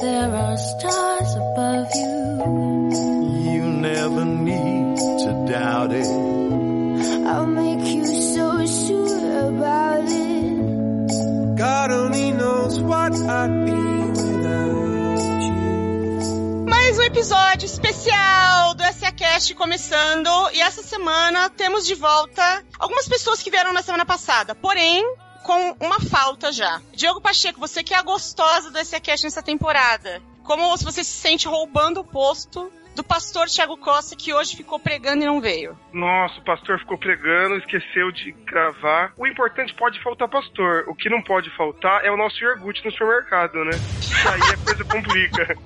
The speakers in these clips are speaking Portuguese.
there are stars above you. You never need to doubt it. I'll make you so sure about it. God only knows what I'd be without you. Mais um episódio especial do SACast começando. E essa semana temos de volta algumas pessoas que vieram na semana passada, porém com uma falta já. Diogo Pacheco, você que é a gostosa do SACast nessa temporada. Como se você se sente roubando o posto do pastor Thiago Costa, que hoje ficou pregando e não veio. Nossa, o pastor ficou pregando, esqueceu de gravar. O importante pode faltar pastor. O que não pode faltar é o nosso iogurte no supermercado, né? Isso aí a coisa complica.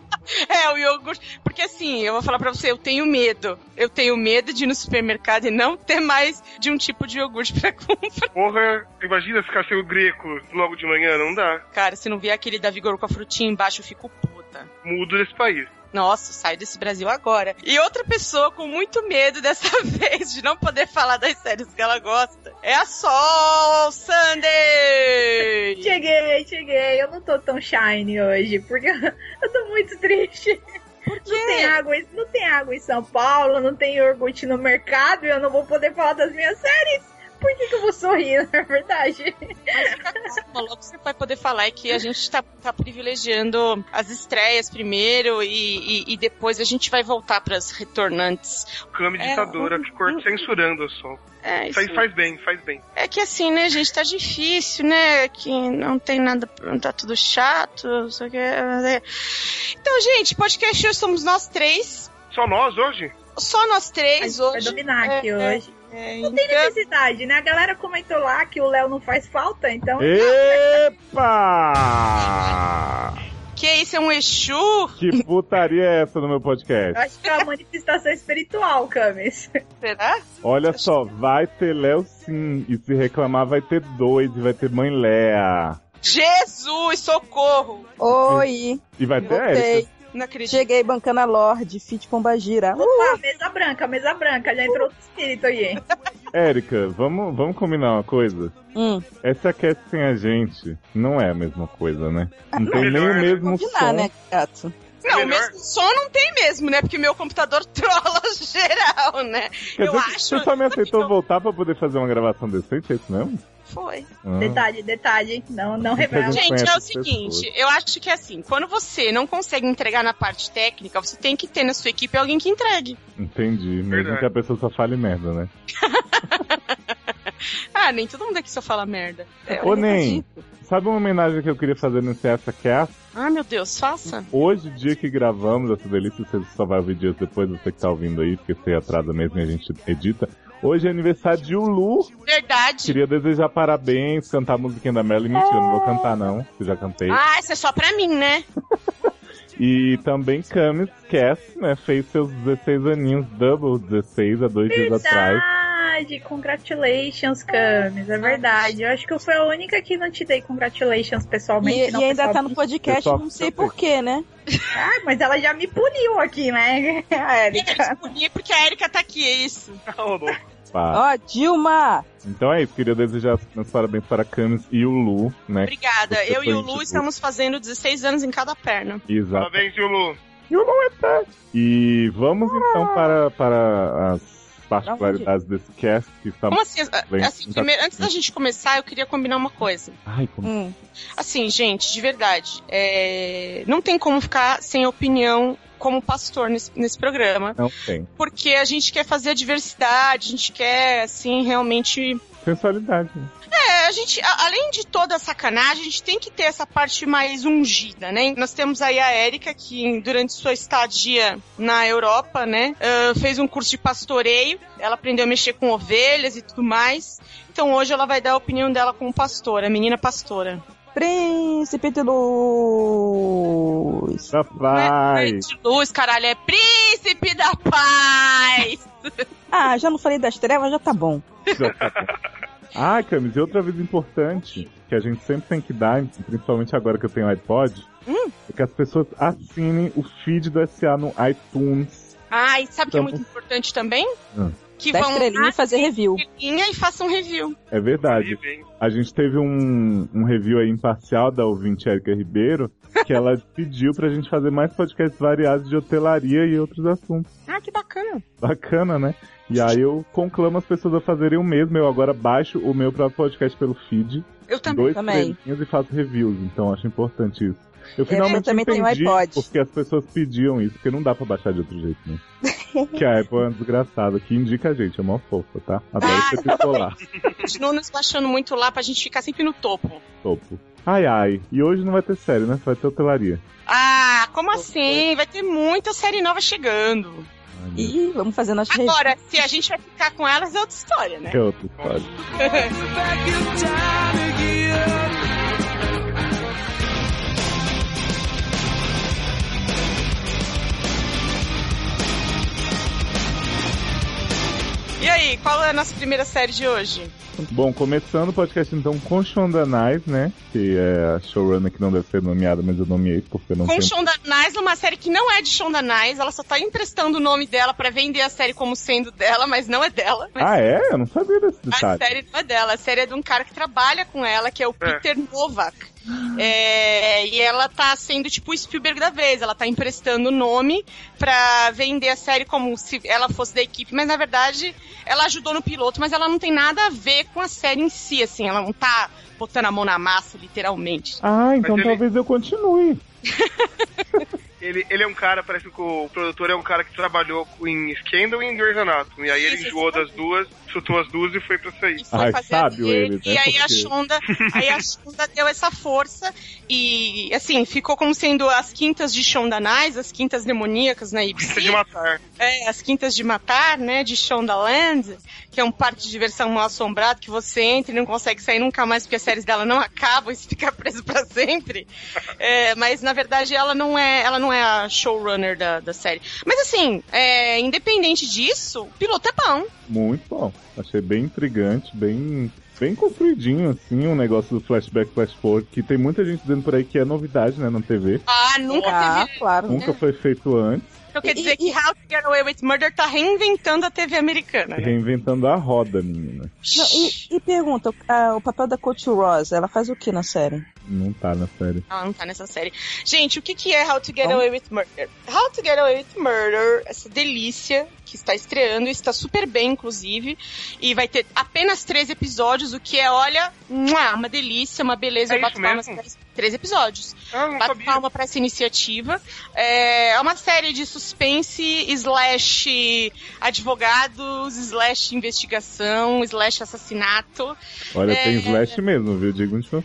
É, o iogurte. Porque assim, eu vou falar pra você, eu tenho medo. Eu tenho medo de ir no supermercado e não ter mais de um tipo de iogurte pra comprar. Porra, imagina ficar sem o greco logo de manhã, não dá. Cara, se não vier aquele da Vigor com a frutinha embaixo, eu fico puta. Mudo desse país. Nossa, sai desse Brasil agora. E outra pessoa com muito medo dessa vez de não poder falar das séries que ela gosta é a Sol Sunday! Cheguei, cheguei. Eu não tô tão shiny hoje, porque eu tô muito triste. Não tem, água, em- não tem água em São Paulo, não tem iogurte no mercado e eu não vou poder falar das minhas séries. Por que, que eu vou sorrir, na verdade? Logo você vai poder falar é que a gente tá, tá privilegiando as estreias primeiro e, e- e depois a gente vai voltar pras retornantes. Cama É, ditadora, ficou censurando o som. É, isso. Isso aí faz bem, faz bem. é que assim, né, gente, tá difícil, né? Que não tem nada, tá tudo chato, não sei o que. né? Então, gente, podcast hoje somos nós três. Só nós hoje? Só nós três Vai hoje. dominar aqui é, hoje. É, Não tem então- necessidade, né? A galera comentou lá que o Léo não faz falta, então. É. Epa! que isso é um Exu? Que putaria é essa no meu Eu podcast? acho que é uma manifestação espiritual, Camis. Será? Olha só, vai ter Léo sim, e se reclamar vai ter dois, e vai ter mãe Léa. Jesus, socorro! Oi, E vai ter voltei. Érica. Não acredito. Cheguei, bancana Lorde, Fit Pombagira. Uh, Opa, mesa branca, mesa branca. Já entrou outro espírito aí. Érica, vamos, vamos combinar uma coisa? hum, Essa cast sem a gente não é a mesma coisa, né? Não tem nem melhor, o né? mesmo combinar, som. né, gato? Não, Melhor. mesmo som não tem mesmo, né? Porque meu computador trola geral, né? Quer Eu dizer que acho- você só me aceitou voltar pra poder fazer uma gravação decente, é isso mesmo? Foi. Ah. Detalhe, detalhe. Não, não revela. Não Gente, conheço é o as seguinte, eu acho que é assim, quando você não consegue entregar na parte técnica, você tem que ter na sua equipe alguém que entregue. Entendi, mesmo Verdade. que a pessoa só fale merda, né? Ah, nem todo mundo aqui só fala merda. É, Ô, Nem, sabe uma homenagem que eu queria fazer nesse essa cast? Ah, meu Deus, faça. Hoje, dia que gravamos essa delícia, você só vai ouvir dias depois, você que tá ouvindo aí, porque você atrasa mesmo e a gente edita. Hoje é aniversário de Ulu. Verdade. Queria desejar parabéns, cantar a musiquinha da Marilyn. Mentira, eu não vou cantar não, que eu já cantei. Ah, isso é só pra mim, né? E também Camis Cass, né, fez seus 16 aninhos, double 16 há dois dias atrás. Verdade, congratulations, Camis, é verdade. Eu acho que eu fui a única que não te dei congratulations pessoalmente. E, não e ainda tá no pessoalmente. podcast, Pessoal, não sei pessoal. porquê, né? Ah, mas ela já me puniu aqui, né, a Erika? Escolhi porque a Erika tá aqui, é isso. Pá. Ó, Dilma! Então é isso, queria desejar meus parabéns para Camis e o Lu, né? Obrigada. Você Eu e o foi, Lu tipo- estamos fazendo 16 anos em cada perna. Exato. Parabéns, Yulu. E vamos então para, para as particularidades desse cast que está Como assim? Ah, Tá Bem, assim tá- primeiro, antes da gente começar, eu queria combinar uma coisa. Ai, como Hum. Assim, gente, de verdade, é, não tem como ficar sem opinião como pastor nesse- nesse programa. não tem. porque a gente quer fazer a diversidade, a gente quer, assim, realmente. Sensualidade. né? É, a gente, a- além de toda a sacanagem, a gente tem que ter essa parte mais ungida, né? Nós temos aí a Érica, que durante sua estadia na Europa, né, ah, fez um curso de pastoreio, ela aprendeu a mexer com ovelhas e tudo mais. Então hoje ela vai dar a opinião dela como pastora, menina pastora. Príncipe de Luz! Já vai. é De luz, caralho, é príncipe da paz! Ah, já não falei das trevas, já tá bom. Já tá bom. Ah, Camis, e outra vez importante que a gente sempre tem que dar, principalmente agora que eu tenho iPod, é que as pessoas assinem o feed do SA no iTunes. Ai, sabe o que é Então- muito importante também? Hum. que Da vão estrelinha e lá, fazer review. estrelinha e façam review. É verdade. Inclusive, hein? A gente teve um, um review aí imparcial da ouvinte Érica Ribeiro, que ela pediu pra gente fazer mais podcasts variados de hotelaria e outros assuntos. Ah, que bacana. Bacana, né? E aí eu conclamo as pessoas a fazerem o mesmo. Eu agora baixo o meu próprio podcast pelo feed, Eu também. dois também. estrelinhas e faço reviews. Então acho importante isso. Eu finalmente eu também tenho entendi iPod. porque as pessoas pediam isso, porque não dá pra baixar de outro jeito, né? que a Apple é uma desgraçada, que indica a gente, é mó fofa, tá? Adoro Ah, ser pistolar. Continuam nos baixando muito lá pra gente ficar sempre no topo. Topo. Ai, ai. E hoje não vai ter série, né? Vai ter hotelaria. Ah, como assim? Vai ter muita série nova chegando. Ai, meu E vamos fazer nossa review. Agora, se a gente vai ficar com elas, é outra história, né? Que outra história. E aí, qual é a nossa primeira série de hoje? Bom, começando o podcast então com Shonda Nice, né? Que é a showrunner que não deve ser nomeada, mas eu nomeei porque eu não Com tenho. Shonda Nice, uma série que não é de Shonda Nice, ela só tá emprestando o nome dela pra vender a série como sendo dela, mas não é dela. Mas Ah, é? Eu não sabia desse a detalhe. série não é dela, a série é de um cara que trabalha com ela, que é o É. Peter Novak. É, e ela tá sendo tipo o Spielberg da vez, ela tá emprestando o nome pra vender a série como se ela fosse da equipe, mas na verdade ela ajudou no piloto, mas ela não tem nada a ver com a série em si, assim, ela não tá botando a mão na massa, literalmente. Ah, então Mas ele- talvez eu continue. Ele, ele é um cara, parece que o produtor é um cara que trabalhou em Scandal e em Grey's Anatomy. E aí ele Isso, enjoou das duas, chutou as duas e foi pra sair. e foi Ai, fazer sábio a dele, ele, né? E aí a, Porque- Shonda, aí a Shonda deu essa força e, assim, ficou como sendo as quintas de Shonda Nice, as quintas demoníacas na Pista ABC, de matar. é, as quintas de matar, né, de Shonda Land, que é um parque de diversão mal assombrado que você entra e não consegue sair nunca mais porque as séries dela não acabam e você fica preso pra sempre. É, mas, na verdade, ela não é, ela não é a showrunner da, da série. Mas, assim, é, independente disso, o piloto é bom. Muito bom. Achei bem intrigante, bem. Bem construidinho, assim, o negócio do flashback, flash forward, que tem muita gente dizendo por aí que é novidade, né, na TV. Ah, nunca teve Ah, claro. Nunca foi feito antes, Então quer E- dizer e- que How to Get Away with Murder tá reinventando a TV americana, né? reinventando a roda, menina. Não, e, e pergunta, ah, o papel da Coach Rose, ela faz o que na série? Não tá na série. Ela não tá nessa série. Gente, o que, que é How to Get Então- Away with Murder? How to Get Away with Murder, essa delícia que está estreando, está super bem, inclusive, e vai ter apenas três episódios, o que é, olha, mua, uma delícia, uma beleza. É Eu bato isso palmas mesmo? pra esses três episódios. Ah, não Bate sabia. palma pra essa iniciativa. É é uma série de suspense, slash advogados, slash investigação, slash assassinato. Olha, É. tem slash mesmo, viu? Digo é, de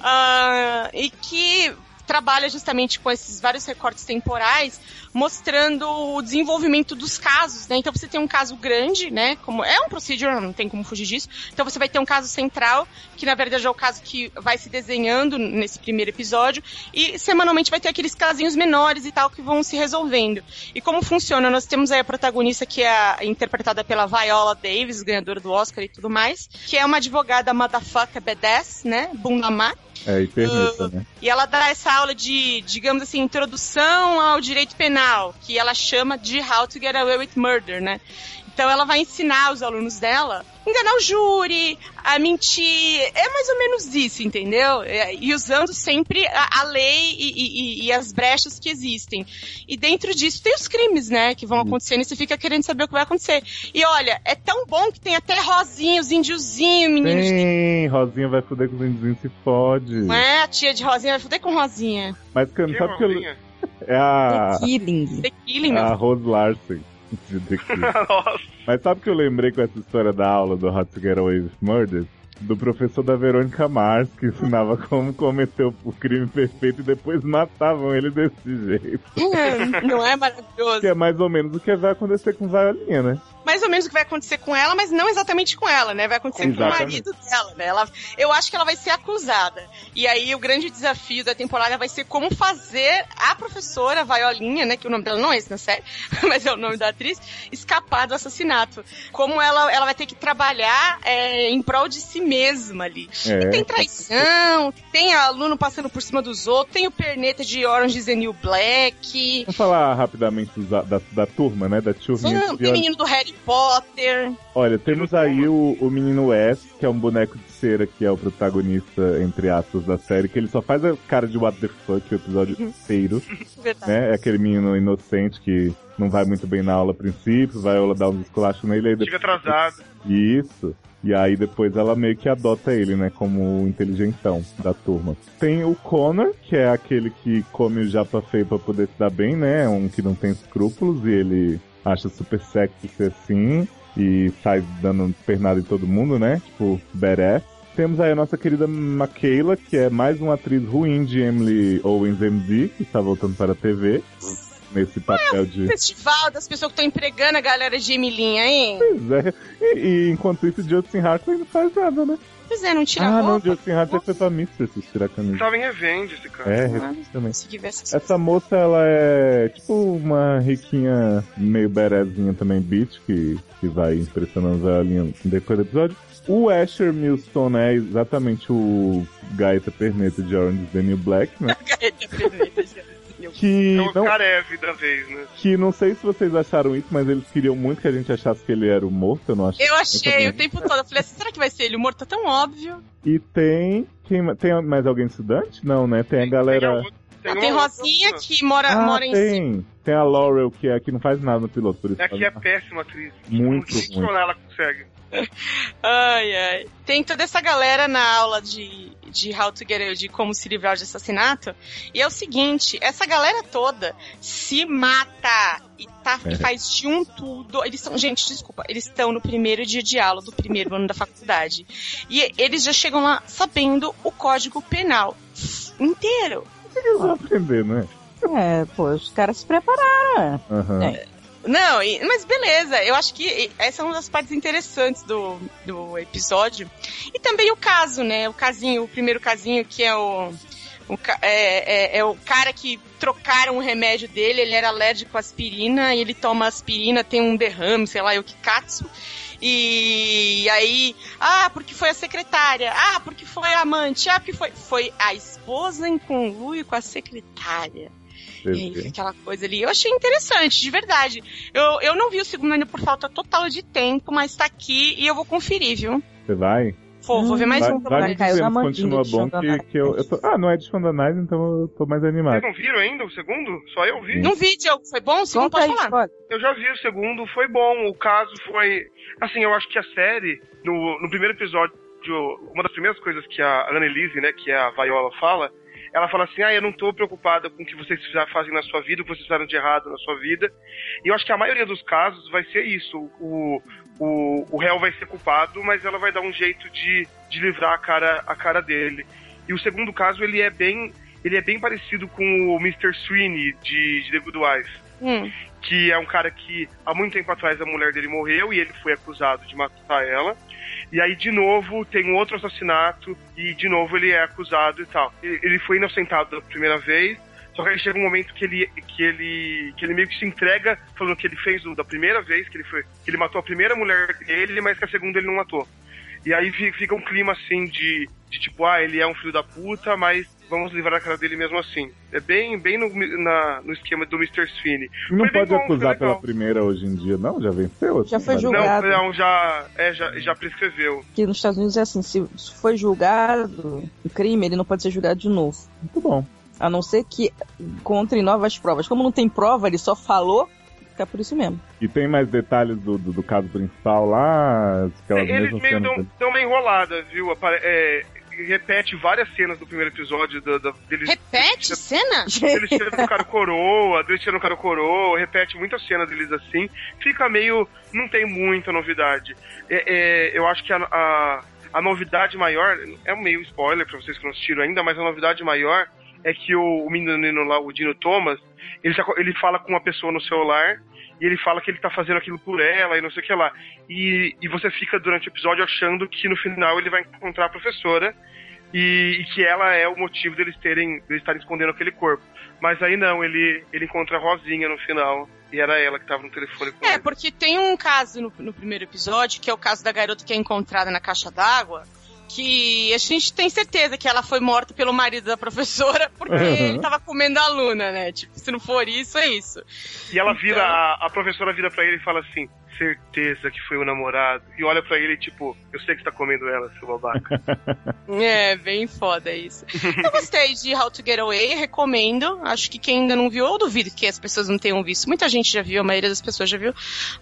Ah, e que trabalha justamente com esses vários recortes temporais, mostrando o desenvolvimento dos casos, né? Então você tem um caso grande, né? Como é um procedural, não tem como fugir disso. Então você vai ter um caso central, que na verdade é o caso que vai se desenhando nesse primeiro episódio, e semanalmente vai ter aqueles casinhos menores e tal que vão se resolvendo. E como funciona? Nós temos aí a protagonista que é a- interpretada pela Viola Davis, ganhadora do Oscar e tudo mais, que é uma advogada motherfucker badass, né? Bunda má. É, e permita, né? E ela dá essa aula de, digamos assim, introdução ao direito penal, que ela chama de How to Get Away with Murder, né? Então ela vai ensinar os alunos dela a enganar o júri, a mentir, é mais ou menos isso, entendeu? É, E usando sempre a, a lei e, e- e as brechas que existem. E dentro disso tem os crimes, né, que vão acontecendo e você fica querendo saber o que vai acontecer. E olha, é tão bom que tem até rosinhos, índiozinho, meninos. Sim, Rosinha vai fuder com os indizinhos, se fode. Não é? A tia de Rosinha vai foder com Rosinha. Mas, Cami, Que sabe que eu... mãozinha. é a, The Killing. The Killing, meu. a Rose Larsen. de The Killing. Nossa, Mas sabe que eu lembrei com essa história da aula do How to Get Away with Murder? Do professor da Verônica Mars, que ensinava como cometer o- o crime perfeito e depois matavam ele desse jeito. não é Que maravilhoso. é mais ou menos o que vai acontecer com Violinha, né? Mais ou menos o que vai acontecer com ela, mas não exatamente com ela, né? Vai acontecer com o Exatamente. marido dela, né? Ela, eu acho que ela vai ser acusada. E aí o grande desafio da temporada vai ser como fazer a professora Violinha, né? Que o nome dela não é esse na série, mas é o nome da atriz, escapar do assassinato. Como ela, ela vai ter que trabalhar é, em prol de si mesma ali. É. Tem traição, tem aluno passando por cima dos outros, tem o perneta de Orange is the New Black. Vamos falar rapidamente dos a- da, da turma, né? Da turminha Vamp, de Orange menino do Harry Potter. Olha, temos aí o, o menino Wes, que é um boneco de cera que é o protagonista, entre aspas, da série, que ele só faz a cara de what the fuck o episódio inteiro, Verdade. né? É aquele menino inocente que não vai muito bem na aula a princípio, vai ela dar um esculacho nele aí Chega depois... atrasado. Isso. E aí depois ela meio que adota ele, né, como o inteligentão da turma. Tem o Connor, que é aquele que come o japa feio pra poder se dar bem, né? Um que não tem escrúpulos e ele acha super sexy ser assim e sai dando pernada em todo mundo, né? Tipo, badass. Temos aí a nossa querida Makayla, que é mais uma atriz ruim de Emily Owens MD, que está voltando para a TV. Nesse papel de. Festival das pessoas que estão empregando a galera de Emilinha, hein? Pois é. E, e enquanto isso, Justin Hartley não faz nada, né? Pois é, não tira Ah, a não, roupa. Justin Hartley foi pra Mistress tirar a camisa. Tava em revende esse cara. É, Ah. também. Se tivesse- Essa moça, ela é tipo uma riquinha meio berezinha também, bitch, que, que vai impressionando os velhinhos depois do episódio. O Asher Milston é exatamente o Gaeta Perneta de Orange is the New Black, né? Que É o um não, Karev da vez, né? que não sei se vocês acharam isso, mas eles queriam muito que a gente achasse que ele era o morto, eu não achei. Eu achei o tempo todo. Eu falei assim, será que vai ser ele? O morto tá tão óbvio. E tem... Quem, tem mais alguém estudante? Não, né? Tem a Tem, galera... a outra- Ah, uma tem outra- Rosinha que mora, Ah, mora em cima. tem. Tem a Laurel, que é a que não faz nada no piloto, por isso. É que é ela- péssima atriz. Muito Nem ruim. chorar ela consegue. Ai, ai. Tem toda essa galera na aula de, de How to Get Away- de como se livrar de assassinato. E é o seguinte, essa galera toda se mata e, tá, e faz de um tudo. Eles são, gente, desculpa, eles estão no primeiro dia de aula do primeiro ano da faculdade. E eles já chegam lá sabendo o código penal inteiro. Eles vão aprender, né? É, pô, os caras se prepararam. Aham. É. Não, e- mas beleza, eu acho que e- essa é uma das partes interessantes do, do episódio. E também o caso, né? O casinho, o primeiro casinho, que é o. o ca- é, é- é o cara que trocaram o remédio dele, ele era alérgico à aspirina, e ele toma aspirina, tem um derrame, sei lá, eu que catso. E aí, ah, porque foi a secretária, ah, porque foi a amante, ah, porque foi. Foi a esposa em conluio com a secretária. E aí, Teve. fica aquela coisa ali. Eu achei interessante, de verdade. Eu, eu não vi o segundo ainda por falta total de tempo, mas tá aqui e eu vou conferir, viu? Você vai? Vou, vou ver mais Hum, vai um. vai me Caiu na dizendo se mandinga continua de bom que, Shondanai. que eu, eu tô... Ah, não é de Shondanais, então eu tô mais Vocês animado. não viram ainda o segundo? Só eu vi. Não vi, Diogo. Foi bom? O segundo Conta pode tá aí, tipo, falar. pode. Eu já vi o segundo, foi bom. O caso foi. Assim, eu acho que a série, no, no primeiro episódio, uma das primeiras coisas que a Annelise, né, que é a Viola, fala, ela fala assim: ah, eu não tô preocupada com o que vocês já fazem na sua vida, o que vocês fizeram de errado na sua vida. E eu acho que a maioria dos casos vai ser isso. O, o, o réu vai ser culpado, mas ela vai dar um jeito de, de livrar a cara, a cara dele. E o segundo caso, ele é bem. Ele é bem parecido com o Mr. Sweeney de, de The Good Wife Hum. que é um cara que há muito tempo atrás a mulher dele morreu e ele foi acusado de matar ela. E aí, de novo, tem um outro assassinato e, de novo, ele é acusado e tal. Ele ele foi inocentado da primeira vez, só que aí chega um momento que ele, que ele, que ele meio que se entrega falando que ele fez o da primeira vez, que ele, foi, que ele matou a primeira mulher dele, mas que a segunda ele não matou. E aí fi- fica um clima assim de, de tipo, ah, ele é um filho da puta, mas vamos livrar a cara dele mesmo assim. É bem, bem no, na- no esquema do Mr. Sweeney. E não Foi bem pode bom, foi acusar legal. pela primeira hoje em dia, não? Já venceu? assim, Já foi Olha, julgado. Não, não, já, é, já, já prescreveu. Que nos Estados Unidos é assim, se se foi julgado o crime, ele não pode ser julgado de novo. Muito bom. A não ser que encontrem novas provas. Como não tem prova, ele só falou, fica por isso mesmo. E tem mais detalhes do, do, do caso principal lá? Aquelas É, Eles mesmas meio cenas dão, dão uma enrolada, viu? Apare- é, repete várias cenas do primeiro episódio da, da, deles. Repete, cena? Eles tirando o cara coroa, deles tirando o cara coroa, repete muita cena deles assim. Fica meio. Não tem muita novidade. É, é, eu acho que a, a, a novidade maior. É um meio spoiler pra vocês que não assistiram ainda, mas a novidade maior é que o, o menino lá, o Dino Thomas, ele, já co- ele fala com uma pessoa no celular e ele fala que ele tá fazendo aquilo por ela e não sei o que lá. E, e você fica durante o episódio achando que no final ele vai encontrar a professora e, e que ela é o motivo deles terem deles estarem escondendo aquele corpo. Mas aí não, ele, ele encontra a Rosinha no final e era ela que tava no telefone com É, ele. porque tem um caso no, no primeiro episódio, que é o caso da garota que é encontrada na caixa d'água, que a gente tem certeza que ela foi morta pelo marido da professora porque ele tava comendo a aluna, né? Tipo, se não for isso, é isso. E ela vira, Então. a, a professora vira pra ele e fala assim: certeza que foi o namorado. E olha pra ele, tipo, eu sei que tá comendo ela, seu babaca. É, bem foda isso. Eu gostei de How to Get Away, recomendo. Acho que quem ainda não viu, eu duvido que as pessoas não tenham visto. Muita gente já viu, a maioria das pessoas já viu.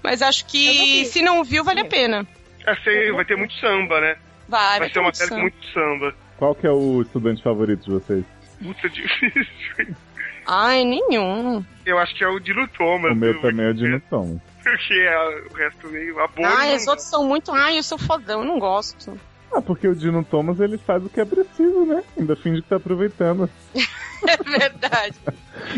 Mas acho Eu não que vi. se não viu, vale a pena. É, sei, vai ter muito samba, né? Vai, vai Vai ser ter uma muito série com sangue. muito samba. Qual que é o estudante favorito de vocês? Puta, é difícil. Ai, nenhum. Eu acho que é o Dino Thomas. o meu um viu? também é o Dino Thomas. Porque é, o resto meio. A boa. Ai, não- os outros são muito. Ai, eu sou fodão, eu não gosto. Ah, porque o Dino Thomas ele faz o que é preciso, né? Ainda finge que tá aproveitando. É verdade.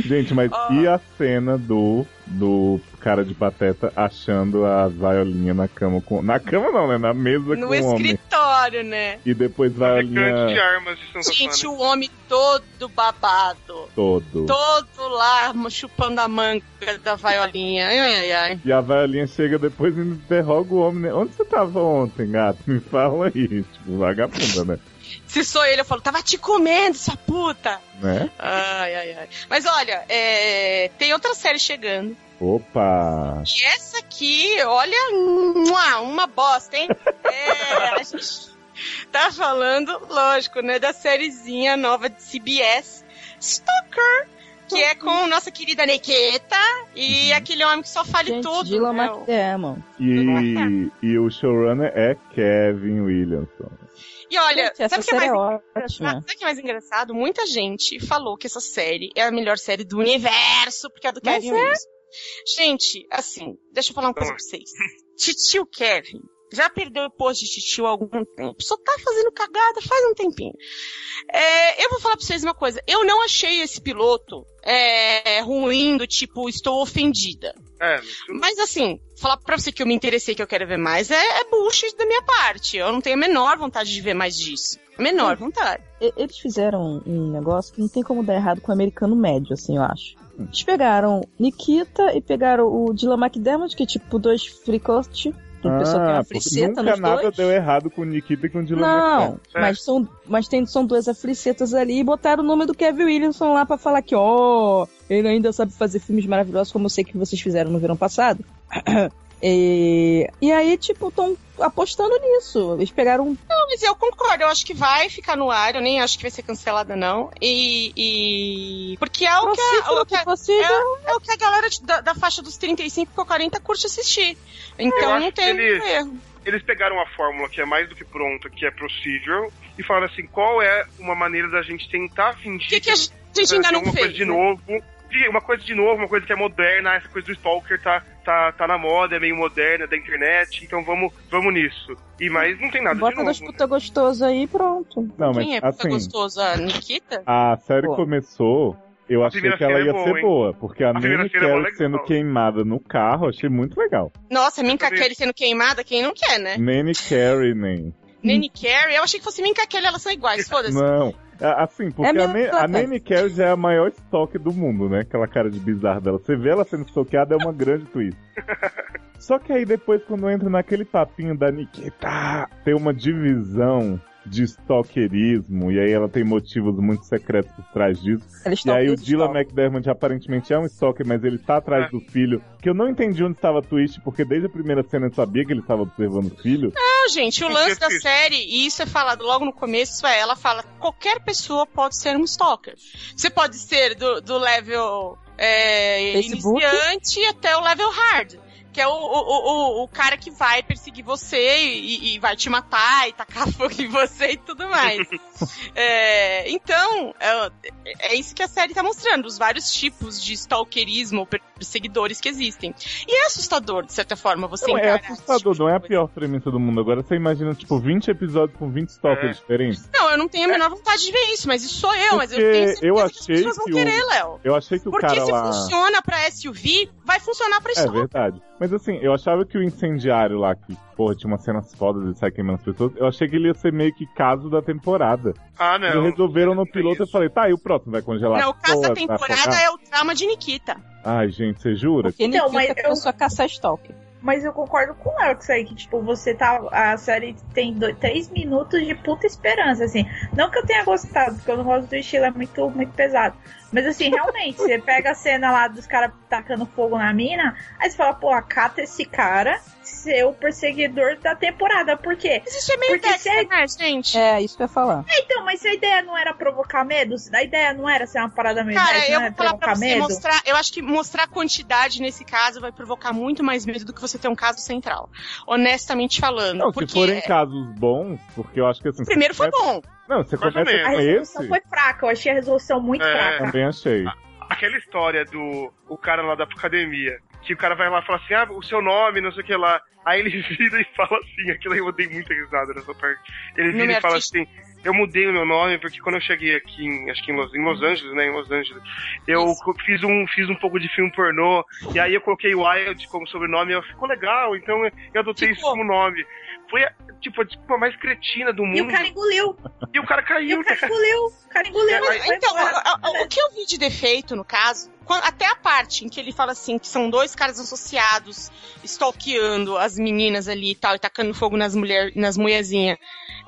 Gente, mas Ah. e a cena do, do cara de pateta achando a vaiolinha na cama com. Na cama não, né? Na no mesa com o homem. escritório, né? E depois Traficante É de vaiolinha armas de São Gente, Safana. o homem todo babado. todo. Todo lá chupando a manga da vaiolinha. Ai, ai, ai. E a vaiolinha chega depois e interroga o homem, né? Onde você tava ontem, gato? Me fala aí. Tipo, vagabunda, né? Se sou ele, eu falo, tava te comendo, sua puta. né? Ai, ai, ai. Mas olha, é, tem outra série chegando. Opa! E essa aqui, olha, mua, uma bosta, hein? É, a gente tá falando, lógico, né, da sériezinha nova de CBS, Stalker, que é Uhum. com nossa querida Nequeta e aquele homem que só fale Gente, é, tudo. Dylan né? McDermott. é? E, e o showrunner é Kevin Williamson. E olha, Gente, sabe essa o que é série mais é engraçado? ótima. Sabe o que é mais engraçado? Muita gente falou que essa série é a melhor série do universo, porque é a do Mas Kevin é. Williamson. Gente, assim, deixa eu falar uma coisa pra vocês. Titio Kevin já perdeu o posto de titio há algum tempo. Só tá fazendo cagada faz um tempinho. É, eu vou falar pra vocês uma coisa. Eu não achei esse piloto é, ruim, do tipo, estou ofendida. É, isso- Mas assim, falar pra você que eu me interessei, que eu quero ver mais, é, é bullshit da minha parte. Eu não tenho a menor vontade de ver mais disso. A menor Hum. vontade. E- Eles fizeram um negócio que não tem como dar errado com o americano médio, assim, eu acho. Hum. Eles pegaram Nikita e pegaram o Dylan McDermott, que é tipo dois fricote. que o pessoal tem uma Ah, porque friceta nunca nos nada dois. deu errado com o Nikita e com o Dylan Não, McDermott. É. mas são, mas tem, são duas africetas ali e botaram o nome do Kevin Williamson lá pra falar que, ó, ele ainda sabe fazer filmes maravilhosos, como eu sei que vocês fizeram no verão passado. E, e aí, tipo, estão apostando nisso. Eles pegaram. um Não, mas eu concordo. Eu acho que vai ficar no ar. Eu nem acho que vai ser cancelada, não. E. e- Porque é o, que a, Procífero o que que a- vocês é o que a galera de- da, da faixa dos 35 com 40 curte assistir. Eu Então acho não tem que ele- erro. Eles pegaram a fórmula que é mais do que pronta, que é procedural, e falaram assim: qual é uma maneira da gente tentar fingir O que, é que a gente fazer ainda não alguma fez? assim, coisa de né? novo. E Uma coisa de novo, uma coisa que é moderna, essa coisa do Stalker tá, tá, tá na moda, é meio moderna, é da internet, então vamos, vamos nisso. E mas não tem nada de Bota novo. dois puta gostoso aí e pronto. Não, mas Quem é puta assim, gostoso? A Nikita? a série Pô. começou, eu achei primeira que cena ela ia é boa, ser hein? boa, porque a, a primeira cena é boa, legal. sendo queimada no carro, achei muito legal. Nossa, Minka também- Kelly sendo queimada, quem não quer, né? Nanny Carey, nem. Nanny Carey, eu achei que fosse Minka Kelly, elas são iguais, foda-se. Não. A- Assim, porque É a, mesmo, Nan- a Platão. Nanny Carey já é a maior estoque do mundo, né? Aquela cara de bizarro dela. Você vê ela sendo estoqueada, é uma grande twist. Só que aí depois, quando entra naquele papinho da Nikita, tem uma divisão de stalkerismo, e aí ela tem motivos muito secretos por trás disso. Eles E tão- aí o eles Dylan tão. McDermott aparentemente é um stalker, mas ele tá atrás É. do filho. Que eu não entendi onde estava a twist, porque desde a primeira cena eu sabia que ele estava observando o filho. Não, gente, o é Não lance sei da se- série, e isso é falado logo no começo, é ela fala: qualquer pessoa pode ser um stalker. Você pode ser do, do level é, Facebook. iniciante até o level hard. Que é o, o, o, o cara que vai perseguir você e, e vai te matar e tacar fogo em você e tudo mais. É, então, é, é isso que a série tá mostrando, os vários tipos de stalkerismo ou perseguidores que existem. E é assustador, de certa forma, você Não, é encarar esse tipo assustador, de não é a coisa. pior premissa do mundo. Agora você imagina, tipo, 20 episódios com 20 É. stalkers diferentes. Não, eu não tenho a menor vontade de ver isso, mas isso sou eu, mas eu É. Porque tenho certeza eu que as achei pessoas vão que o- querer, Léo. Eu achei que o Porque cara se lá. funciona pra SUV, vai funcionar pra É isso. verdade. Mas assim, eu achava que o incendiário lá, que, porra, tinha umas cenas fodas de sai queimando as pessoas, eu achei que ele ia ser meio que caso da temporada. Ah, Eles não. resolveram no não é piloto, eu isso. falei, tá, e o próximo vai congelar? não, o caso Porra, da vai temporada afogar? é o trauma de Nikita. Ai, gente, você jura? Porque Então, Nikita mas eu- começou a caçar stalker. Mas eu concordo com o Léo que isso aí, que, tipo, você tá. A série tem dois, três minutos de puta esperança, assim. Não que eu tenha gostado, porque eu não gosto do estilo, é muito, muito pesado. Mas assim, realmente, você pega a cena lá dos caras tacando fogo na mina, aí você fala, pô, acata esse cara, ser o perseguidor da temporada. Por quê? Mas isso é meio Porque Dexter, se- né, gente? É, isso que eu ia falar. É, Então, mas se a ideia não era provocar medo, se a ideia não era ser uma parada mesmo, Cara, eu não é vou falar pra provocar você medo. mostrar. Eu acho que mostrar quantidade nesse caso vai provocar muito mais medo do que você ter um caso central. Honestamente falando. Não, porque se forem casos bons, porque eu acho que assim. o primeiro foi é- bom. Não, você Mais ou começa A com resolução É esse. foi fraca, eu achei a resolução muito É. fraca. Também achei. Aquela história do o cara lá da academia, que o cara vai lá e fala assim, ah, o seu nome, não sei o que lá. Aí ele vira e fala assim, aquilo aí eu dei muita risada nessa parte. Ele Nome vira e fala artístico. assim, eu mudei o meu nome porque quando eu cheguei aqui, em, acho que em Los, em Los Angeles, né, em Los Angeles, eu co- fiz um, fiz um pouco de filme pornô, e aí eu coloquei Wild como sobrenome, e eu, ficou legal, então eu- eu adotei Tipo- isso como nome. Foi, a- tipo, a desculpa mais cretina do mundo. E o cara engoliu, E o cara e caiu, né? o cara engoliu, o cara engoliu. Mas, é, né? foi Então, embora. a- a- o que eu vi de defeito no caso, quan- até a parte em que ele fala assim, que são dois caras associados, stalkeando as meninas ali e tal, e tacando fogo nas, mulher, nas mulherzinhas.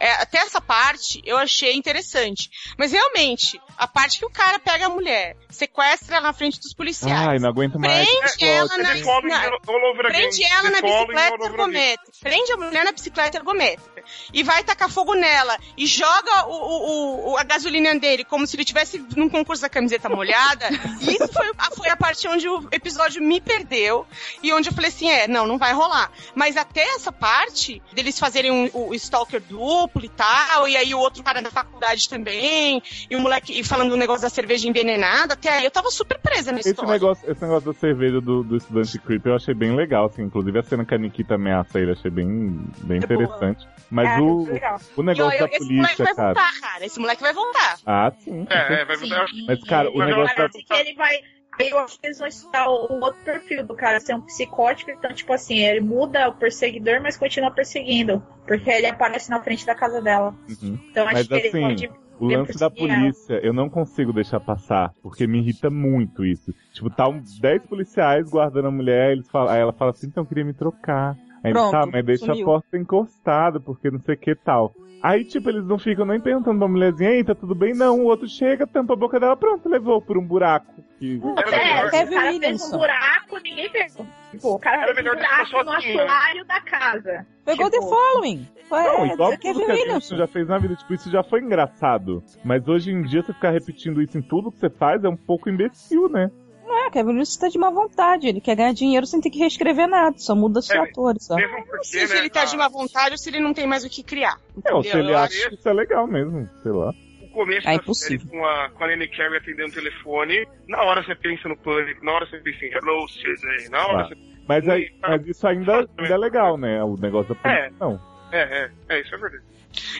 É, até essa parte eu achei interessante. Mas realmente, a parte que o cara pega a mulher, sequestra ela na frente dos policiais. Ai, não aguento mais. Prende ela na, Ele come na- all over again. é Prende ela na Ele come all bicicleta over again. ergométrica. Prende a mulher na bicicleta ergométrica. E vai tacar fogo nela. E joga o, o- o- a gasolina dele como se ele tivesse num concurso da camiseta molhada. E isso foi, a- foi a parte onde o episódio me perdeu. E onde eu falei assim: é, não, não vai rolar. Mas até essa parte deles fazerem um- o stalker duplo e tal. E aí o outro cara da faculdade também. E o moleque e falando do negócio da cerveja envenenada. Até aí eu tava super presa na Esse história. negócio, esse negócio da cerveja do, do estudante creep eu achei bem legal, assim. Inclusive a cena que a Nikita ameaça ele, achei bem, bem É boa. interessante. Mas É, o, legal. o negócio E, ó, da esse moleque vai polícia, cara. voltar, cara. Esse moleque vai voltar. Ah, sim. É, é, vai Sim. mudar. Mas, cara, o Mas eu negócio da. acho Parece assim, que ele vai. Aí eu acho que eles vão estudar o o outro perfil do cara, ser um psicótico, então, tipo assim, ele muda o perseguidor, mas continua perseguindo. Porque ele aparece na frente da casa dela. Uhum. Então acho Mas, que assim, ele pode. O lance da polícia, eu não consigo deixar passar, porque me irrita muito isso. Tipo, tá um- 10 policiais guardando a mulher, eles falam, aí ela fala assim, então eu queria me trocar. Aí eles, Pronto, tá, mas deixa sumiu. a porta encostada, porque não sei o que tal. Aí, tipo, eles não ficam nem perguntando pra mulherzinha, ei, tá tudo bem? Não, o outro chega, tampa a boca dela, pronto, levou por um buraco. Que... É, o Kevin cara fez Williamson. um buraco, ninguém fez. Tipo, o cara Era fez um melhor deixar buraco no sozinho, né? assoalho da casa. Pegou Tipo, The Following. Foi, Não, é, igual você quer tudo ver que a Williams. gente já fez na vida, tipo, isso já foi engraçado. Mas hoje em dia, você ficar repetindo isso em tudo que você faz é um pouco imbecil, né? Não é, Kevin Williamson tá de má vontade. Ele quer ganhar dinheiro sem ter que reescrever nada. Só muda os É, atores, só. Mesmo Não porque, sei se né, ele tá a- de má vontade ou se ele não tem mais o que criar. Não, se Entendeu? ele Eu acha que isso é legal mesmo, sei lá. o começo É da impossível. série com a, com a Lenny Carey atendendo o telefone, na hora você pensa no pânico, na hora você pensa em Hello, Sidney, na hora Ah. você... Mas, aí- Sim, tá. mas isso ainda, ainda é legal, né? O negócio da polícia, É. não. É, é, é, isso é verdade.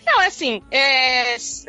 Não, é assim, é, s-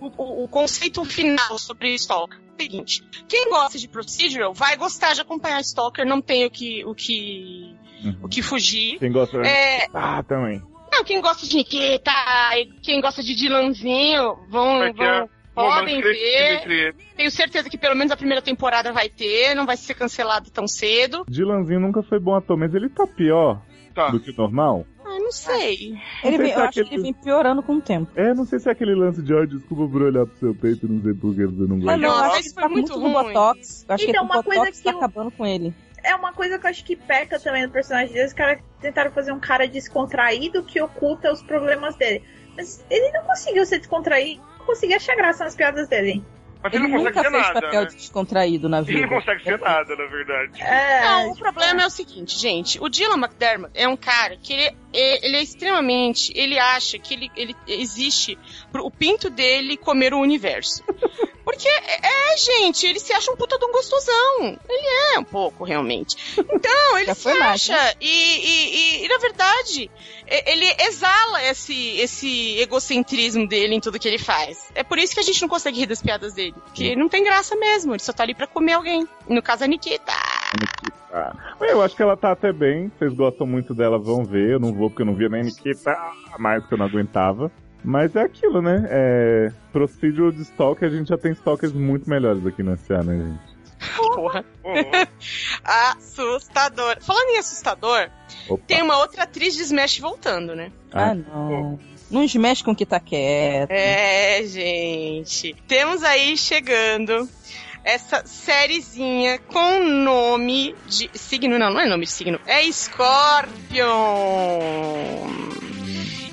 o, o- o conceito final sobre Stalker é o seguinte. Quem gosta de procedural vai gostar de acompanhar Stalker, não tem o que, o que, o Uhum. que fugir. Quem gosta de... É, Ah, também. não, quem gosta de Nikita, e quem gosta de Dylanzinho, vão... Vai ter vão podem Romance crescido ver. entre eles. Tenho certeza que pelo menos a primeira temporada vai ter, não vai ser cancelado tão cedo. Dylanzinho nunca foi bom ator, mas ele tá pior Tá. do que o normal. Ah, não sei. Ele vem, eu Pensar acho que que ele ele- vem piorando com o tempo. É, não sei se é aquele lance de, ai, desculpa por olhar pro seu peito, não sei por que você não Ah, gosta. não, eu Nossa, acho que isso ele foi tá muito muito no ruim. Botox. Eu acho Então, que uma o coisa Botox que tá eu- acabando com ele. É uma coisa que eu acho que peca também no personagem dele. Os caras tentaram fazer um cara descontraído que oculta os problemas dele. Mas ele não conseguiu ser descontraído, não conseguia achar graça nas piadas dele. Mas Ele, ele não nunca consegue ser fez nada, papel né? descontraído na vida. Ele não consegue ser nada, na verdade. É, Não, o tipo, problema é o seguinte, gente. O Dylan McDermott é um cara que ele, é- ele é extremamente. Ele acha que ele, ele existe pro o pinto dele comer o universo. Porque, é, é, gente, ele se acha um puta de um gostosão. Ele é um pouco, realmente. Então, ele Já se foi mais, né? acha. E, e- e- e, na verdade, é- ele exala esse, esse egocentrismo dele em tudo que ele faz. É por isso que a gente não consegue rir das piadas dele. Porque não tem graça mesmo. Ele só tá ali pra comer alguém. No caso, a Nikita. Ah, Eu acho que ela tá até bem, vocês gostam muito dela, vão ver. Eu não vou porque eu não via nem Nikita mais, que eu não aguentava. Mas é aquilo, né? É... Procedural de stalker, a gente já tem stalkers muito melhores aqui na CA, né, gente? Porra. Pô, assustador. Falando em assustador, Opa. tem uma outra atriz de Smash voltando, né? Ah. Ah, não. Não mexe com o que tá quieto. né? É, gente. Temos aí chegando essa sériezinha com nome de signo, não, não é nome de signo, é Scorpion.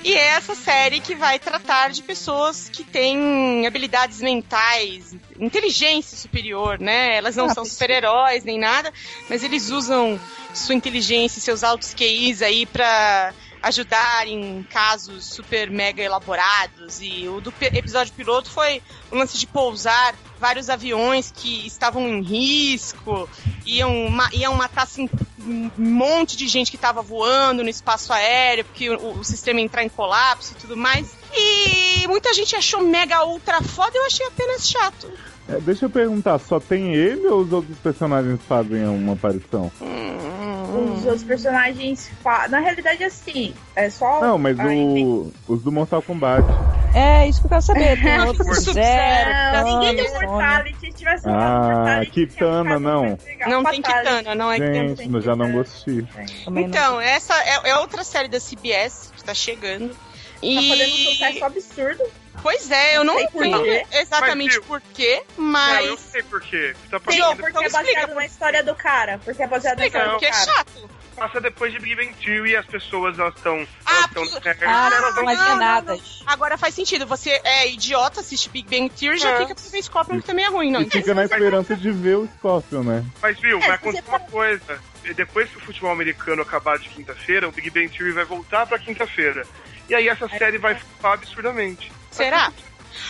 E é essa série que vai tratar de pessoas que têm habilidades mentais, inteligência superior, né? Elas não Ah, são pois- super-heróis nem nada, mas eles usam sua inteligência e seus altos QIs aí pra ajudar em casos super mega elaborados. E o do pe- episódio piloto foi o lance de pousar vários aviões que estavam em risco, iam, ma- iam matar assim, um monte de gente que estava voando no espaço aéreo, porque o, o sistema ia entrar em colapso e tudo mais. E muita gente achou mega ultra foda, eu achei apenas chato. É, deixa eu perguntar, só tem ele ou os outros personagens fazem uma aparição? Hum. Os um outros personagens. fa- Na realidade, assim, é só. Não, mas Ah, entendi. o, os do Mortal Kombat. É isso que eu quero saber. Tem outro Sub-Zero, Sub-Zero, Não, ninguém Thanos, tem né? Sony. Mortality. Se tivesse um Ah, Mortality, tinha Kitana, ficado não. muito legal. Não tem Fatality. Kitana, não é que tem. Gente, eu já não gostei. Também não. Então, essa é, é outra série da CBS que tá chegando. Tá fazendo um E... sucesso absurdo. Pois é, eu não Sei por entendo quê. exatamente Mas, por quê, Não, eu mas. sei por quê. Tá Tem Não, passando, porque então é baseado explica, na história do cara. Porque é baseado na Explica, história do porque é cara. chato. passa depois de Big Bang Theory e as pessoas elas estão. Ah, elas estão porque- certas, Ah, elas são não- é alienadas. Agora faz sentido, você é idiota, assiste Big Bang Theory e já É. fica pra ver Scorpion que também é ruim, não. E fica na mas- esperança de ver o Scorpion, né? Mas viu, É, vai porque acontecer tá- uma coisa. E Depois que o futebol americano acabar de quinta-feira, o Big Bang Theory vai voltar pra quinta-feira. E aí essa série é. vai flopar absurdamente. Será?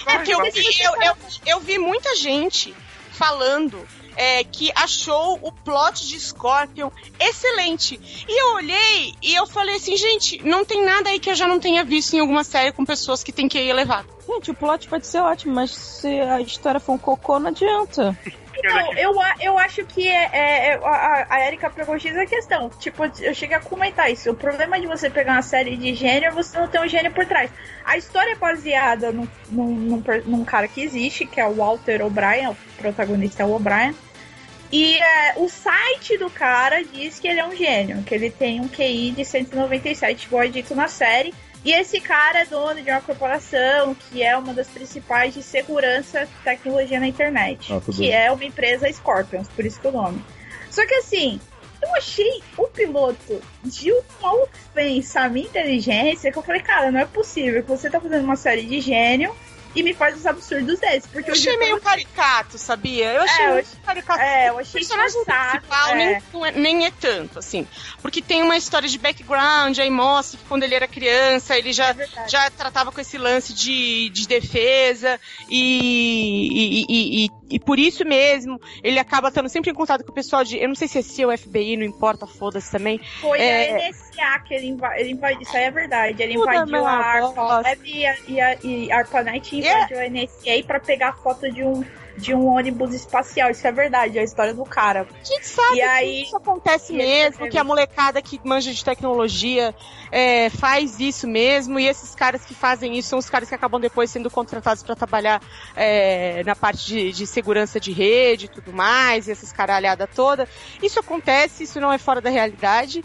É porque eu Vai, vi, eu, eu, eu vi muita gente falando é, que achou o plot de Scorpion excelente. E eu olhei e eu falei assim, gente, não tem nada aí que eu já não tenha visto em alguma série com pessoas que tem que ir elevar. Gente, o plot pode ser ótimo, mas se a história for um cocô, não adianta. porque Então, daqui- eu, a- eu acho que é, é- é- a, a Erika pegou X a questão. Tipo, eu cheguei a comentar isso. O problema de você pegar uma série de gênero é você não ter um gênero por trás. A história é baseada num, num, num per- num cara que existe, que é o Walter O'Brien, o protagonista é o O'Brien. E é, o site do cara diz que ele é um gênio, que ele tem um QI de 197, igual é dito na série. E esse cara é dono de uma corporação que é uma das principais de segurança e tecnologia na internet. Nossa, que é uma empresa Scorpions, por isso que é o nome. Só que assim, eu achei o piloto de uma ofensa à minha inteligência que eu falei, cara, não é possível que você tá fazendo uma série de gênio e me faz os absurdos desses. Porque Eu hoje achei meio caricato, sabia? Eu achei É, eu muito achei- caricato. É, eu O achei personagem forçado. principal é. nem, tipo, não é- nem é tanto, assim. Porque tem uma história de background, aí mostra que quando ele era criança, ele já, é verdade. já tratava com esse lance de, de defesa, e, e, e, e- e por isso mesmo, ele acaba estando sempre em contato com o pessoal de. Eu não sei se é CIA ou FBI, não importa, foda-se também. Foi É. a NSA que ele, inva- ele invadiu. Isso aí é verdade. Ele Puta invadiu a merda, nossa. Arpa Web e a, e a, e a ARPANET é invadiu a NSA pra pegar foto de um, de um ônibus espacial. Isso é verdade, é a história do cara. A gente sabe E que aí- isso acontece e tá mesmo, aí- que a molecada que manja de tecnologia é, faz isso mesmo, e esses caras que fazem isso são os caras que acabam depois sendo contratados para trabalhar é, na parte de, de segurança de rede e tudo mais, e essas caralhadas toda. Isso acontece, isso não é fora da realidade.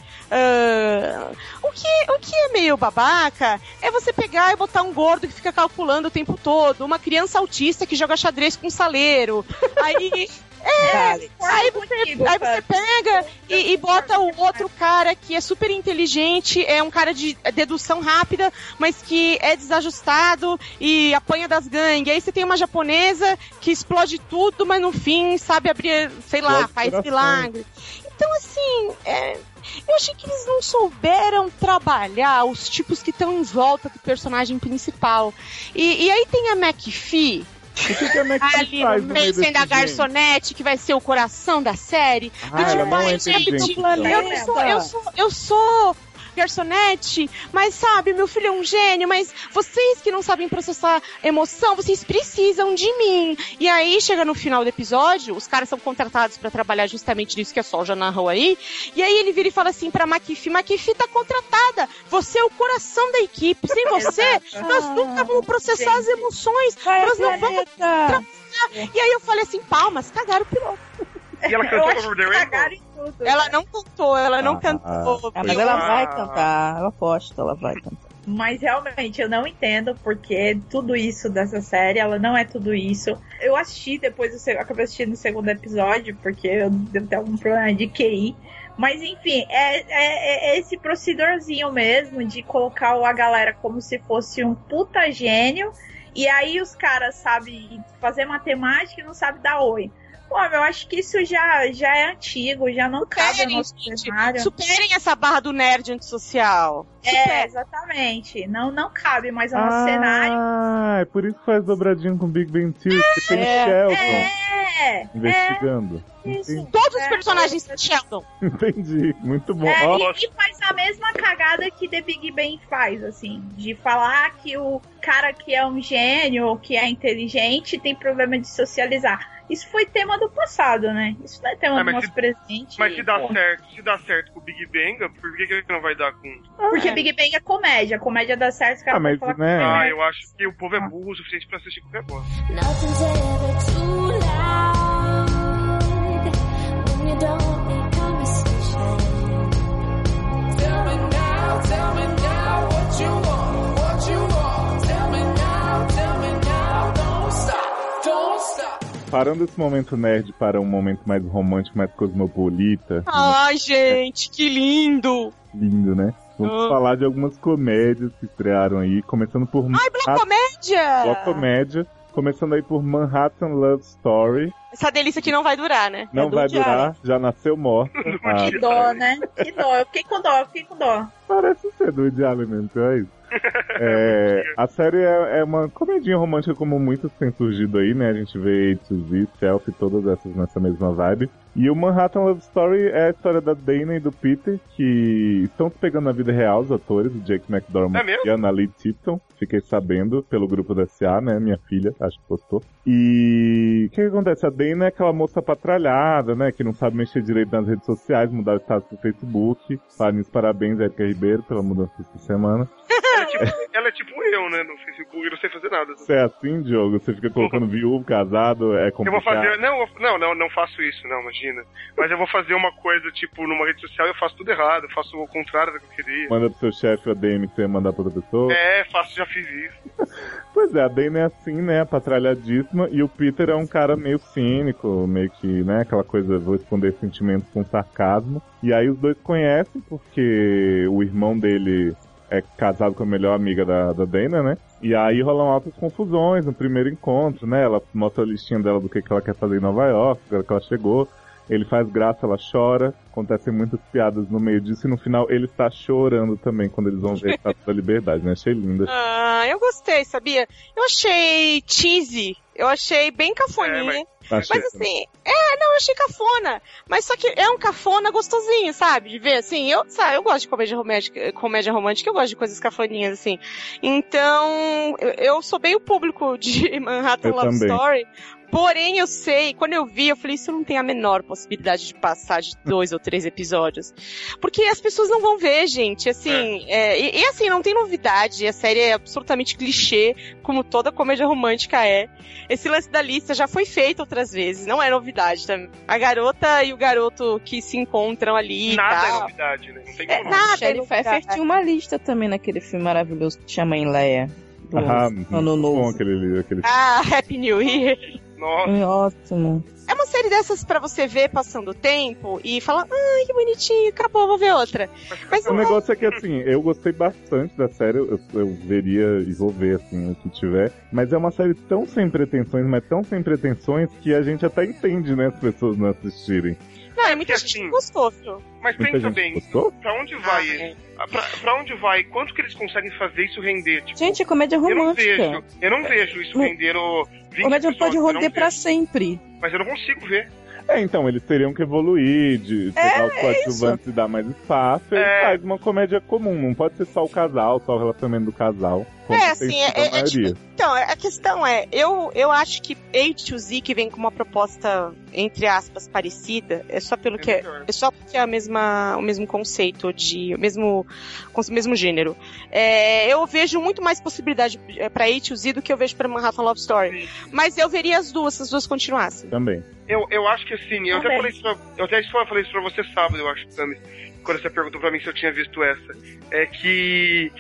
Ah, o, que, o que é meio babaca é você pegar e botar um gordo que fica calculando o tempo todo, uma criança autista que joga xadrez com um saleiro. Aí. Vale. Aí Concordo contigo, Aí você Fábio. pega e, e bota o outro cara que é super inteligente, é um cara de dedução rápida, mas que é desajustado e apanha das gangues. Aí você tem uma japonesa que explode tudo, mas no fim sabe abrir, sei lá, Explode faz coração. milagre. Então, assim, é, eu achei que eles não souberam trabalhar os tipos que estão em volta do personagem principal. E, e aí tem a McPhee, O que, que a Max ali faz no no meio sendo a garçom. garçonete, que vai ser o coração da série. Ah, ela não é Mas, gente, inteligente. então. Eu não sou, eu sou, eu sou garçonete, mas sabe, meu filho é um gênio, mas vocês que não sabem processar emoção, vocês precisam de mim. E aí chega no final do episódio, os caras são contratados pra trabalhar justamente nisso que a Sol já narrou aí. E aí ele vira e fala assim pra Maquifi, Maquifi tá contratada, você é o coração da equipe. Sem você, nós nunca vamos processar as emoções. Vai, Nós não vamos planeta! E aí eu falei assim, palmas, cagaram o piloto. E ela Eu cantou acho Over the que Rainbow? cagaram em tudo. tudo. Ela não cantou, ela não Ah, cantou. Ah, Pois mas ela é. vai cantar, ela aposta, ela vai cantar. Mas realmente eu não entendo porque tudo isso dessa série, ela não é tudo isso. Eu assisti depois, eu se- eu acabei assistindo o segundo episódio, porque eu devo ter algum problema de QI. Mas enfim, é, é- é esse procedurzinho mesmo de colocar a galera como se fosse um puta gênio. E aí os caras sabem fazer matemática e não sabem dar oi. Pô, meu, eu acho que isso já, já é antigo, já não cabe no Superem, nosso gente. cenário. Superem essa barra do nerd antissocial. É, exatamente. Não, não cabe mais ao nosso um cenário. então. Ah, é por isso que faz dobradinho com Big Ben Theory, porque tem É. Sheldon É, é, investigando. isso. Todos os É. personagens são Sheldon. Entendi, muito bom. É, Ó, e, e faz a mesma cagada que The Big Bang faz, assim, de falar que o cara que é um gênio ou que é inteligente tem problema de socializar. Isso foi tema do passado, né? Isso não é tema Ah, do mas nosso se- presente. Mas se dá Pô, certo, se dá certo com o Big Bang, por que, que ele não vai dar com. Porque Big Bang é comédia. Comédia dá certo, os Ah, caras vão mas, falar que né? é. Ah, eu acho que o povo é burro o suficiente pra assistir qualquer bosta. Nothing's ever too loud when you don't need conversation. Parando esse momento nerd para um momento mais romântico, mais cosmopolita, Ai, gente, que lindo. lindo, né? Vamos Ah. falar de algumas comédias que estrearam aí, começando por Ai, Black Comédia! Boa Comédia, começando aí por Manhattan Love Story. Essa delícia que não vai durar, né? Não do vai Woody durar, já nasceu morta. Ah, Que dó, né? Que dó. Eu fiquei com dó, eu fiquei com dó. Parece ser do Woody Allen mesmo, então é isso. É, a série é, é uma comedinha romântica como muitas que têm surgido aí, né? A gente vê Suzy, Selfie, todas essas nessa mesma vibe. E o Manhattan Love Story é a história da Dana e do Peter, que estão se pegando na vida real, os atores, o Jake McDormand É mesmo? e a Anna Lee Tipton. Fiquei sabendo pelo grupo da SA, né? Minha filha, acho que postou. E o que, que acontece? A Dana é aquela moça patralhada, né? Que não sabe mexer direito nas redes sociais, mudar o status do Facebook. Parabéns, parabéns, Érica Ribeiro, pela mudança dessa semana. Ela é, tipo, ela é tipo eu, né? No Facebook, eu não sei fazer nada. Você é assim, Diogo? Você fica colocando viúvo, casado, é Eu vou complicado. fazer. Não, eu- não, não, não faço isso, não, imagina. Mas eu vou fazer uma coisa, tipo, numa rede social eu faço tudo errado, eu faço o contrário do que eu queria. Manda pro seu chefe a DM que você ia mandar pra outra pessoa. É, faço, já fiz isso. Pois é, a Dana é assim, né? Patralhadíssima. E o Peter é um cara meio cínico, meio que, né? Aquela coisa, vou esconder sentimentos com sarcasmo. E aí os dois conhecem, porque o irmão dele é casado com a melhor amiga da, da Dana, né? E aí rolam altas confusões no primeiro encontro, né? Ela mostra a listinha dela do que, que ela quer fazer em Nova York, do que ela chegou. Ele faz graça, ela chora. Acontecem muitas piadas no meio disso. E no final ele está chorando também quando eles vão ver a Estátua da Liberdade, né? Achei linda. Ah, eu gostei, sabia? Eu achei cheesy. Eu achei bem cafoninha. É, mas- mas... Achei assim, é, não, eu achei cafona. Mas só que é um cafona gostosinho, sabe? De ver, assim, eu, sabe, eu gosto de comédia romântica, comédia romântica, eu gosto de coisas cafoninhas, assim. Então, eu, eu sou bem o público de Manhattan Eu Love também. Story. Porém, eu sei, quando eu vi, eu falei, isso não tem a menor possibilidade de passar de dois ou três episódios. Porque as pessoas não vão ver, gente. Assim, é, e, e assim, não tem novidade. A série é absolutamente clichê, como toda comédia romântica é. Esse lance da lista já foi feito outras vezes, não é novidade também. A garota e o garoto que se encontram ali. e Nada é tal. novidade, né? Não tem É, como. nada. Shelly Pfeffer tinha uma lista também naquele filme maravilhoso que chama Leia. Do Ah, Ano bom Novo. aquele, aquele Ah, Happy New Year. Nossa, Foi ótimo. É uma série dessas pra você ver passando o tempo e falar, ai, que bonitinho, acabou, vou ver outra. Mas O não é negócio é que, assim, eu gostei bastante da série, eu, eu veria e vou ver, assim, o que tiver. Mas é uma série tão sem pretensões, mas tão sem pretensões, que a gente até entende, né, as pessoas não assistirem. Não, é muita Porque, gente que assim, gostou, viu? mas Muita pensa gente bem, gostou? pra onde vai Ah, ele? Pra, pra onde vai? Quanto que eles conseguem fazer isso render? Tipo, Gente, é comédia eu não romântica. vejo. Eu É. não vejo isso Não- render o. 20 Comédia episódios, pode eu não ronder pra vejo. sempre. Mas eu não consigo ver. É, então, eles teriam que evoluir, de pegar os coadjuvantes e dar mais espaço. Ele É. faz uma comédia comum, não pode ser só o casal, só o relacionamento do casal. como É, tem assim, sido é- a é maioria. Então, a questão é, eu, eu acho que A2Z, que vem com uma proposta, entre aspas, parecida, é só pelo que é, melhor. é só porque é a mesma, o mesmo conceito de, o mesmo, com o mesmo gênero. É, eu vejo muito mais possibilidade é, pra A2Z do que eu vejo pra Manhattan Love Story. Mas eu veria as duas, se as duas continuassem. Também. Eu, eu acho que assim, eu até, falei isso pra, eu até falei isso pra você sábado, eu acho, Tami, quando você perguntou pra mim se eu tinha visto essa. É que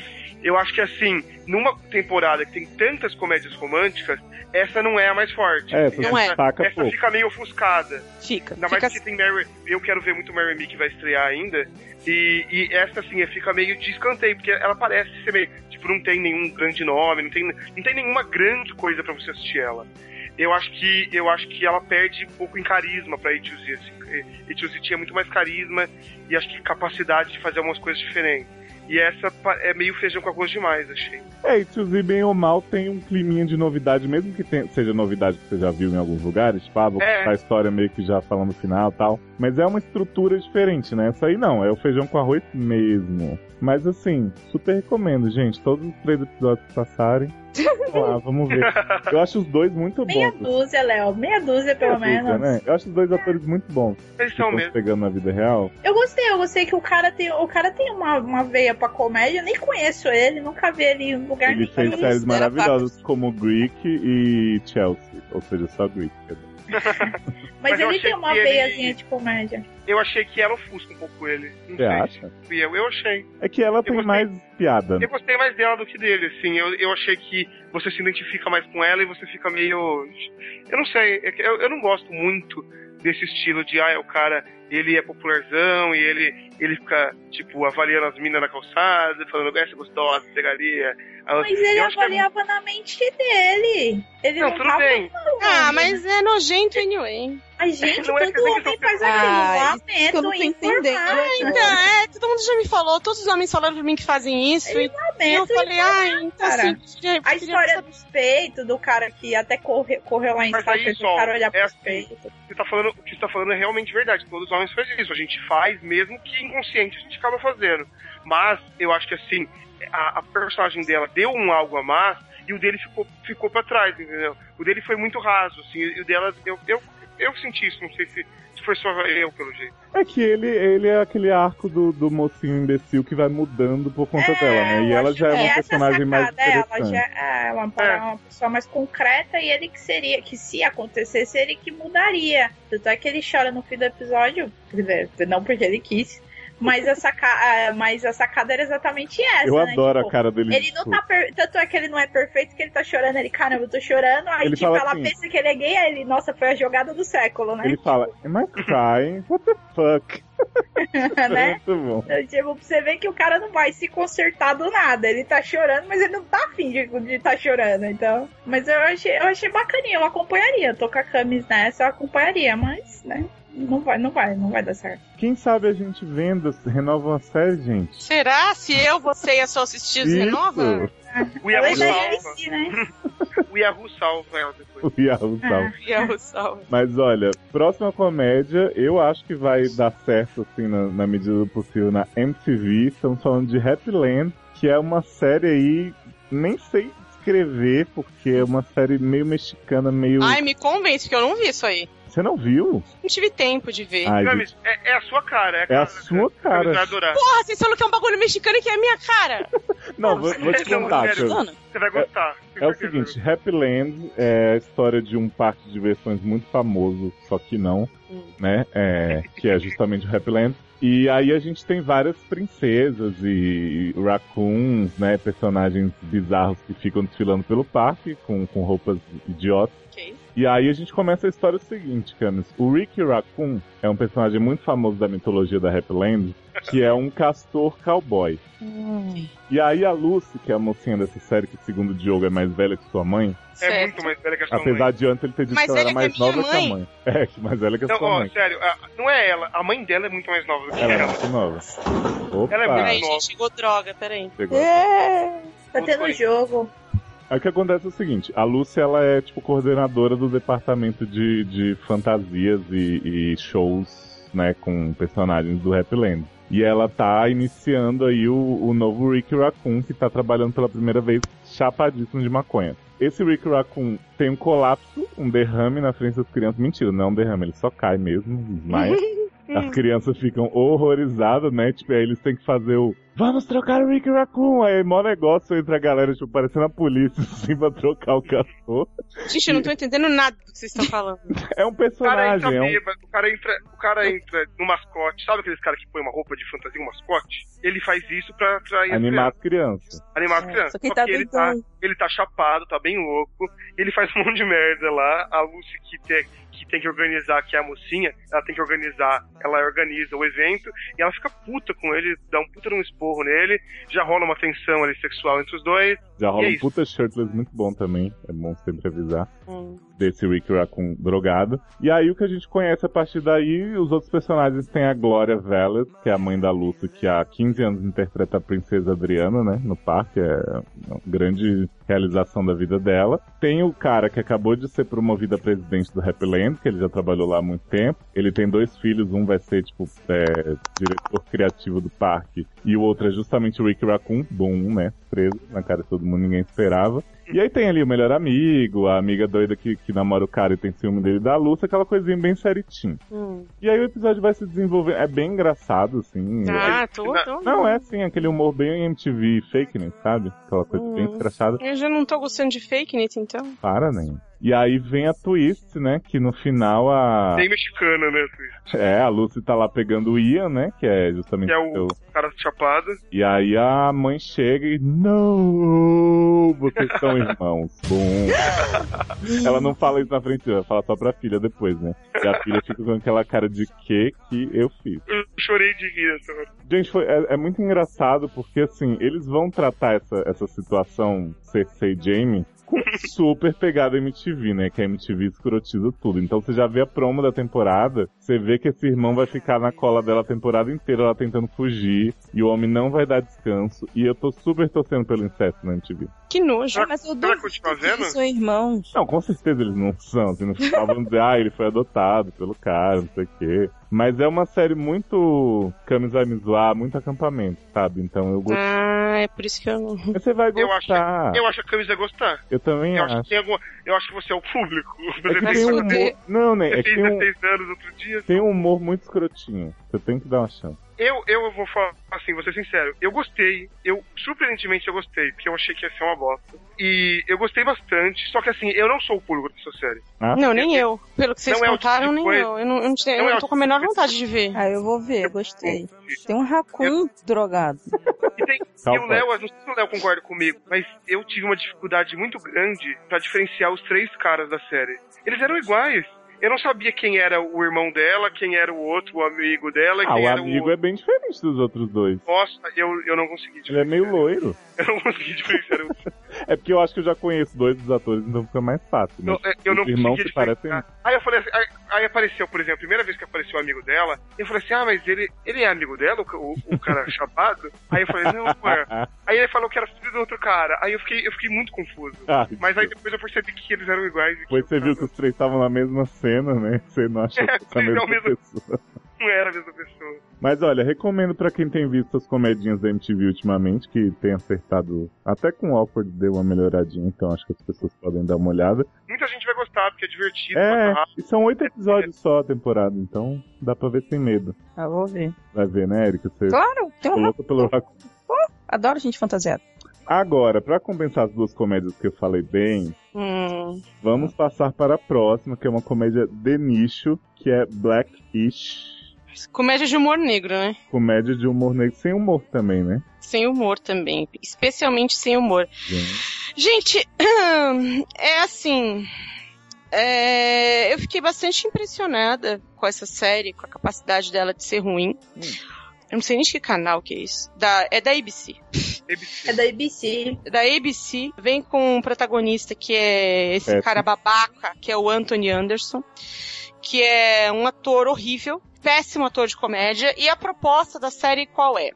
eu acho que assim, numa temporada que tem tantas comédias românticas, essa não é a mais forte. É, essa essa, Não é. destaca essa pouco. fica meio ofuscada. Fica. Ainda mais fica assim. porque tem Mary. Eu quero ver muito Mary Me que vai estrear ainda. E, e essa, assim, fica meio de escanteio, porque ela parece ser meio. Tipo, não tem nenhum grande nome, não tem, não tem nenhuma grande coisa pra você assistir ela. Eu acho que eu acho que ela perde um pouco em carisma pra Ituzi. Ituzi tinha muito mais carisma e acho que capacidade de fazer algumas coisas diferentes. E essa pa- é meio feijão com arroz demais, achei. É, e Tuzi, bem ou mal, tem um climinha de novidade, mesmo que tenha- seja novidade que você já viu em alguns lugares, tipo, ah, vou É. contar a história meio que já falando no final e tal. Mas é uma estrutura diferente, né? Essa aí não, é o feijão com arroz mesmo. Mas assim, super recomendo, gente. Todos os três episódios que passarem. Vamos lá, vamos ver. Eu acho os dois muito Meia bons. dúzia, Léo. Meia dúzia, pelo Meia dúzia, menos. né? Eu acho os dois atores muito bons. Eles Que são estão se mesmo. pegando na vida real. Eu gostei, eu gostei que o cara tem, o cara tem uma, uma veia pra comédia, eu nem conheço ele, nunca vi ele em lugar Ele nenhum. fez Isso, séries era maravilhosas como Greek e Chelsea. Ou seja, só Greek. quer dizer. Mas, Mas eu ele achei tem uma que ele- veiazinha de comédia. Eu achei que ela ofusca um pouco ele. Não Você acha? sei. Eu, eu achei. É que ela tem gostei. mais piada. né? Eu gostei mais dela do que dele, assim. Eu, eu achei que você se identifica mais com ela e você fica meio. Eu não sei, é que eu, eu não gosto muito desse estilo de, ah, é o cara, ele é popularzão e ele, ele fica, tipo, avaliando as minas na calçada, falando, essa é gostosa, pegaria. Ah, Mas ele eu acho que é avaliava na mente dele. Ele Não, não, tudo tava bem. falando. Ah, mas é nojento anyway. Mas, gente, Não é todo questão de homem ser faz sexual. Ah, aquilo. isso que eu não Lamento tô entendendo. informar. Então, é, todo mundo já me falou, todos os homens falaram pra mim que fazem isso. E eu Lamento falei, ah, então cara. assim, queria- A "Ah, queria história dos peitos, do cara que até corre, correu lá em Mas aí, Stalker, Sol, do cara olhar é pros assim. peitos. você tá falando, o que você tá falando é realmente verdade. Todos os homens fazem isso. A gente faz, mesmo que inconsciente, a gente acaba fazendo. Mas eu acho que assim, a, a personagem dela deu um algo a mais e o dele ficou, ficou pra trás, entendeu? O dele foi muito raso, assim, e o dela. Eu, eu, eu senti isso, não sei se, se foi só eu, pelo jeito. É que ele, ele é aquele arco do, do mocinho imbecil que vai mudando por conta É, dela, né? E eu ela acho já é que uma essa personagem mais sacada, Ela interessante. já é uma, é uma pessoa mais concreta e ele que seria, que se acontecesse, ele que mudaria. Tanto é que ele chora no fim do episódio, quer dizer, não porque ele quis, mas a, saca, ah, mas a sacada era exatamente essa, Eu né? adoro Tipo, a cara dele. Ele não tá per- Tanto é que ele não é perfeito, que ele tá chorando, ele, caramba, eu tô chorando. Aí, Ele tipo, fala ela assim- pensa que ele é gay, aí ele, nossa, foi a jogada do século, né? Ele fala, am I crying? What the fuck? né? Muito bom. Eu, Tipo, pra você ver que o cara não vai se consertar do nada. Ele tá chorando, mas ele não tá afim de estar tá chorando, então. Mas eu achei, eu achei bacaninha, eu acompanharia. Tô com a Camis nessa, eu acompanharia, mas, né? Não vai, não vai, não vai dar certo. Quem sabe a gente vendo, renova uma série, gente? Será? Se eu, você e a sua assistidos renovam? Isso! O Ela Yahoo já é salva. MC, né? O Yahoo salva ela depois. O Yahoo Ah. salva. E eu salvo. Mas olha, próxima comédia, eu acho que vai dar certo, assim, na, na medida do possível, na MTV. Estamos falando de Happy Land, que é uma série aí, nem sei escrever, porque é uma série meio mexicana, meio. Ai, me convence, porque eu não vi isso aí. Você não viu? Não tive tempo de ver. Ai, gente, Camis, é, é a sua cara, é a, é cara, a sua Camis vai cara. adorar. Porra, vocês falam que é um bagulho mexicano que é a minha cara. Não, vou, vou te Não, contar, sério. Tio. Você vai gostar. É o seguinte, Happy Land é a história de um parque de diversões muito famoso, só que não, né? É, que é justamente o Happy Land. E aí a gente tem várias princesas e raccoons, né? Personagens bizarros que ficam desfilando pelo parque com, com roupas idiotas. Ok. E aí a gente começa a história seguinte, Camis. O Ricky Raccoon é um personagem muito famoso da mitologia da Happy Land, que é um castor cowboy. E aí a Lucy, que é a mocinha dessa série, que segundo o Diogo é mais velha que sua mãe, É Certo. muito mais velha que a sua mãe. apesar de antes ele ter dito Mais que ela era velha mais que a minha nova que a mãe. mãe. É, que mais velha que a Não, sua Então, ó, mãe. sério, a- não é ela. A mãe dela é muito mais nova do que Ela é ela. muito nova. Opa, Ela é muito Peraí, nossa. gente, chegou droga, peraí. chegou. É. Tá tendo Foi. jogo. Aí o que acontece é o seguinte, a Lúcia ela é tipo coordenadora do departamento de, de fantasias e, e shows, né, com personagens do Happy Land. E ela tá iniciando aí o, o novo Rick Raccoon, que tá trabalhando pela primeira vez chapadíssimo de maconha. Esse Rick Raccoon tem um colapso, um derrame na frente das crianças. Mentira, não é um derrame, ele só cai mesmo, desmaia. As crianças ficam horrorizadas, né? Tipo, aí eles têm que fazer o Vamos trocar o Rick Raccoon! Aí é mó negócio entre a galera, tipo, parecendo a polícia, assim, pra trocar o castor. Gente, eu não tô entendendo nada do que vocês estão falando. É um O cara entra personagem, é um bêbado, o cara entra, o cara entra no mascote. Sabe aqueles caras que põem uma roupa de fantasia, um mascote? Ele faz isso pra atrair as animar as crianças. crianças, animar as crianças. Só que ele tá ele tá, doidão. ele tá chapado, tá bem louco. Ele faz um monte de merda lá. A Lucy que tem que tem que organizar, que é a mocinha, ela tem que organizar, ela organiza o evento e ela fica puta com ele, dá um puta de um esporro nele, já rola uma tensão ali sexual entre os dois. Já rola E é um isso. puta shirtless muito bom também. É bom sempre avisar. Hum. Desse Rick Raccoon drogado. E aí o que a gente conhece a partir daí, os outros personagens tem a Glória Velez, que é a mãe da Lucy, que há 15 anos interpreta a princesa Adriana, né? No parque. É uma grande realização da vida dela. Tem o cara que acabou de ser promovido a presidente do Happy Land, que ele já trabalhou lá há muito tempo. Ele tem dois filhos, um vai ser, tipo, é, diretor criativo do parque, e o outro é justamente o Rick Raccoon, bom, né? Preso na cara de todo mundo, ninguém esperava. E aí tem ali o melhor amigo, a amiga doida que, que namora o cara e tem ciúme dele da Lúcia, aquela coisinha bem charitinho. E aí o episódio vai se desenvolver, é bem engraçado, assim. Ah, tô, tô. Não, é assim, aquele humor bem MTV fake, né, sabe? Aquela coisa bem Hum. escrachada. Eu já não tô gostando de fake, net, então. Para, nem. E aí vem a twist, né? Que no final a. Bem mexicana, né? É, a Lucy tá lá pegando o Ian, né? Que é justamente Que é o cara chapado. E aí a mãe chega e. Não! Vocês são irmãos. Bom. ela não fala isso na frente dela, fala só pra filha depois, né? E a filha fica com aquela cara de que que eu fiz. Eu chorei de rir essa hora. Gente, foi, é, é muito engraçado porque, assim, eles vão tratar essa, essa situação Cersei e Jamie com super pegada MTV, né? Que a MTV escrotiza tudo. Então você já vê a promo da temporada, você vê que esse irmão vai ficar na cola dela a temporada inteira, ela tentando fugir, e o homem não vai dar descanso. E eu tô super torcendo pelo incesto na MTV. Que nojo. Ah, mas eu Será que duvido continua que eles vendo? são irmãos. Não, com certeza eles não são. Assim, no final vão dizer, ah, ele foi adotado pelo cara, não sei o quê. Mas é uma série muito camisa misoar, muito acampamento, sabe? Então eu gostei. Ah, é por isso que eu não. Mas Você vai Eu acho que- gostar. Eu, Eu acho que a camisa ia gostar. também Eu acho. acho que tem alguma. Eu acho que você é o público. É Você que tem tem um só- humor... Não, né? você É que fez tem um, 16 anos outro dia. tem um humor muito escrotinho. Você tem que dar uma chance. Eu, eu vou falar assim, vou ser sincero. Eu gostei. Eu, surpreendentemente, eu gostei. Porque eu achei que ia ser uma bosta. E eu gostei bastante. Só que assim, eu não sou o público dessa série. Ah, Não, nem eu. Pelo que vocês Não é o tipo contaram, de nem coisa. eu. Eu não, eu não tinha- Não eu é não o tô com a menor tipo de vontade de ver. Ah, eu vou ver, gostei. Tem um racun drogado. E tem. Tá, e o Léo, eu não sei se o Léo concorda comigo, mas eu tive uma dificuldade muito grande pra diferenciar os três caras da série. Eles eram iguais. Eu não sabia quem era o irmão dela, quem era o outro, o amigo dela, e Ah, quem o era um amigo o é bem diferente dos outros dois. Nossa, eu, eu não consegui Ele é diferenciar. meio loiro. Eu não consegui diferenciar. Eu, É porque eu acho que eu já conheço dois dos atores, então fica mais fácil. não, Mas eu não os irmãos consegui se parecem. diferenciar. Aí eu falei assim, aí, aí apareceu, por exemplo, a primeira vez que apareceu o amigo dela, eu falei assim, ah, mas ele, ele é amigo dela, o, ca- o- o cara chapado? Aí eu falei, não, não é. Ah, Aí ele falou que era filho do outro cara. Aí eu fiquei, eu fiquei muito confuso. ah, Mas aí depois eu percebi que eles eram iguais. e Depois o você cara viu que os três estavam na mesma cena, né? Você não achou É, que era eles a mesma são o mesmo- pessoa. Não era a mesma pessoa. Mas olha, recomendo pra quem tem visto as comedinhas da MTV ultimamente, que tem acertado. Até com o Awkward deu uma melhoradinha, então acho que as pessoas podem dar uma olhada. Muita gente vai gostar, porque é divertido, É, passa rápido. e são oito episódios só a temporada, então dá pra ver sem medo. Ah, vou ver. Vai ver, né, Erika? Você Claro, tem um racun. colocou pelo Raccoon. Adoro gente fantasiada. Agora, pra compensar as duas comédias que eu falei bem, Hum. vamos passar para a próxima, que é uma comédia de nicho, que é Blackish. Comédia de humor negro, né? Comédia de humor negro, sem humor também, né? Sem humor também. Especialmente sem humor. Gente, Gente, é assim. é, eu fiquei bastante impressionada com essa série, com a capacidade dela de ser ruim. Eu não sei nem de que canal que é isso. Da- é da ABC. É da ABC. Da ABC vem com um protagonista que é esse Péssimo. cara babaca, que é o Anthony Anderson, que é um ator horrível, péssimo ator de comédia. E a proposta da série qual é?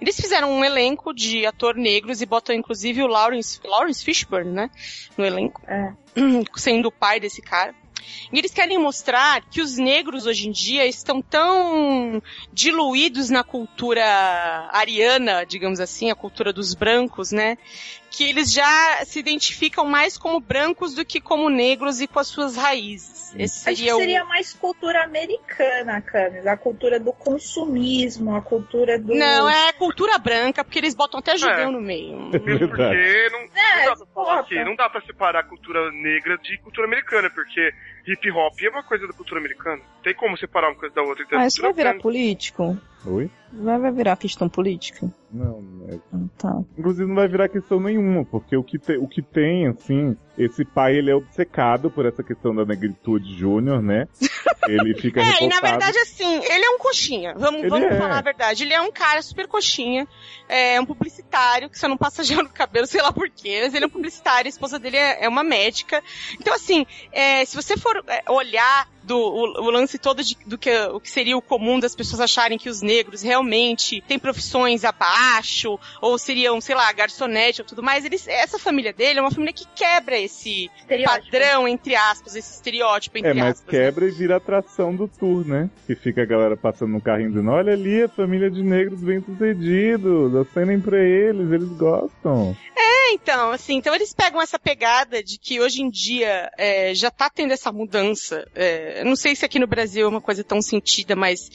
Eles fizeram um elenco de ator negros e botam inclusive o Lawrence, Lawrence Fishburne, né? No elenco. É. Sendo o pai desse cara. E eles querem mostrar que os negros hoje em dia estão tão diluídos na cultura ariana, digamos assim, a cultura dos brancos, né? Que eles já se identificam mais como brancos do que como negros e com as suas raízes. Esse Acho que seria, seria mais cultura americana, Camis. A cultura do consumismo, a cultura do. o. Não, é cultura branca, porque eles botam até judeu no meio. Mesmo Verdade. porque não, não, É, dá pra falar porra. que não dá pra separar a cultura negra de cultura americana, porque hip hop é uma coisa da cultura americana. Não Tem como separar uma coisa da outra. Então, Ah, a isso vai cultura virar branca- político? Oi? Vai, vai virar questão política? Não, é Ah, tá. Inclusive não vai virar questão nenhuma, porque o que, te- o que tem, assim, esse pai ele é obcecado por essa questão da negritude júnior, né? Ele fica É, revoltado. e na verdade, assim, ele é um coxinha. Vamos, Ele vamos é. falar a verdade. Ele é um cara super coxinha. É um publicitário, que você não passa gel no cabelo, sei lá porquê, mas ele é um publicitário, a esposa dele é, é uma médica. Então, assim, é, se você for é, olhar do, o, o lance todo de- do que, o que seria o comum das pessoas acharem que os negros realmente têm profissões abaixo, ou seriam, sei lá, garçonete ou tudo mais, eles, essa família dele é uma família que quebra esse estereótipo. padrão, entre aspas, esse estereótipo, entre É, mas aspas. né? quebra e vira atração do tour, né? Que fica a galera passando no carrinho dizendo: olha ali, a família de negros bem-sucedidos, acenem pra eles, eles gostam. Então, assim, então eles pegam essa pegada de que hoje em dia é, já tá tendo essa mudança. É, eu não sei se aqui no Brasil é uma coisa tão sentida, mas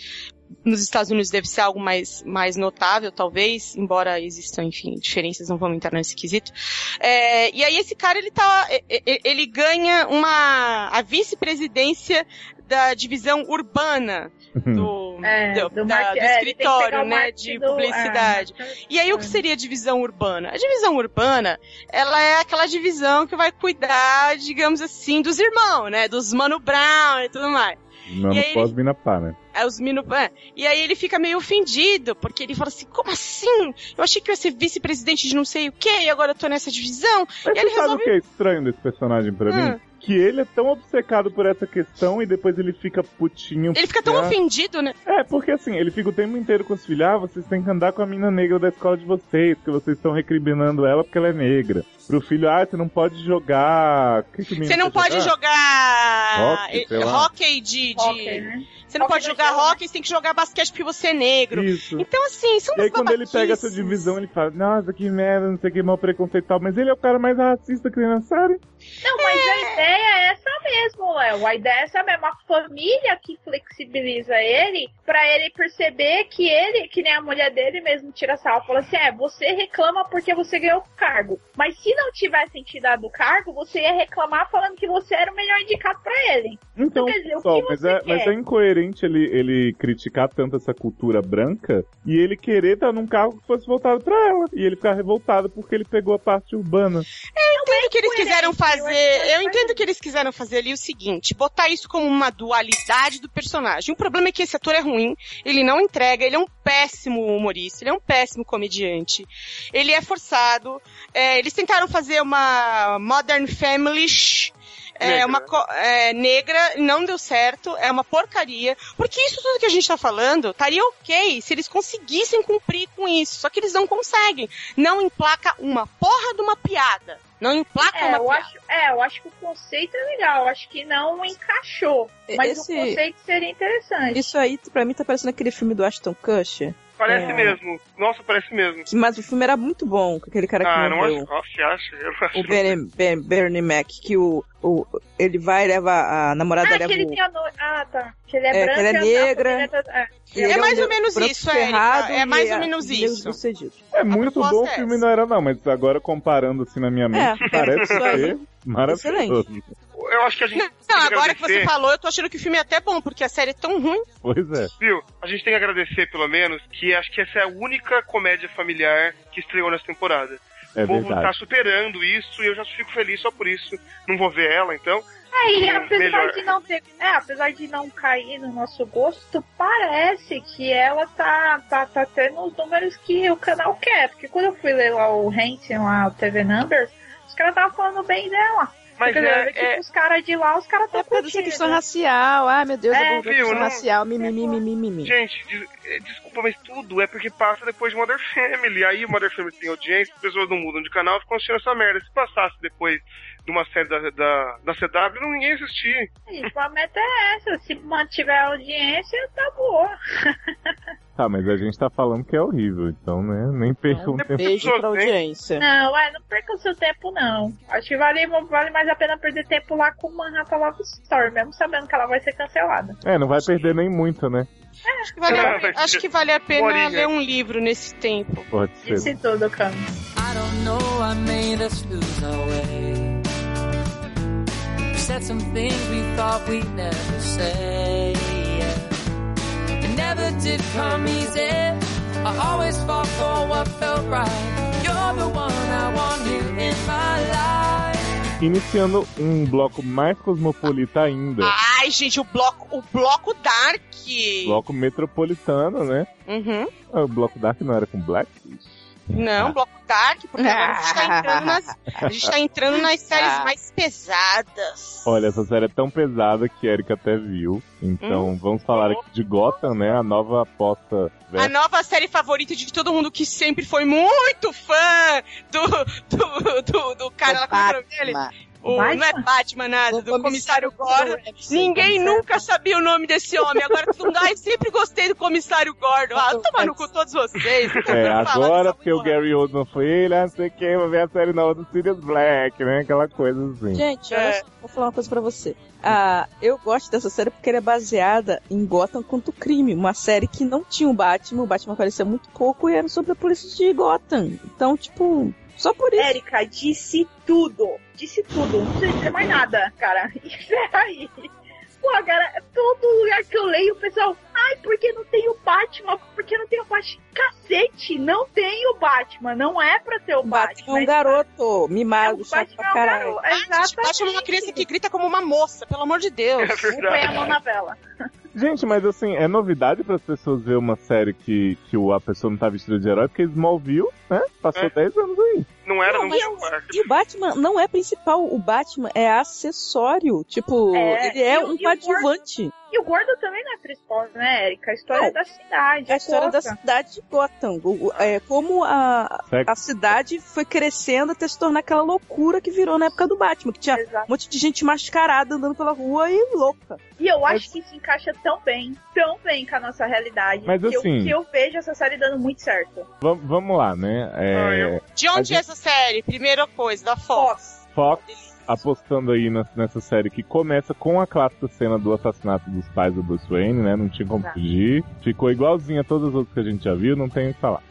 nos Estados Unidos deve ser algo mais, mais notável, talvez, embora existam, enfim, diferenças, não vamos entrar nesse quesito. É, e aí esse cara, ele tá, e- e- ele ganha uma, a vice-presidência da divisão urbana do, É, do- do da- marque- do é, ele tem que pegar o escritório, né, de marketing do- publicidade. é, marketing- E aí, o que seria a divisão urbana? A divisão urbana, ela é aquela divisão que vai cuidar, digamos assim, dos irmãos, né? Dos Mano Brown e tudo mais. Não, E não aí posso vir na pá, né? Aí os mino... é. E aí ele fica meio ofendido, porque ele fala assim, como assim? Eu achei que eu ia ser vice-presidente de não sei o quê, e agora eu tô nessa divisão. Mas E ele você sabe resolve- o que é estranho desse personagem pra Hum. mim? Que ele é tão obcecado por essa questão e depois ele fica putinho. Ele fica tão É. ofendido, né? É, porque assim, ele fica o tempo inteiro com os filhos, ah, vocês têm que andar com a mina negra da escola de vocês, que vocês estão recriminando ela porque ela é negra. Pro filho, ah, você não pode jogar. Que que menino Você não quer pode jogar tá Hockey, sei eh, lá. hockey de... de- Hockey, né? Você não Hockey pode da jogar gelo, né? hockey, você tem que jogar basquete porque você é negro. Isso. Então, assim, são E aí umas quando ele pega essa babaquices. divisão, ele fala, nossa, que merda, não sei o que, mal preconceitual, mas ele é o cara mais racista que tem na série. Não, mas a ideia é essa mesmo, Léo. A ideia é essa mesmo. A família que flexibiliza ele pra ele perceber que ele, que nem a mulher dele mesmo tira sal, fala assim: é, você reclama porque você ganhou o cargo. Mas se não tivessem te dado o cargo, você ia reclamar falando que você era o melhor indicado pra ele. Então, quer dizer, o pessoal, que mas você é, quer? mas é incoerente ele, ele criticar tanto essa cultura branca e ele querer estar num carro que fosse voltado pra ela. E ele ficar revoltado porque ele pegou a parte urbana. entendo o que eles quiseram coerente, eu acho fazer. que Eu faz entendo que eles quiseram fazer ali o seguinte: botar isso como uma dualidade do personagem. O problema é que esse ator é ruim, ele não entrega, ele é um péssimo humorista, ele é um péssimo comediante. Ele é forçado. É, eles tentaram fazer uma Modern Family. É Negra. uma co- é, negra, não deu certo, é uma porcaria. Porque isso tudo que a gente tá falando estaria ok se eles conseguissem cumprir com isso. Só que eles não conseguem. Não emplaca uma porra de uma piada. Não emplaca É, uma eu piada. acho, é, eu acho que o conceito é legal. Eu acho que não encaixou. Mas Esse- o conceito seria interessante. Isso aí, pra mim, tá parecendo aquele filme do Ashton Kutcher. Parece É. mesmo. Nossa, parece mesmo. que- Mas o filme era muito bom, com aquele cara que Ah, não morreu. acho. Nossa, acha? Eu acho. O Bernie, Ben- Bernie Mac, que o, o- ele vai e leva a namorada, Ah, que leva ele o... tem a no... Ah, tá. Que ele é, É, que branco. ela é e a- a negra. família tá- é. ele É um mais ou negro menos branco isso, Érica, ferrado é mais e ou a- menos e negro isso. bem-sucedido. É muito proposta bom o é filme, essa. não era não, mas agora comparando assim na minha mente, É, parece isso aí. ser maravilhoso. Eu acho que a gente Não, tem que agora que agradecer. você falou, eu tô achando que o filme é até bom, porque a série é tão ruim. Pois é. Viu? A gente tem que agradecer, pelo menos, que acho que essa é a única comédia familiar que estreou nessa temporada. É o povo tá verdade. superando isso e eu já fico feliz só por isso. Não vou ver ela, então. Aí, Hum, apesar melhor. de não ter, é, apesar de não cair no nosso gosto, parece que ela tá, tá, tá tendo os números que o canal quer. Porque quando eu fui ler lá o Hansen, lá o TV Numbers, os caras estavam falando bem dela. Mas Quer dizer, é, tipo, é- os caras de lá, os caras É estão por causa dessa curtindo. né? questão racial. Ah, meu Deus, É, é, a viu, questão não- racial. Mimimi, mimimi, mimimi. Gente, des- é, desculpa, mas tudo é porque passa depois de Mother Family. Aí Mother Family tem audiência, as pessoas não mudam de canal e ficam assistindo essa merda. Se passasse depois de uma série da, da, da CW, não ninguém ia assistir. Isso, a meta é essa. Se mantiver audiência, tá boa. Tá, mas a gente tá falando que é horrível, então, né? Nem perca um tempo. Beijo pra audiência. Não, é, não perca o seu tempo, não. Acho que vale, vale mais a pena perder tempo lá com Manhattan Love Story, mesmo sabendo que ela vai ser cancelada. É, não vai perder nem muito, né? Acho que vale, a- Vai ser acho que vale a pena borinha. ler um livro nesse tempo. Pode Isso ser. em tudo, Cam. I don't know, I made us lose our way. Said some things we thought we'd never say. It never did come easy. I always fought for what felt right. You're the one I want here in my life. Iniciando um bloco mais cosmopolita ainda. Ai, gente, o bloco, o bloco Dark. Bloco metropolitano, né? Uhum. Ah, O bloco Dark não era com Black? Não, bloco Dark, porque agora a gente tá entrando nas, a gente tá entrando Ah. nas séries mais pesadas. Olha, essa série é tão pesada que a Erika até viu. Então, vamos falar aqui de Gotham, né? A nova aposta. A nova série favorita de todo mundo que sempre foi muito fã do, do, do, do cara lá com o nome dele. O, não é Batman nada, do comissário é Gordon. Ninguém nunca sabia o nome desse homem. Agora todo mundo, ai, sempre gostei do comissário Gordon. Ah, toma no cu todos vocês. É, Falar dessa agora porque o porra. Gary Oldman foi ele, ah, não sei quem, vai ver a série nova do Sirius Black, né? Aquela coisa assim. Gente, É. olha só, vou falar uma coisa pra você. Ah, eu gosto dessa série porque ela é baseada em Gotham contra o crime, uma série que não tinha o Batman, o Batman aparecia muito pouco e era sobre a polícia de Gotham. Então, tipo, só por isso. Érica, disse tudo. Disse tudo. Não precisa dizer mais nada, cara. Encerra aí. Pô, cara, todo lugar que eu leio, o pessoal. Ai, porque não tem o Batman? Porque não tem o Batman? Cacete, não tem o Batman. Não é pra ter o O Batman. Batman é um garoto É, mimado, o chato Batman é pra um caralho. Bate, garoto. bate é uma Exatamente. criança que grita como uma moça, pelo amor de Deus. É Não põe a mão verdade. na vela. Gente, mas assim, é novidade para as pessoas ver uma série que, que o- a pessoa não tá vestida de herói, porque Smallville, né? Passou É. 10 anos aí. Não era, Não, não, mas- tinha quarto. E o Batman não é principal, o Batman é acessório. Tipo, É, ele é e o- um e o Gordon- coadjuvante. E o Gordo também não é principal, né, Érica? A história Não. é da cidade. É a história da Gotham. cidade de Gotham. O- o- é, como a, Sexo. a cidade foi crescendo até se tornar aquela loucura que virou na época do Batman, que tinha Exato. um monte de gente mascarada andando pela rua e louca. E eu acho que se encaixa tão bem, tão bem com a nossa realidade. Mas que eu- assim- que eu vejo essa série dando muito certo. Va- vamos lá, né? É, De onde A gente- é essa série? Primeira coisa, da Fox. Fox. Fox apostando aí na- nessa série que começa com a clássica cena do assassinato dos pais do Bruce Wayne, né? Não tinha como Tá. fugir. Ficou igualzinha a todas as outras que a gente já viu, não tem o que falar.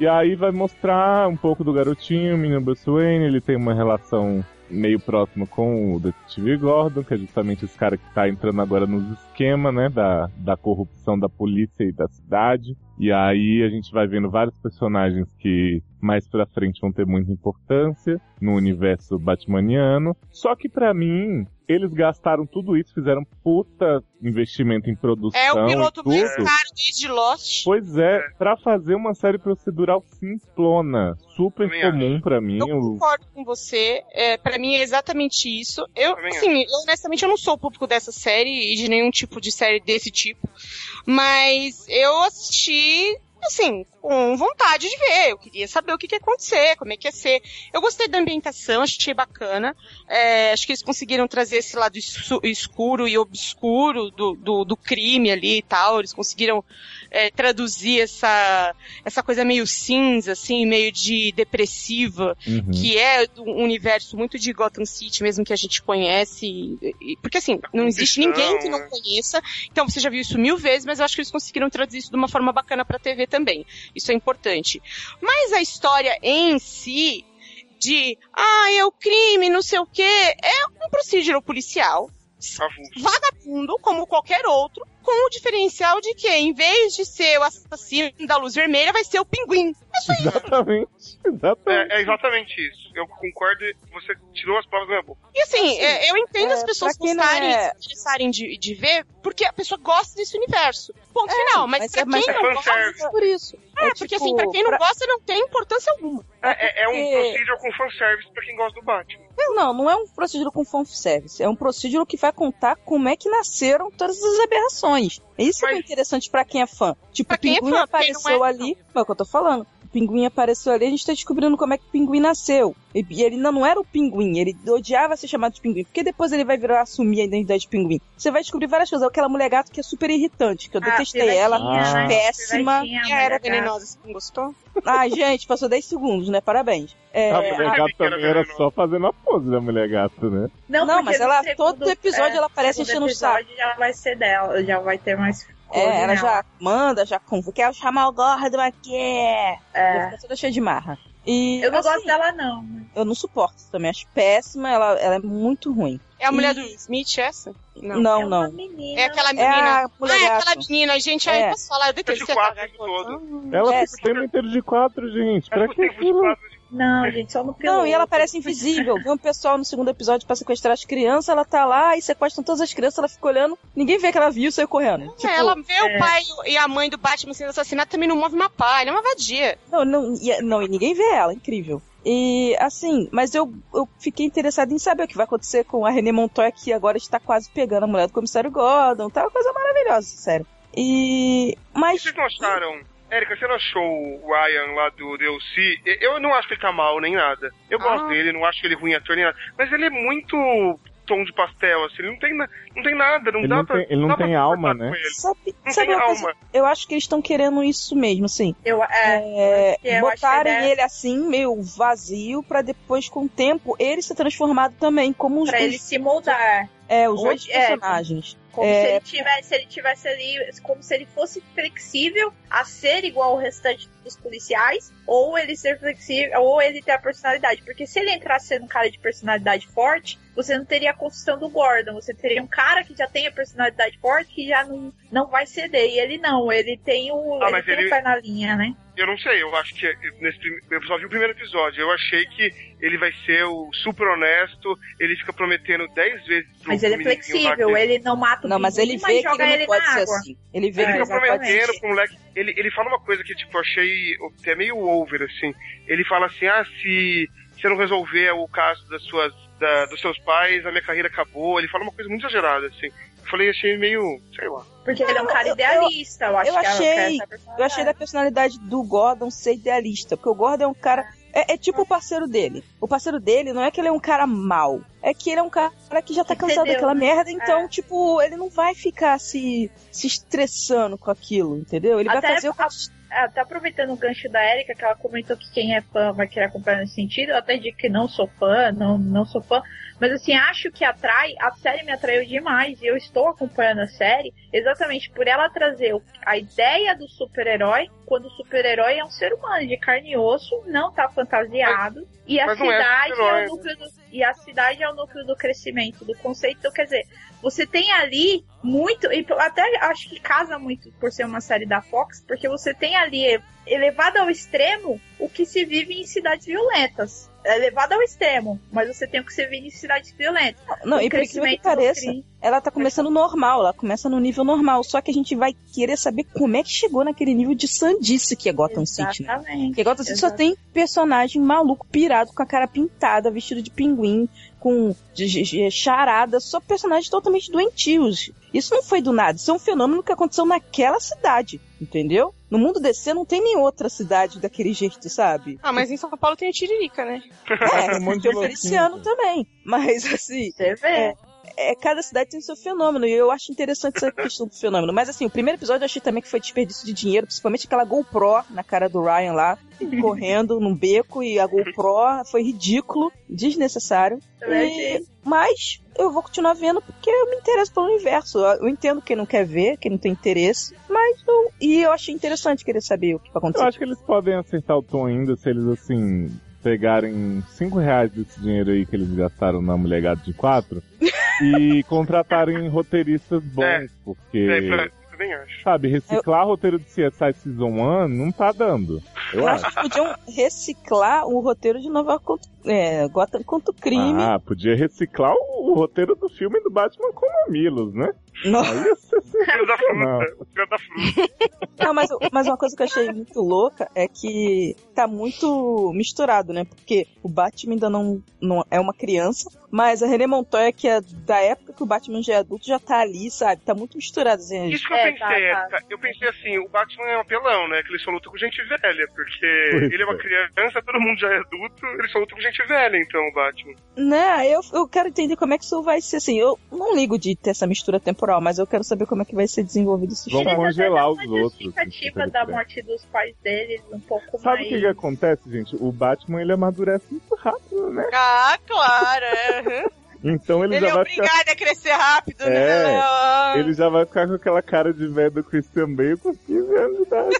e aí vai mostrar um pouco do garotinho, o menino Bruce Wayne, ele tem uma relação meio próxima com o detetive Gordon, que é justamente esse cara que tá entrando agora nos esquemas, né, da, da corrupção da polícia e da cidade. E aí a gente vai vendo vários personagens que mais pra frente vão ter muita importância no universo batmaniano. Só que pra mim, eles gastaram tudo isso, fizeram puta investimento em produção É o e piloto Então, tudo. mais caro desde Lost. Pois é, pra fazer uma série procedural simplona, super Também comum pra mim, Eu o- concordo com você. É, para mim é exatamente isso. Eu, Também assim, eu, honestamente eu não sou o público dessa série e de nenhum tipo de série desse tipo. Mas eu assisti, assim, com vontade de ver. Eu queria saber o que, que ia acontecer, como é que ia ser. Eu gostei da ambientação, achei bacana. É, acho que eles conseguiram trazer esse lado escu- escuro e obscuro do, do, do crime ali e tal. Eles conseguiram é, traduzir essa, essa coisa meio cinza, assim, meio de depressiva Uhum. que é um universo muito de Gotham City mesmo que a gente conhece. e- e- Porque assim, não existe Então, ninguém que não né? conheça. Então você já viu isso mil vezes, mas eu acho que eles conseguiram traduzir isso de uma forma bacana pra TV também. Isso é importante. Mas a história em si de ah, é o crime, não sei o quê, é um procedural policial Avulso. vagabundo como qualquer outro, com o diferencial de que em vez de ser o assassino da luz vermelha, vai ser o pinguim. Exatamente, exatamente. É, é exatamente isso. Eu concordo, e você tirou as palavras da minha boca. E assim, é, eu entendo é, as pessoas pra quem não gostarem, é- se interessarem de, de ver, porque a pessoa gosta desse universo. Ponto final. Mas mas pra é- tipo, mas quem é não gosta. fanservice. Por isso. É, porque assim, pra quem não gosta, não tem importância alguma. É, é- é um porque- procedural com fanservice pra quem gosta do Batman. Não, não, não é um procedimento com fanservice. É um procedimento que vai contar como é que nasceram todas as aberrações. Isso é Mas- interessante pra quem é fã. Tipo, Pra o quem é fã, pinguim quem não é, apareceu não. ali, é o que eu tô falando. O pinguim apareceu ali, a gente tá descobrindo como é que o pinguim nasceu. E e ele não, não era o pinguim, ele odiava ser chamado de pinguim, porque depois ele vai virar assumir a identidade de pinguim. Você vai descobrir várias coisas. Aquela mulher gato que é super irritante, Ah, que eu detestei ela, né? Ah. péssima. E é era venenosa, você não gostou? Ai, gente, passou 10 segundos, né? Parabéns. É, a mulher gata que era também era venenosa. só fazendo a pose da mulher gata, né? Não, porque mas no ela- todo episódio é, ela no aparece segundo enchendo o episódio Já vai ser dela, já vai ter mais. né? coisa é, ela nela. já manda, já convoca, quer chamar o gordo aqui. É. É. Toda cheia de marra. E, Eu não assim, gosto dela, não. Eu não suporto também, acho péssima, ela, ela é muito ruim. É a mulher E- do Smith, essa? Não. Não, é uma não. menina. É aquela É menina. a ah, é mulher aquela menina, gente. Aí É. posso falar, eu detestei Acho quatro aquela de todo. Ela É, fica o tempo inteiro de quatro, gente. Pra Acho que que tem uns aquilo? quadros de Não, gente, só no piloto. Não, e ela parece invisível. Vem um pessoal no segundo episódio pra sequestrar as crianças, ela tá lá e sequestram todas as crianças, ela fica olhando, ninguém vê que ela viu, saiu correndo. Tipo, ela vê é. o pai e a mãe do Batman sendo assassinado também não move uma pá, ele é uma vadia. Não, não, e, é, não, e ninguém vê ela, incrível. E assim, mas eu, eu fiquei interessada em saber o que vai acontecer com a René Montoya, que agora está quase pegando a mulher do comissário Gordon, tá uma coisa maravilhosa, sério. E. Mas. Vocês não acharam? Érica, você não achou o Ryan lá do DLC? E- Eu não acho que ele tá mal nem nada. Eu gosto Ah. dele, não acho ele ruim ator nem nada. Mas ele é muito tom de pastel, assim. Ele não tem, na- não tem nada, não Ele dá não pra. tem- ele não dá pra tem alma, concordar né? com ele. Sabe, Não sabe tem uma coisa? alma. Eu acho que eles estão querendo isso mesmo, assim. Eu, é, É, que eu acho que botarem ele é- ele assim, meio vazio, pra depois, com o tempo, ele ser transformado também, como os, pra ele dois, se moldar. é, os hoje- outros é. personagens. Como É. se ele tivesse, se ele tivesse ali, como se ele fosse flexível a ser igual ao restante dos policiais, ou ele ser flexível, ou ele ter a personalidade. Porque se ele entrasse sendo um cara de personalidade forte, você não teria a construção do Gordon, você teria um cara que já tem a personalidade forte que já não, não vai ceder. E ele não, ele tem o. Ah, ele mas tem ele- o pé na linha, né? Eu não sei, eu acho que nesse prim- eu só vi o primeiro episódio. Eu achei que ele vai ser o super honesto, ele fica prometendo 10 vezes pro Mas ele é menininho lá flexível, dele. ele não mata o Não, mas ele ninguém, vê que joga ele não pode na ser água. assim. Ele vê É, que Ele ele fica não pode ser prometendo assim. pro moleque. Ele, ele fala uma coisa que, tipo, eu achei até meio over, assim. Ele fala assim: ah, se você não resolver o caso das suas, da- dos seus pais, a minha carreira acabou. Ele fala uma coisa muito exagerada, assim. Eu falei, achei meio. sei lá. Porque ele é um Não, cara eu- idealista, eu, acho eu que ela achei- quer essa Eu achei da personalidade. personalidade do Gordon ser idealista, porque o Gordon é um cara. É, é tipo o parceiro dele. O parceiro dele não é que ele é um cara mau, é que ele é um cara que já tá cansado Entendeu? É. daquela merda, então, tipo, ele não vai ficar se, se estressando com aquilo, entendeu? Ele vai Até fazer o que. Ah, tá aproveitando o gancho da Erika, que ela comentou que quem é fã vai querer acompanhar nesse sentido. Eu até digo que não sou fã, não, não sou fã. Mas assim, acho que atrai. A série me atraiu demais. E eu estou acompanhando a série exatamente por ela trazer o- a ideia do super-herói, quando o super-herói é um ser humano de carne e osso, não tá fantasiado. e a mas não é cidade é, super-herói, o núcleo do, E a cidade é o núcleo do crescimento, do conceito. Então, quer dizer, você tem ali muito, e até acho que casa muito por ser uma série da Fox, porque você tem ali elevado ao extremo o que se vive em cidades violentas. É elevado ao extremo, mas você tem o que se vive em cidades violentas. Não, O e por incrível que crescimento do pareça, crime. ela tá começando normal, ela começa no nível normal, só que a gente vai querer saber como é que chegou naquele nível de sandice que é Gotham City, né? Exatamente. Porque Gotham City só Exato. tem personagem maluco, pirado, com a cara pintada, vestido de pinguim, com de- de- de charada, só personagens totalmente doentios. Isso não foi do nada, isso é um fenômeno que aconteceu naquela cidade, entendeu? No mundo DC não tem nem outra cidade daquele jeito, sabe? Ah, mas em São Paulo tem a Tiririca, né? Tem É, um monte de tem o louquinho, Feliciano pô. também. Mas assim, Você vê. É. é, cada cidade tem seu fenômeno, e eu acho interessante essa questão do fenômeno. Mas assim, o primeiro episódio eu achei também que foi desperdício de dinheiro, principalmente aquela GoPro na cara do Ryan lá, correndo num beco, e a GoPro foi ridículo, desnecessário. Você É vê E- que- mas eu vou continuar vendo porque eu me interesso pelo universo. Eu entendo quem não quer ver, quem não tem interesse, mas eu. E eu achei interessante querer saber o que vai Eu acontecer. acho que eles podem acertar o tom ainda se eles, assim, pegarem 5 reais desse dinheiro aí que eles gastaram na Mulher Gato de 4 e contratarem roteiristas bons, É, porque, pra- eu nem acho. sabe, reciclar roteiro de CSI Season 1 não tá dando. Eu Eu acho. acho que podiam reciclar o roteiro de Nova York, é, Gotham contra o crime. Ah, podia reciclar o, o roteiro do filme do Batman com mamilos, né? Nossa. É, Aí ia ser Filho da Não. fruta. Filho da fruta. Não, mas, mas uma coisa que eu achei muito louca é que tá muito misturado, né? Porque o Batman ainda não, não é uma criança, mas a René Montoya, que é da época que o Batman já é adulto, já tá ali, sabe? Tá muito misturado, assim. Isso que eu É, tá, pensei, tá. Érica. Eu pensei assim, o Batman é um apelão, né? Que ele só luta com gente velha, porque Pois ele é uma é. criança, todo mundo já é adulto, ele só luta com gente velha, então, o Batman. Né? Eu, eu quero entender como é que isso vai ser, assim. Eu não ligo de ter essa mistura temporal, mas eu quero saber como é que vai ser desenvolvido isso. Vamos Eles até congelar dão os uma outros, justificativa se da quiser. morte dos pais deles um pouco Sabe o mais. que, que acontece, gente? O Batman ele amadurece muito rápido, né? Ah, claro. é. Então ele, Ele já é vai ficar. obrigado a crescer rápido, né? É, Ah. Ele já vai ficar com aquela cara de velho do Christian Bale com 15 anos de idade.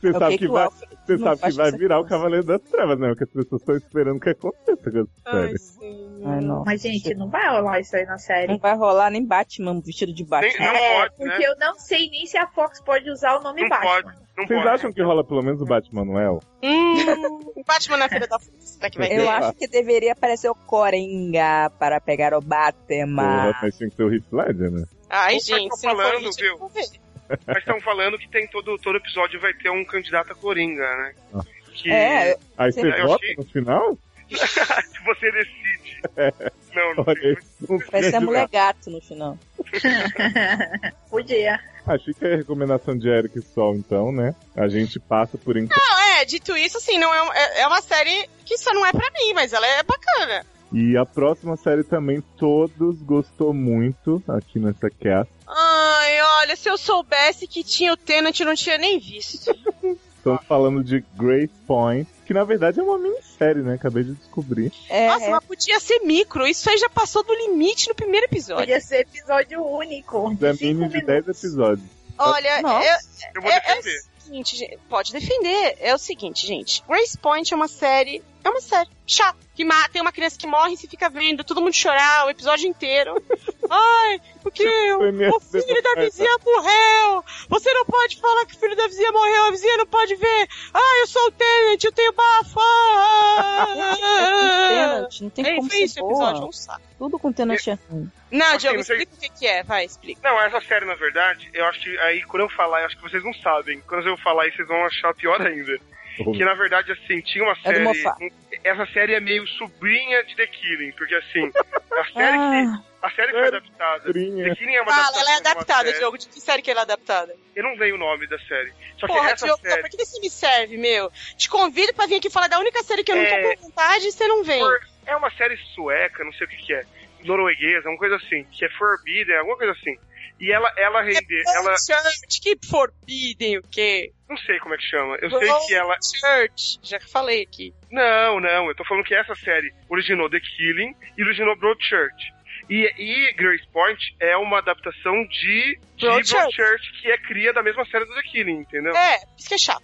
Você É o sabe que que, que o vai, Alfred você não sabe que faz com vai essa virar o criança? Cavaleiro das Trevas, né? O que as pessoas estão esperando que aconteça com essa série. Ai, sim. Ai, não. Mas, gente, não vai rolar isso aí na série. Não vai rolar nem Batman vestido de Nem- Batman. não É, pode, né? porque eu não sei nem se a Fox pode usar o nome Não Batman. pode. Não Vocês pode. acham que rola pelo menos o Batman Noel? Hum, Batman na filha da puta. Será que vai É. ter? Eu acho que deveria aparecer o Coringa para pegar o Batman. Porra, mas tinha que ser o Heath Ledger, né? Ai, Opa, gente, tô se não for falando, isso, viu? eu vou ver. Mas estão falando que tem todo, todo episódio vai ter um candidato a Coringa, né? Ah. Que É, Aí você Eu vota achei- no final? você decide. não, não É. Olha tem. isso. vai ser a mulher gato no final. Podia. Acho que é a recomendação de Eric Sol, então, né? A gente passa por enquanto. Não, é, dito isso, assim, não é, um- é, é uma série que só não é pra mim, mas ela é bacana. E a próxima série também todos gostou muito aqui nessa cast. Ai, olha, se eu soubesse que tinha o Tenant, eu não tinha nem visto. Estamos falando de Grace Point, que na verdade é uma minissérie, né? Acabei de descobrir. É, Nossa, é. mas podia ser micro. Isso aí já passou do limite no primeiro episódio. Podia ser episódio único. Da Cinco mini de minutos. 10 episódios. Olha, Nossa. eu, Eu vou É, é o defender. seguinte, gente, pode defender. É o seguinte, gente. Grace Point é uma série. É uma série chata. Que ma- tem uma criança que morre e se fica vendo todo mundo chorar o episódio inteiro. Ai, porque Tipo, o, Premier- o filho da vizinha morreu. Você não pode falar que o filho da vizinha morreu. A vizinha não pode ver. Ai, eu sou o Tenant, eu tenho bafo. é, Ah, Tenant, não tem É, como foi isso ser o episódio, é boa. um saco. Tudo com Tenant é ruim. Não, Assim, Diogo, não sei- explica o que que é. Vai, explica. Não, essa série, na verdade, eu acho que aí quando eu falar, eu acho que vocês não sabem. Quando eu falar aí, vocês vão achar pior ainda. Que na verdade, assim, tinha É uma Era série. uma fa- um- essa série é meio sobrinha de The Killing, porque assim, a série que, Ah, a série que É. foi adaptada. The Trinha. Killing é uma Fala, ela é de uma adaptada, série. Diogo. De que série que ela é adaptada? Eu não sei o nome da série. Só que Porra, essa Diogo, tá série. pra que você me serve, meu? Te convido pra vir aqui falar da única série que eu não É. tô com vontade e você não vem. For- É uma série sueca, não sei o que, que é. Norueguesa, uma coisa assim, que é Forbidden, alguma coisa assim. E ela, ela rende. É Ela. Church, que forbidden o quê? Não sei como é que chama. Eu sei Bro- que ela. Church, já falei aqui. Não, não, eu tô falando que essa série originou The Killing e originou Broadchurch. E, e Grace Point é uma adaptação de, de Broadchurch. Broadchurch, que é cria da mesma série do The Killing, entendeu? É, isso que é chato.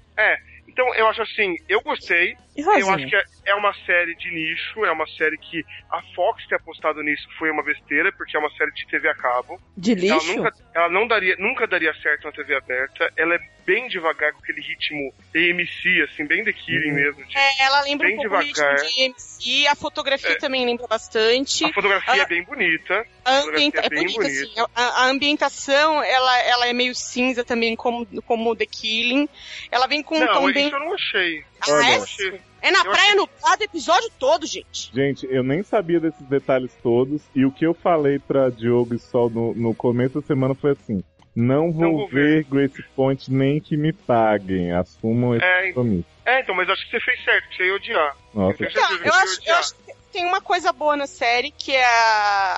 Então eu acho assim, eu gostei, e Eu acho Rosinha? que é- é uma série de nicho, é uma série que a Fox ter apostado nisso foi uma besteira, porque é uma série de TV a cabo. De Ela, lixo? nunca, ela não daria, nunca daria certo na TV aberta. Ela é bem devagar com aquele ritmo AMC, assim, bem The Killing mesmo. tipo, de- É, ela lembra Bem um pouco o ritmo devagar. É. de MC, a fotografia também lembra bastante. A fotografia ela- é bem bonita. A, fotografia ambienta- é é bem bonita, bonita. assim, a- a, ambientação, ela, ela é meio cinza também, como, como The Killing. Ela vem com um não, tom isso bem... eu não achei. Ah, eu é? não achei. É na eu praia, no bar, do episódio todo, gente. Gente, eu nem sabia desses detalhes todos. E o que eu falei pra Diogo e Sol no, no começo da semana foi assim: não vou, vou ver Grace Point nem que me paguem. Assumam esse É, compromisso. é, então, mas eu acho que você fez certo, você ia odiar. Nossa, Eu tenho Então, certeza que eu você ia acho, eu odiar. acho que tem uma coisa boa na série, que é a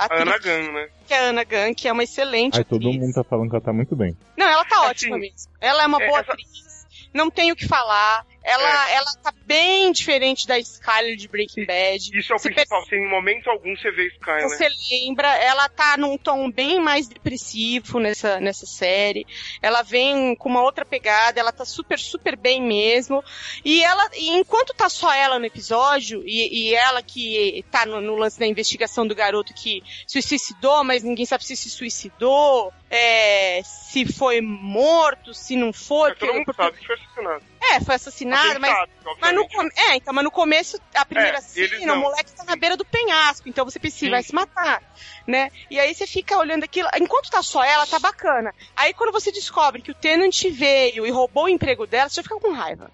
A atriz, Ana Gunn, né? que é a Ana Gunn, que é uma excelente ai, atriz. todo mundo tá falando que ela tá muito bem. Não, ela tá Assim, ótima mesmo. Ela é uma é, boa essa- É. atriz, não tem o que falar. Ela, ela tá bem diferente da Skyler de Breaking Bad. Isso é o Se principal, sem momento algum você vê Sky, né? Você lembra, ela tá num tom bem mais depressivo nessa, nessa série. Ela vem com uma outra pegada, ela tá super, super bem mesmo. E ela, e enquanto tá só ela no episódio, e, e ela que tá no, no lance da investigação do garoto que se suicidou, mas ninguém sabe se se suicidou, é, se foi morto, se não foi. Mas É, todo mundo porque- sabe que foi assassinado. É, foi assassinado, mas. Atentado, Mas no, obviamente. come- é, então, mas no começo, a primeira É, eles cena, não. o moleque tá na beira do penhasco, então você pensa, "Ih, vai se matar, né? E aí você fica olhando aquilo, enquanto tá só ela, tá bacana. Aí quando você descobre que o Tenant veio e roubou o emprego dela, você já fica com raiva.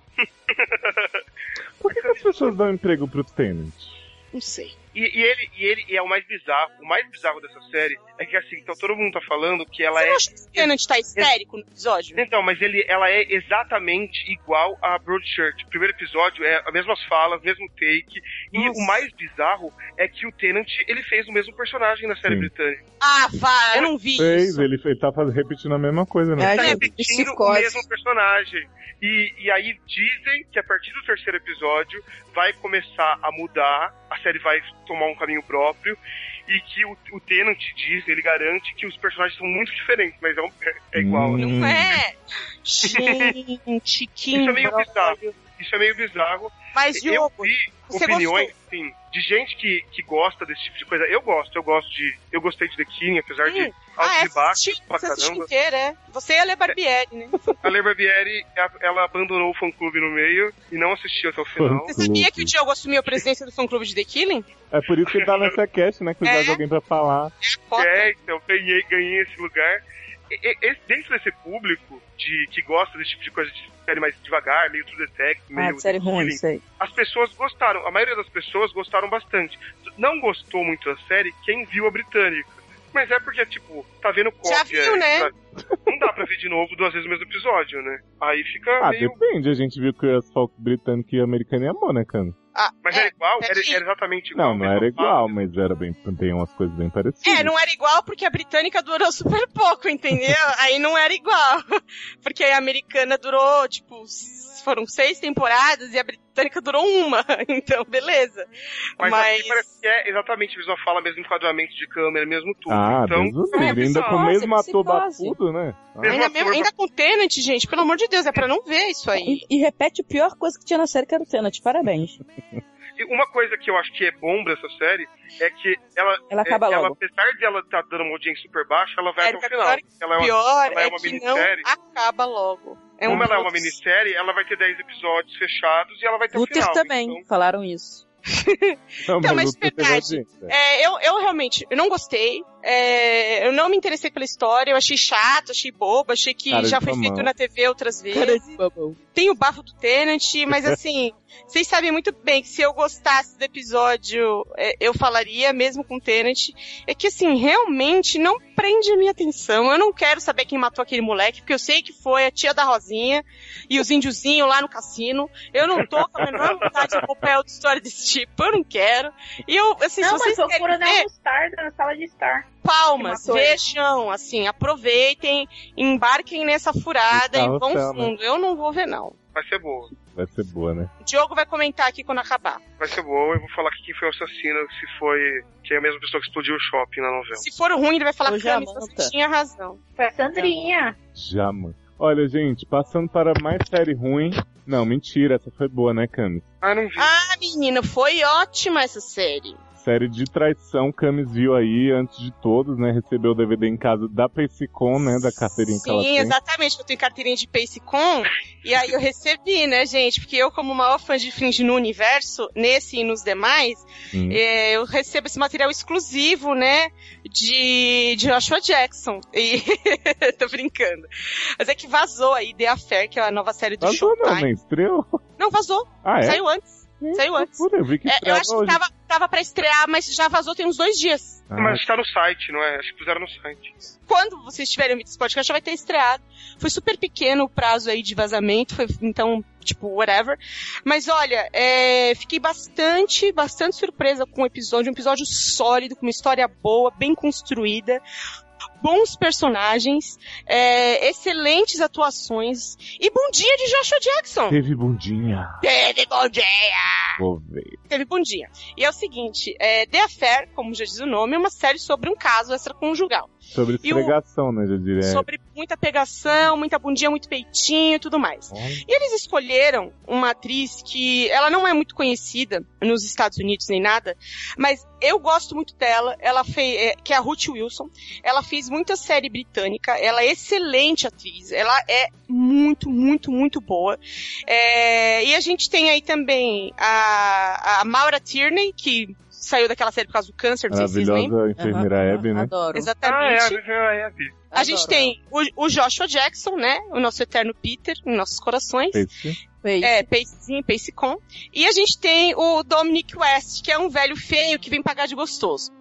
Por que, que as pessoas dão emprego pro Tenant? Não sei. E, e ele, e ele e é o mais bizarro. O mais bizarro dessa série é que assim, então todo mundo tá falando que ela você é. não acha que o Tenant tá histérico no episódio? Então, mas ele, ela é exatamente igual a Broadchurch. O primeiro episódio é as mesmas falas, mesmo take. E Nossa. o mais bizarro é que o Tenant ele fez o mesmo personagem na série Sim. britânica. Ah, vá, eu não vi Fez, isso. ele, ele tá faz- repetindo a mesma coisa, né? Tá Ai, gente, repetindo o psicose. mesmo personagem. E, e aí dizem que a partir do terceiro episódio vai começar a mudar, a série vai tomar um caminho próprio. E que o, o Tenant diz, ele garante que os personagens são muito diferentes, mas é, um- é igual. né? Não é? Gente, que Isso é meio imbróglio. bizarro. Isso é meio bizarro. Mas, eu Diogo, vi você opiniões, sim, de gente que, que gosta desse tipo de coisa. Eu gosto, eu gosto de. Eu gostei de The Killing, apesar de Hum. altos ah, é, e baixos você pra assistiu caramba. inteiro, é. Você e a Le Barbieri, né? A Lei Barbieri, a- ela abandonou o fã clube no meio e não assistiu até o final. Você sabia Louco. que o Diogo assumiu a presidência do fã clube de The Killing? É por isso que tá nessa cast, né? Que precisa de alguém pra falar. Foda. É, então ganhei, ganhei esse lugar. E- e- esse- dentro desse público de, que gosta desse tipo de coisa de série mais devagar, meio True Detective, Ah, meio de série The ruim, Killing, isso aí. as pessoas gostaram, a maioria das pessoas gostaram bastante. Não gostou muito da série quem viu a britânica. Mas é porque, tipo, tá vendo cópia. Já viu, né? sabe? Não dá pra ver de novo duas vezes o mesmo episódio, né? Aí fica Ah, meio. depende. A gente viu que o folk britânico e americano é bom, né, cara? Ah, Mas é, era igual? é Era, que- era exatamente igual. Não, não mesmo era igual, papo. mas era bem. Tem umas coisas bem parecidas. É, não era igual porque a britânica durou super pouco, entendeu? Aí não era igual. Porque a americana durou, tipo, s- foram seis temporadas e a britânica durou uma. Então, beleza. Mas, Mas- aqui parece que é exatamente a mesma fala, mesmo enquadramento de câmera, mesmo tudo. Ah, então, Deus o é livre. Ainda com o bizarro. mesmo Nossa, ator psicose. bafudo, né? Ah, Mesmo Ainda, mesmo, ator, ainda com Tenant, gente, pelo amor de Deus, é pra não ver isso aí. E, e repete a pior coisa que tinha na série, que era o Tenant. Parabéns. E uma coisa que eu acho que é bom dessa série é que ela, é, Ela acaba ela logo. apesar de ela estar dando uma audiência super baixa, ela vai É, até o porque final. agora Ela é O uma pior ela é, é uma que não minissérie. acaba logo. É Como um ela é uma processo. minissérie, ela vai ter 10 episódios fechados e ela vai ter um Luther final. também, Então, falaram isso. Não, Então, mas o Luther verdade. pegou a gente, né? É, eu, eu realmente eu não gostei. É, eu não me interessei pela história. Eu achei chato, achei bobo, achei que Cara de já foi mamão. feito na TV outras Cara vezes. de babão. Tem o bafo do Tenant, mas assim, vocês sabem muito bem que se eu gostasse do episódio, é, eu falaria, mesmo com o Tenant. É que assim, realmente não prende a minha atenção. Eu não quero saber quem matou aquele moleque, porque eu sei que foi a tia da Rosinha e os índiozinhos lá no cassino. Eu não tô com a menor vontade de acompanhar outra história desse tipo, eu não quero. E eu, assim, Não, se vocês mas foi o querem ver, Coronel Mostarda na sala de estar. palmas, Que matou ele. vejam, assim, aproveitem, embarquem nessa furada Gustavo e vão Selma. fundo. Eu não vou ver, não. vai ser boa. Vai ser boa, né? O Diogo vai comentar aqui quando acabar. Vai ser boa. Eu vou falar que quem foi o assassino, se foi. Que é a mesma pessoa que explodiu o shopping na novela. Se for ruim, ele vai falar Ô, que Jamanta. você tinha razão. Foi a Sandrinha. Já, mano. Olha, gente, passando para mais série ruim. Não, mentira, essa foi boa, né, Cami? Ah, não vi. Ah, menina, foi ótima essa série. Série de traição, Camis viu aí antes de todos, né? Recebeu o DVD em casa da Pensicon, né? Da carteirinha que ela Sim, tem. exatamente, que eu tenho carteirinha de Pacecon, e aí eu recebi, né, gente? Porque eu, como maior fã de Fringe no universo, nesse e nos demais, Hum. eh, eu recebo esse material exclusivo, né, de, de Joshua Jackson. E tô brincando. Mas é que vazou aí The Affair, que é a nova série do Vazou não, Showtime. nem estreou. Não, vazou. Ah, é? Saiu antes. Sim, saiu antes. loucura, Eu vi que É, eu estreava acho que hoje. tava, tava pra estrear, mas já vazou tem uns dois dias. Ah, Mas tá no site, não é? Acho que fizeram no site. quando vocês tiverem esse podcast, já vai ter estreado. Foi super pequeno o prazo aí de vazamento, foi então, tipo, whatever. Mas olha, é, fiquei bastante, bastante surpresa com o episódio. Um episódio sólido, com uma história boa, bem construída. Bons personagens, é, excelentes atuações e bom dia de Joshua Jackson. Teve bundinha. Teve bom dia! Vou ver. teve bundinha. E é o seguinte, é, The Affair, como já diz o nome, é uma série sobre um caso extraconjugal. Sobre E o- pregação, né, eu diria. sobre muita pegação, muita bundinha, muito peitinho e tudo mais. É E eles escolheram uma atriz que ela não é muito conhecida nos Estados Unidos nem nada, mas eu gosto muito dela. Ela fez, é, que é a Ruth Wilson. Ela fez muita série britânica. Ela é excelente atriz. Ela é muito, muito, muito boa. É, e a gente tem aí também a, a Maura Tierney, que saiu daquela série por causa do câncer, não sei se vocês lembram. Maravilhosa enfermeira Aham, Abby, né? Ah, Adoro. é, a Exatamente. Vivian Webb. A gente tem o, o Joshua Jackson, né? O nosso eterno Peter, em nossos corações. Esse. Fez. É, Pacezinho, Pacecon. E a gente tem o Dominic West, que é um velho feio que vem pagar de gostoso.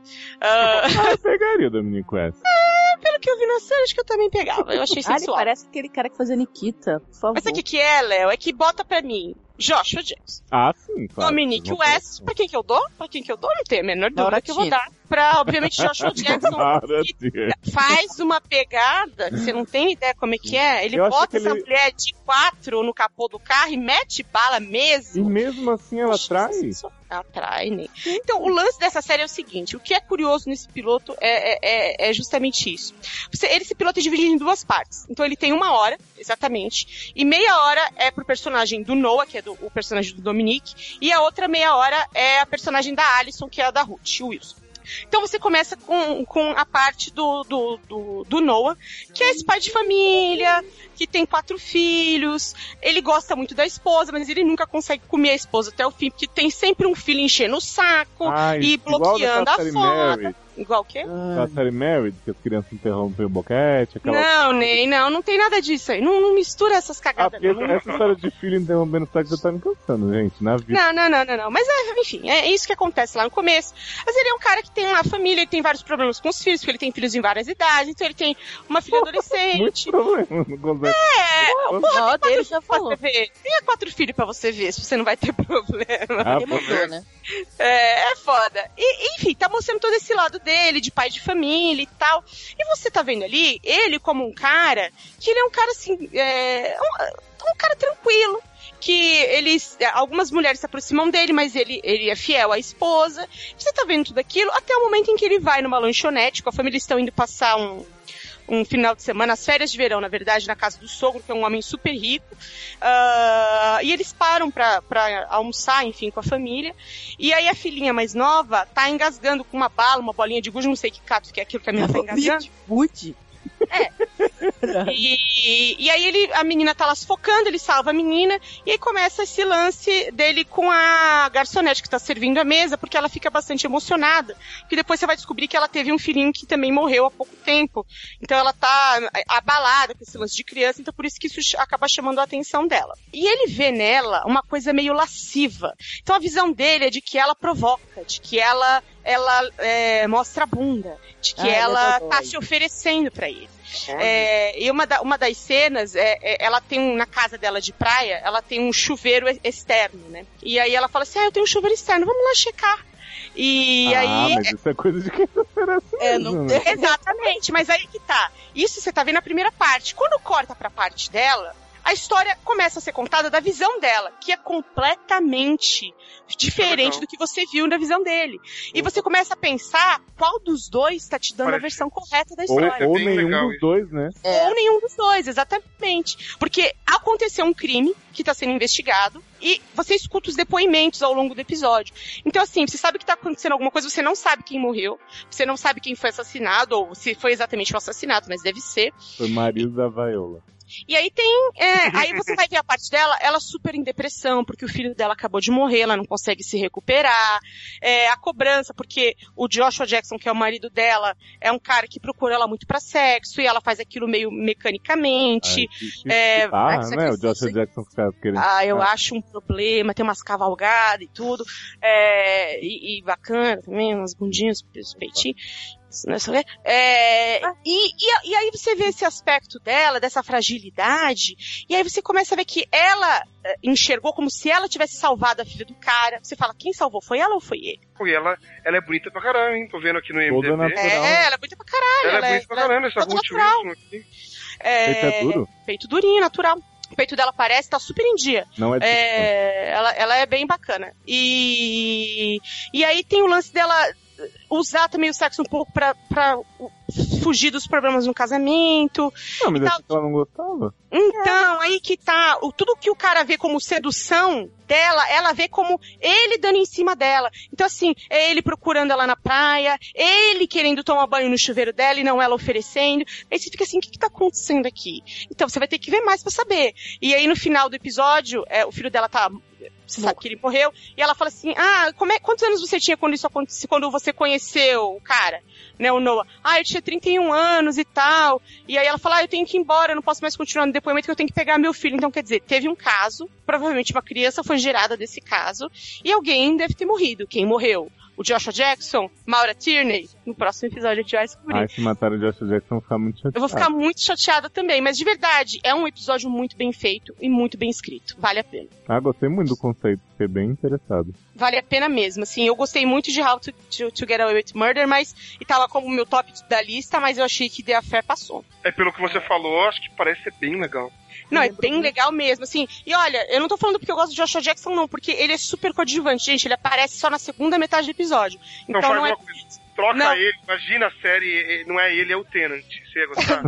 Ah, Eu pegaria o Dominic West. pelo que eu vi na série, acho que eu também pegava. Eu achei Ah, ele sensual. parece aquele cara que fazia Nikita, por favor. Mas sabe o que que é, Léo? É que bota pra mim Joshua Jackson, Ah, sim, claro. Dominic Vocês vão West. Pra quem que eu dou? Pra quem que eu dou? Não tem a menor dúvida Laura que eu vou Tierney. dar. Pra, obviamente, Joshua pegar. Jackson. Para, que tia. faz uma pegada que você não tem ideia como é que é. Ele Eu acho bota que ele- essa mulher de quatro no capô do carro e mete bala E mesmo. mesmo assim ela trai? Atrai, né? Então, o lance dessa série é o seguinte: o que é curioso nesse piloto é, é- é- é justamente isso. Você- ele- esse piloto é dividido em duas partes. Então, ele tem uma hora, exatamente, e meia hora é pro personagem do Noah, que é do- o personagem do Dominique, e a outra meia hora é a personagem da Alison, que é a da Ruth Wilson. Então você começa com, com a parte do, do, do, do Noah, que é esse pai de família, que tem quatro filhos, ele gosta muito da esposa, mas ele nunca consegue comer a esposa até o fim, porque tem sempre um filho enchendo o saco, Ai, e igual bloqueando daquela a série foto. Married, igual o quê? Da série Married, que as crianças interrompem o boquete, aquela. Não, Ney, não, não tem nada disso aí. Não, não mistura essas Ah, cagadas, porque não. essa história de filho interrompendo o saco já tá me cansando, gente. Na vida. Não, não, não, não, não. Mas é, enfim, é isso que acontece lá no começo. Mas ele é um cara que tem uma família, ele tem vários problemas com os filhos, porque ele tem filhos em várias idades, então ele tem uma filha Muito adolescente. problema, não consegue. É, a hora dele já então pra falou. você ver. Tenha quatro filhos pra você ver, se você não vai ter problema. Ah, Ele mudou, né? É, é foda. E, enfim, tá mostrando todo esse lado dele, de pai de família e tal. E você tá vendo ali, ele como um cara, que ele é um cara assim, é, um, um cara tranquilo. Que eles. é, Algumas mulheres se aproximam dele, mas ele, ele é fiel à esposa. Você tá vendo tudo aquilo até o momento em que ele vai numa lanchonete, com a família estão indo passar um, um final de semana, as férias de verão, na verdade, na casa do sogro, que é um homem super rico. Ah, e eles param pra, pra almoçar, enfim, com a família. E aí a filhinha mais nova tá engasgando com uma bala, uma bolinha de gude, não sei que cato que é aquilo que a menina tá engasgando. Bute. E, e aí ele, a menina tá lá sufocando, ele salva a menina, e aí começa esse lance dele com a garçonete que tá servindo a mesa, porque ela fica bastante emocionada. Porque depois você vai descobrir que ela teve um filhinho que também morreu há pouco tempo. Então ela tá abalada com esse lance de criança, então por isso que isso acaba chamando a atenção dela. E ele vê nela uma coisa meio lasciva. Então a visão dele é de que ela provoca, de que ela, ela é, mostra a bunda, de que Ah, ele é ela dodói. tá se oferecendo pra ele. É, e uma, da- uma das cenas, é, é- ela tem um, na casa dela de praia, ela tem um chuveiro e- externo, né? E aí ela fala assim: Ah, eu tenho um chuveiro externo, vamos lá checar. E ah, aí. mas isso é coisa de quem tá sendo assim. É, mesmo, não né? Exatamente, mas aí que tá. Isso você tá vendo a primeira parte. Quando corta pra parte dela, a história começa a ser contada da visão dela, que é completamente diferente Legal. do que você viu na visão dele. E você começa a pensar qual dos dois tá te dando a Parece- versão correta da Ou, história. ou É bem nenhum legal dos isso. dois, né? É. ou nenhum dos dois, exatamente. Porque aconteceu um crime que está sendo investigado e você escuta os depoimentos ao longo do episódio. Então, assim, você sabe que tá acontecendo alguma coisa, você não sabe quem morreu, você não sabe quem foi assassinado, ou se foi exatamente o assassinato, mas deve ser. Foi marido da vaiola. E aí tem. é, aí você vai ver a parte dela, ela super em depressão, porque o filho dela acabou de morrer, ela não consegue se recuperar. É, a cobrança, porque o Joshua Jackson, que é o marido dela, é um cara que procura ela muito pra sexo, e ela faz aquilo meio mecanicamente. Ai, que- que- é, ah, essa né? O questão, Joshua sim. Jackson fica querendo. Ah, eu Ah. acho um problema, tem umas cavalgadas e tudo. É, e, e bacana também, umas bundinhas, os peitinhos. isso não é só ver. É, e, e a- e aí você vê esse aspecto dela, dessa fragilidade, e aí você começa a ver que ela eh, enxergou como se ela tivesse salvado a filha do cara. Você fala, quem salvou? Foi ela ou foi ele? Pô, e ela, ela é bonita pra caramba, hein? Tô vendo aqui no Toda IMDB. natural. É, ela é bonita pra caralho. Ela ela é é- bonita pra ela- caramba, essa toda Ruth natural. Wilson aqui. é, Esse é duro? Peito durinho, natural. O peito dela parece, tá super em dia. Não é duro. É, ela, ela é bem bacana. E, e aí tem o lance dela usar também o sexo um pouco pra, pra fugir dos problemas no casamento. Não, mas e achei que ela não gostava. Então, aí que tá. O, tudo que o cara vê como sedução dela, ela vê como ele dando em cima dela. Então, assim, é ele procurando ela na praia, ele querendo tomar banho no chuveiro dela e não ela oferecendo. Aí você fica assim, o que, que tá acontecendo aqui? Então, você vai ter que ver mais pra saber. E aí, no final do episódio, é, o filho dela tá. Você sabe que ele morreu. E ela fala assim: Ah, como é- quantos anos você tinha quando isso aconteceu? Quando você conheceu o cara? né, o Noah. Ah, eu tinha 31 anos e tal. E aí ela fala, ah, eu tenho que ir embora, eu não posso mais continuar no depoimento que eu tenho que pegar meu filho. Então, quer dizer, teve um caso, provavelmente uma criança foi gerada desse caso, e alguém deve ter morrido. Quem morreu? O Joshua Jackson? Maura Tierney? No próximo episódio a gente vai descobrir. Ai, se mataram o Joshua Jackson, eu vou ficar muito chateado. Eu vou ficar muito chateada também, mas de verdade, é um episódio muito bem feito e muito bem escrito. Vale a pena. Ah, gostei muito do conceito, fiquei bem interessado. Vale a pena mesmo, assim. Eu gostei muito de How to, to, to Get Away with Murder, mas. E tava como meu top da lista, mas eu achei que The Affair passou. É pelo que você falou, acho que parece ser bem legal. Não, é bem legal mesmo, assim. E olha, eu não tô falando porque eu gosto de Joshua Jackson, não, porque ele é super coadjuvante, gente. Ele aparece só na segunda metade do episódio. Então, Então faz não é. uma coisa. Troca Não. ele, imagina a série, eh, não é ele, é o Tenant. Você ia gostar?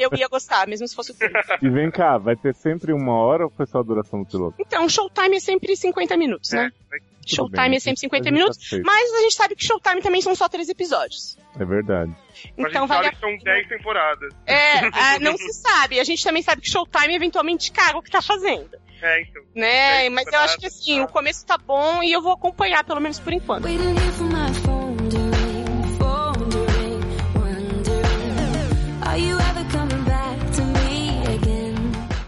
Eu ia gostar, mesmo se fosse o filme. E vem cá, vai ter sempre uma hora ou foi só a duração do piloto? Então, showtime é sempre 50 minutos, né? É, Tudo Showtime bem, é sempre a 50 gente minutos. aceita. Mas a gente sabe que Showtime também são só três episódios. É verdade. Mas Então a gente vale sabe a que são 10 temporadas. É, ah, não se sabe. A gente também sabe que Showtime eventualmente caga o que tá fazendo. É, então. Né? É, Mas eu acho que assim, o começo tá bom e eu vou acompanhar, pelo menos por enquanto. Waiting here for my phone to ring, phone to ring, wondering, are you ever coming back to me again?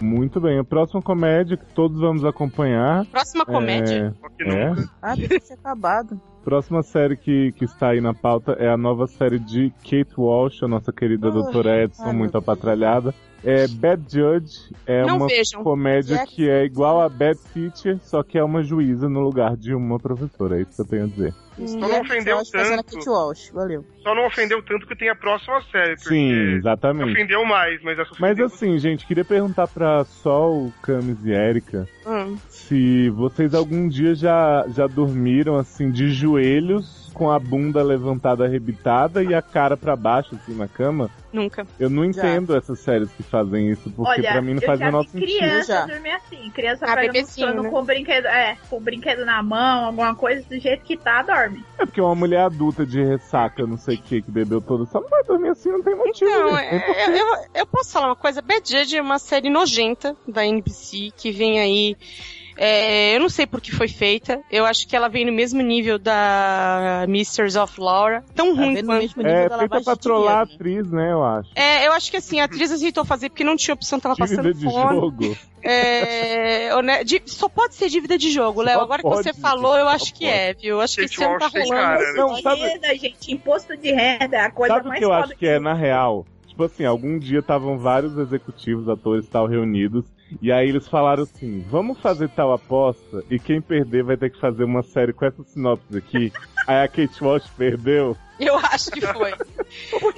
Muito bem, o próximo comédia que todos vamos acompanhar. Próxima comédia. É... Só que nunca. Ah, tem que ser acabado. Próxima série que, que está aí na pauta é a nova série de Kate Walsh, a nossa querida Ai, doutora Edson, ai, meu muito Deus. apatralhada. É Bad Judge é não uma vejam. comédia Jack- que é igual a Bad Teacher, só que é uma juíza no lugar de uma professora, é isso que eu tenho a dizer. não é, ofendeu Walsh fazendo a tanto. Kate Walsh, valeu. Só não ofendeu tanto que tem a próxima série. Porque Sim, exatamente. Ofendeu mais, mas essa Mas ofendeu. assim, gente, queria perguntar pra Sol, Camis e Érica Hum. se vocês algum dia já, já dormiram assim de joelhos com a bunda levantada arrebitada e a cara pra baixo assim na cama. Nunca. Eu não Já. entendo essas séries que fazem isso, porque Olha, pra mim não eu faz o já menor vi sentido. criança já. dormir assim. Criança Ah, pega no bebezinho, sono né? com brinquedo, é, com brinquedo na mão, alguma coisa do jeito que tá, dorme. É porque uma mulher adulta de ressaca, não sei o que, que bebeu toda, só não vai dormir assim, não tem motivo. Então, né? é- eu, eu- eu posso falar uma coisa? Bad Judge é uma série nojenta da NBC que vem aí. é, eu não sei por que foi feita. Eu acho que ela vem no mesmo nível da Misters of Laura. Tão Tá ruim vendo o quanto. mesmo nível É, feita da lavagem pra de trollar a dinheiro, né? atriz, né, eu acho. É, eu acho que assim, a atriz aceitou fazer porque não tinha opção, tava Dívida passando de fome. jogo. É, honé- di- só pode ser dívida de jogo, Léo. Só Agora que pode, você gente, falou, eu só acho que pode. é, viu? Eu Acho que Gente, esse ano tá Walsh é tem rolando. cara, né? Não, sabe- Renda, gente, imposto de renda, é a coisa Sabe o mais que eu foda acho que é, na real? Tipo assim, algum dia estavam vários executivos, atores e tal, reunidos, e aí eles falaram assim, vamos fazer tal aposta, e quem perder vai ter que fazer uma série com essa sinopse aqui. aí a Kate Walsh perdeu. Eu acho que foi.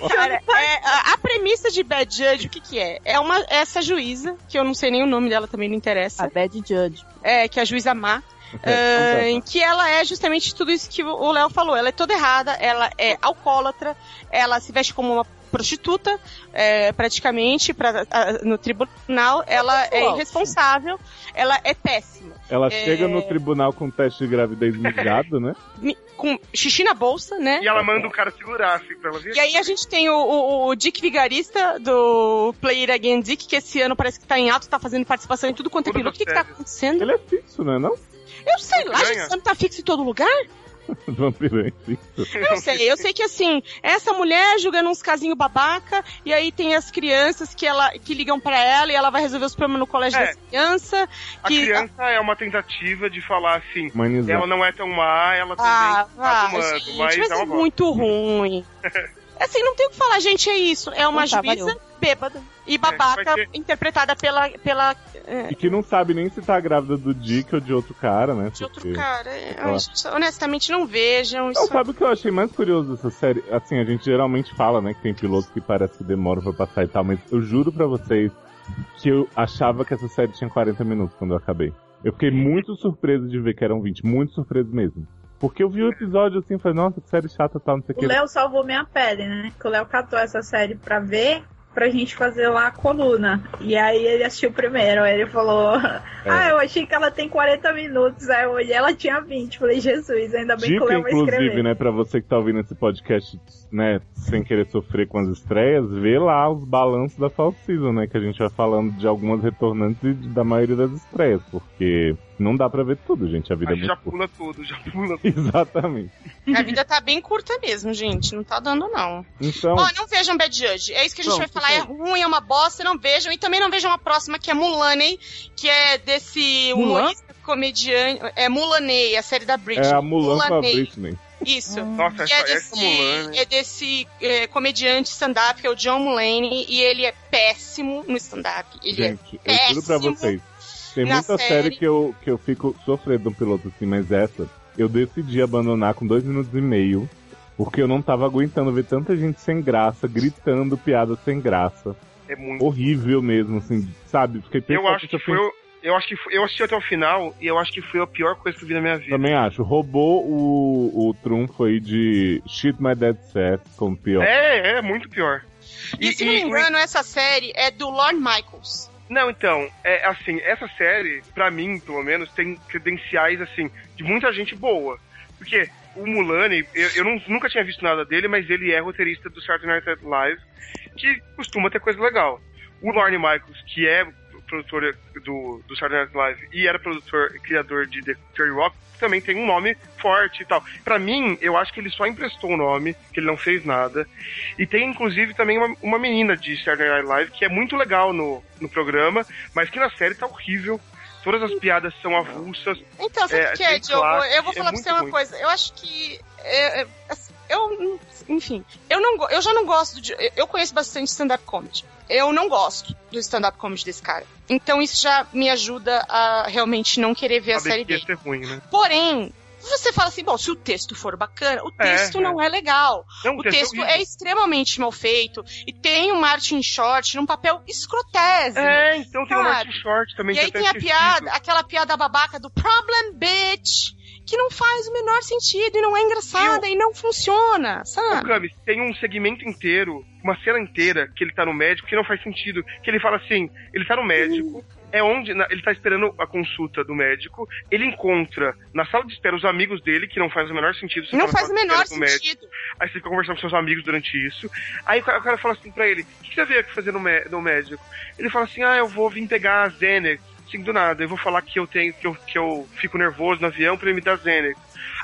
Cara, é, a, a premissa de Bad Judge, o que que é? É uma essa juíza, que eu não sei nem o nome dela, também não A interessa. Bad Judge. É, que é a juíza má. É, ah, em que ela é justamente tudo isso que o Léo falou. Ela é toda errada, ela é alcoólatra, ela se veste como uma prostituta, é, praticamente, pra, a- no tribunal. Ela é Pessoal. irresponsável, ela é péssima. Ela É. chega no tribunal com um teste de gravidez mijado, né? Mi- Com xixi na bolsa, né? E ela manda o cara segurar, assim, pra ela ver. E aí a gente tem o, o- o Dick Vigarista do Player Again Dick, que esse ano parece que tá em alto, tá fazendo participação em tudo quanto é Todas piloto. O que, que as tá séries. acontecendo? Ele é fixo, né? Não? Eu sei lá, ganha. gente, esse ano tá fixo em todo lugar? Vampiro é fixo. Eu não sei. Eu sei que assim, essa mulher julgando uns casinhos babaca, e aí tem as crianças que ela que ligam pra ela e ela vai resolver os problemas no colégio É. das crianças. A Que... criança é uma tentativa de falar assim, ela Humanizado. não é tão má, ela também Ah, tá vá, arrumando, gente, mas mas, é é uma bosta. muito ruim. Assim, não tem o que falar, gente, é isso. É uma Então tá, juíza valeu. bêbada e babaca, É, vai ter- interpretada pela, pela é, E que não sabe nem se tá grávida do Dick ou de outro cara, né? de outro Porque- cara. é, Ó. gente, honestamente, não vejam. Não, Isso sabe É o que eu achei mais curioso dessa série? Assim, a gente geralmente fala, né, que tem pilotos que parece que demoram pra passar e tal, mas eu juro pra vocês que eu achava que essa série tinha 40 minutos quando eu acabei. Eu fiquei muito surpreso de ver que eram 20, muito surpreso mesmo. Porque eu vi o episódio assim, falei, nossa, que série chata tal, não sei o O que. Léo salvou minha pele, né? Que o Léo catou essa série pra ver, pra gente fazer lá a coluna. E aí ele assistiu primeiro, aí ele falou: É. Ah, eu achei que ela tem 40 minutos. Aí eu olhei, ela tinha 20. Falei, Jesus, ainda bem que o Dica, Léo vai escrever. inclusive, né, pra você que tá ouvindo esse podcast, né, sem querer sofrer com as estreias, vê lá os balanços da Fall Season, né, que a gente vai falando de algumas retornantes e da maioria das estreias, porque não dá pra ver tudo, gente, a vida é Aí muito já curta. pula tudo, já pula tudo. Exatamente. A vida tá bem curta mesmo, gente. Não tá dando, não. Então, Ó, não vejam Bad Judge. É isso que a gente Pronto, vai falar. É ruim, é uma bosta, não vejam. E também não vejam a próxima, que é Mulaney, que é desse Mulan? humorista comediante. É Mulaney, a série da Britney. é a Hum. Mulan com a Mulaney. Britney. Isso. Nossa, Que é essa, essa desse, Mulan, né? é desse é, comediante stand-up, que é o John Mulaney, e ele é péssimo no stand-up. Ele é Gente, eu juro pra péssimo vocês. Tem na muita série, série. que, eu, que eu fico sofrendo um piloto assim, mas essa, eu decidi abandonar com dois minutos e meio, porque eu não tava aguentando ver tanta gente sem graça, gritando piada sem graça. É muito. Horrível mesmo, assim, sabe? Fiquei Eu pensando, acho que assim, foi. o- Eu acho que foi- eu assisti até o final e eu acho que foi a pior coisa que eu vi na minha vida. Também acho. Roubou o, o trunfo aí de Shit My Dead Set como pior. É, é muito pior. E, se não me engano, essa série é do Lorne Michaels. Não, então, é assim, essa série, pra mim, pelo menos, tem credenciais, assim, de muita gente boa. Porque o Mulane, eu, eu não- nunca tinha visto nada dele, mas ele é roteirista do Saturday Night Live, que costuma ter coisa legal. O Lorne Michaels, que é produtor do, do Saturday Night Live e era produtor e criador de The Terry Rock, também tem um nome forte e tal. Pra mim, eu acho que ele só emprestou o nome, que ele não fez nada. E tem, inclusive, também uma, uma menina de Saturday Night Live que é muito legal no, no programa, mas que na série tá horrível. Todas as piadas são avulsas. Então, sabe o É, que é, tem Diogo? classe, eu vou é falar pra você muito uma ruim. coisa. Eu acho que. é, é, assim, eu. Enfim, eu, não, go- eu já não gosto de. eu- Eu conheço bastante stand-up comedy. Eu não gosto do stand-up comedy desse cara. Então isso já me ajuda a realmente não querer ver a Sabe série que ia dele. ser ruim, né? Porém, você fala assim, bom, se o texto for bacana, o É, texto é. não é legal. Não, O texto horrível. é extremamente mal feito e tem o Martin Short num papel escrotésimo. É, então tem o Sabe? Martin Short também. e que aí até tem a esquecido. piada, aquela piada babaca do Problem Bitch, que não faz o menor sentido e não é engraçada e não funciona, Ô, sabe? Camis, tem um segmento inteiro, uma cena inteira, que ele tá no médico, que não faz sentido. Que ele fala assim, ele tá no médico, é onde na- ele tá esperando a consulta do médico, ele encontra na sala de espera os amigos dele, que não faz o menor sentido. você Não tá na faz o sala de menor espera do médico. sentido. Aí você fica conversando com seus amigos durante isso. Aí o cara, o cara fala assim pra ele: O que que você veio aqui fazer no, mé- no médico? Ele fala assim: Ah, eu vou vir pegar a Zenex. Assim, do nada. Eu vou falar que eu tenho, que eu, que eu fico nervoso no avião pra ele me dar Zenex.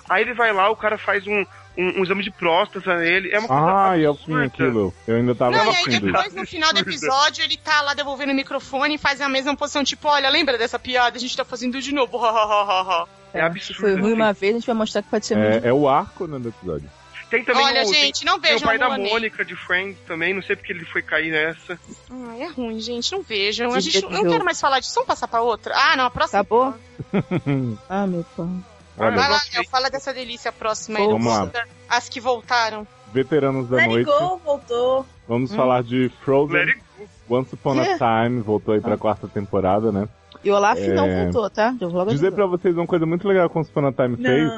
Aí ele vai lá, o cara faz um, um, um exame de próstata nele. É uma coisa Ah, e eu fim absurda. aquilo. Eu ainda tava Não, e aí assistindo. depois, no final do episódio, ele tá lá devolvendo o microfone e faz a mesma posição, tipo, olha, lembra dessa piada? A gente tá fazendo de novo. É absurdo, Se foi ruim assim. uma vez, a gente vai mostrar que pode ser muito. É, é o arco né, do episódio. Tem também olha, o, tem- gente, não tem, vejam o pai da Mulan, hein? Mônica de Friends também. Não sei porque ele foi cair nessa. Ah, é ruim, gente. Não vejam. A Desde gente, eu não que eu- quero mais falar disso. Vamos passar pra outra? Ah, não. A próxima. Acabou? ah, meu pai. Olha, Vai lá, Nossa, Léo. Fala dessa delícia próxima aí. Vamos lá. Outra, As que voltaram. veteranos da Let it noite. go, voltou. Hum. Vamos falar de Frozen. Let it go. Once Upon a É. Time voltou Ah. aí pra quarta temporada, né? E o Olaf não É. voltou, tá? Eu vou logo Dizer avisar. pra vocês uma coisa muito legal que Once Upon a Time fez.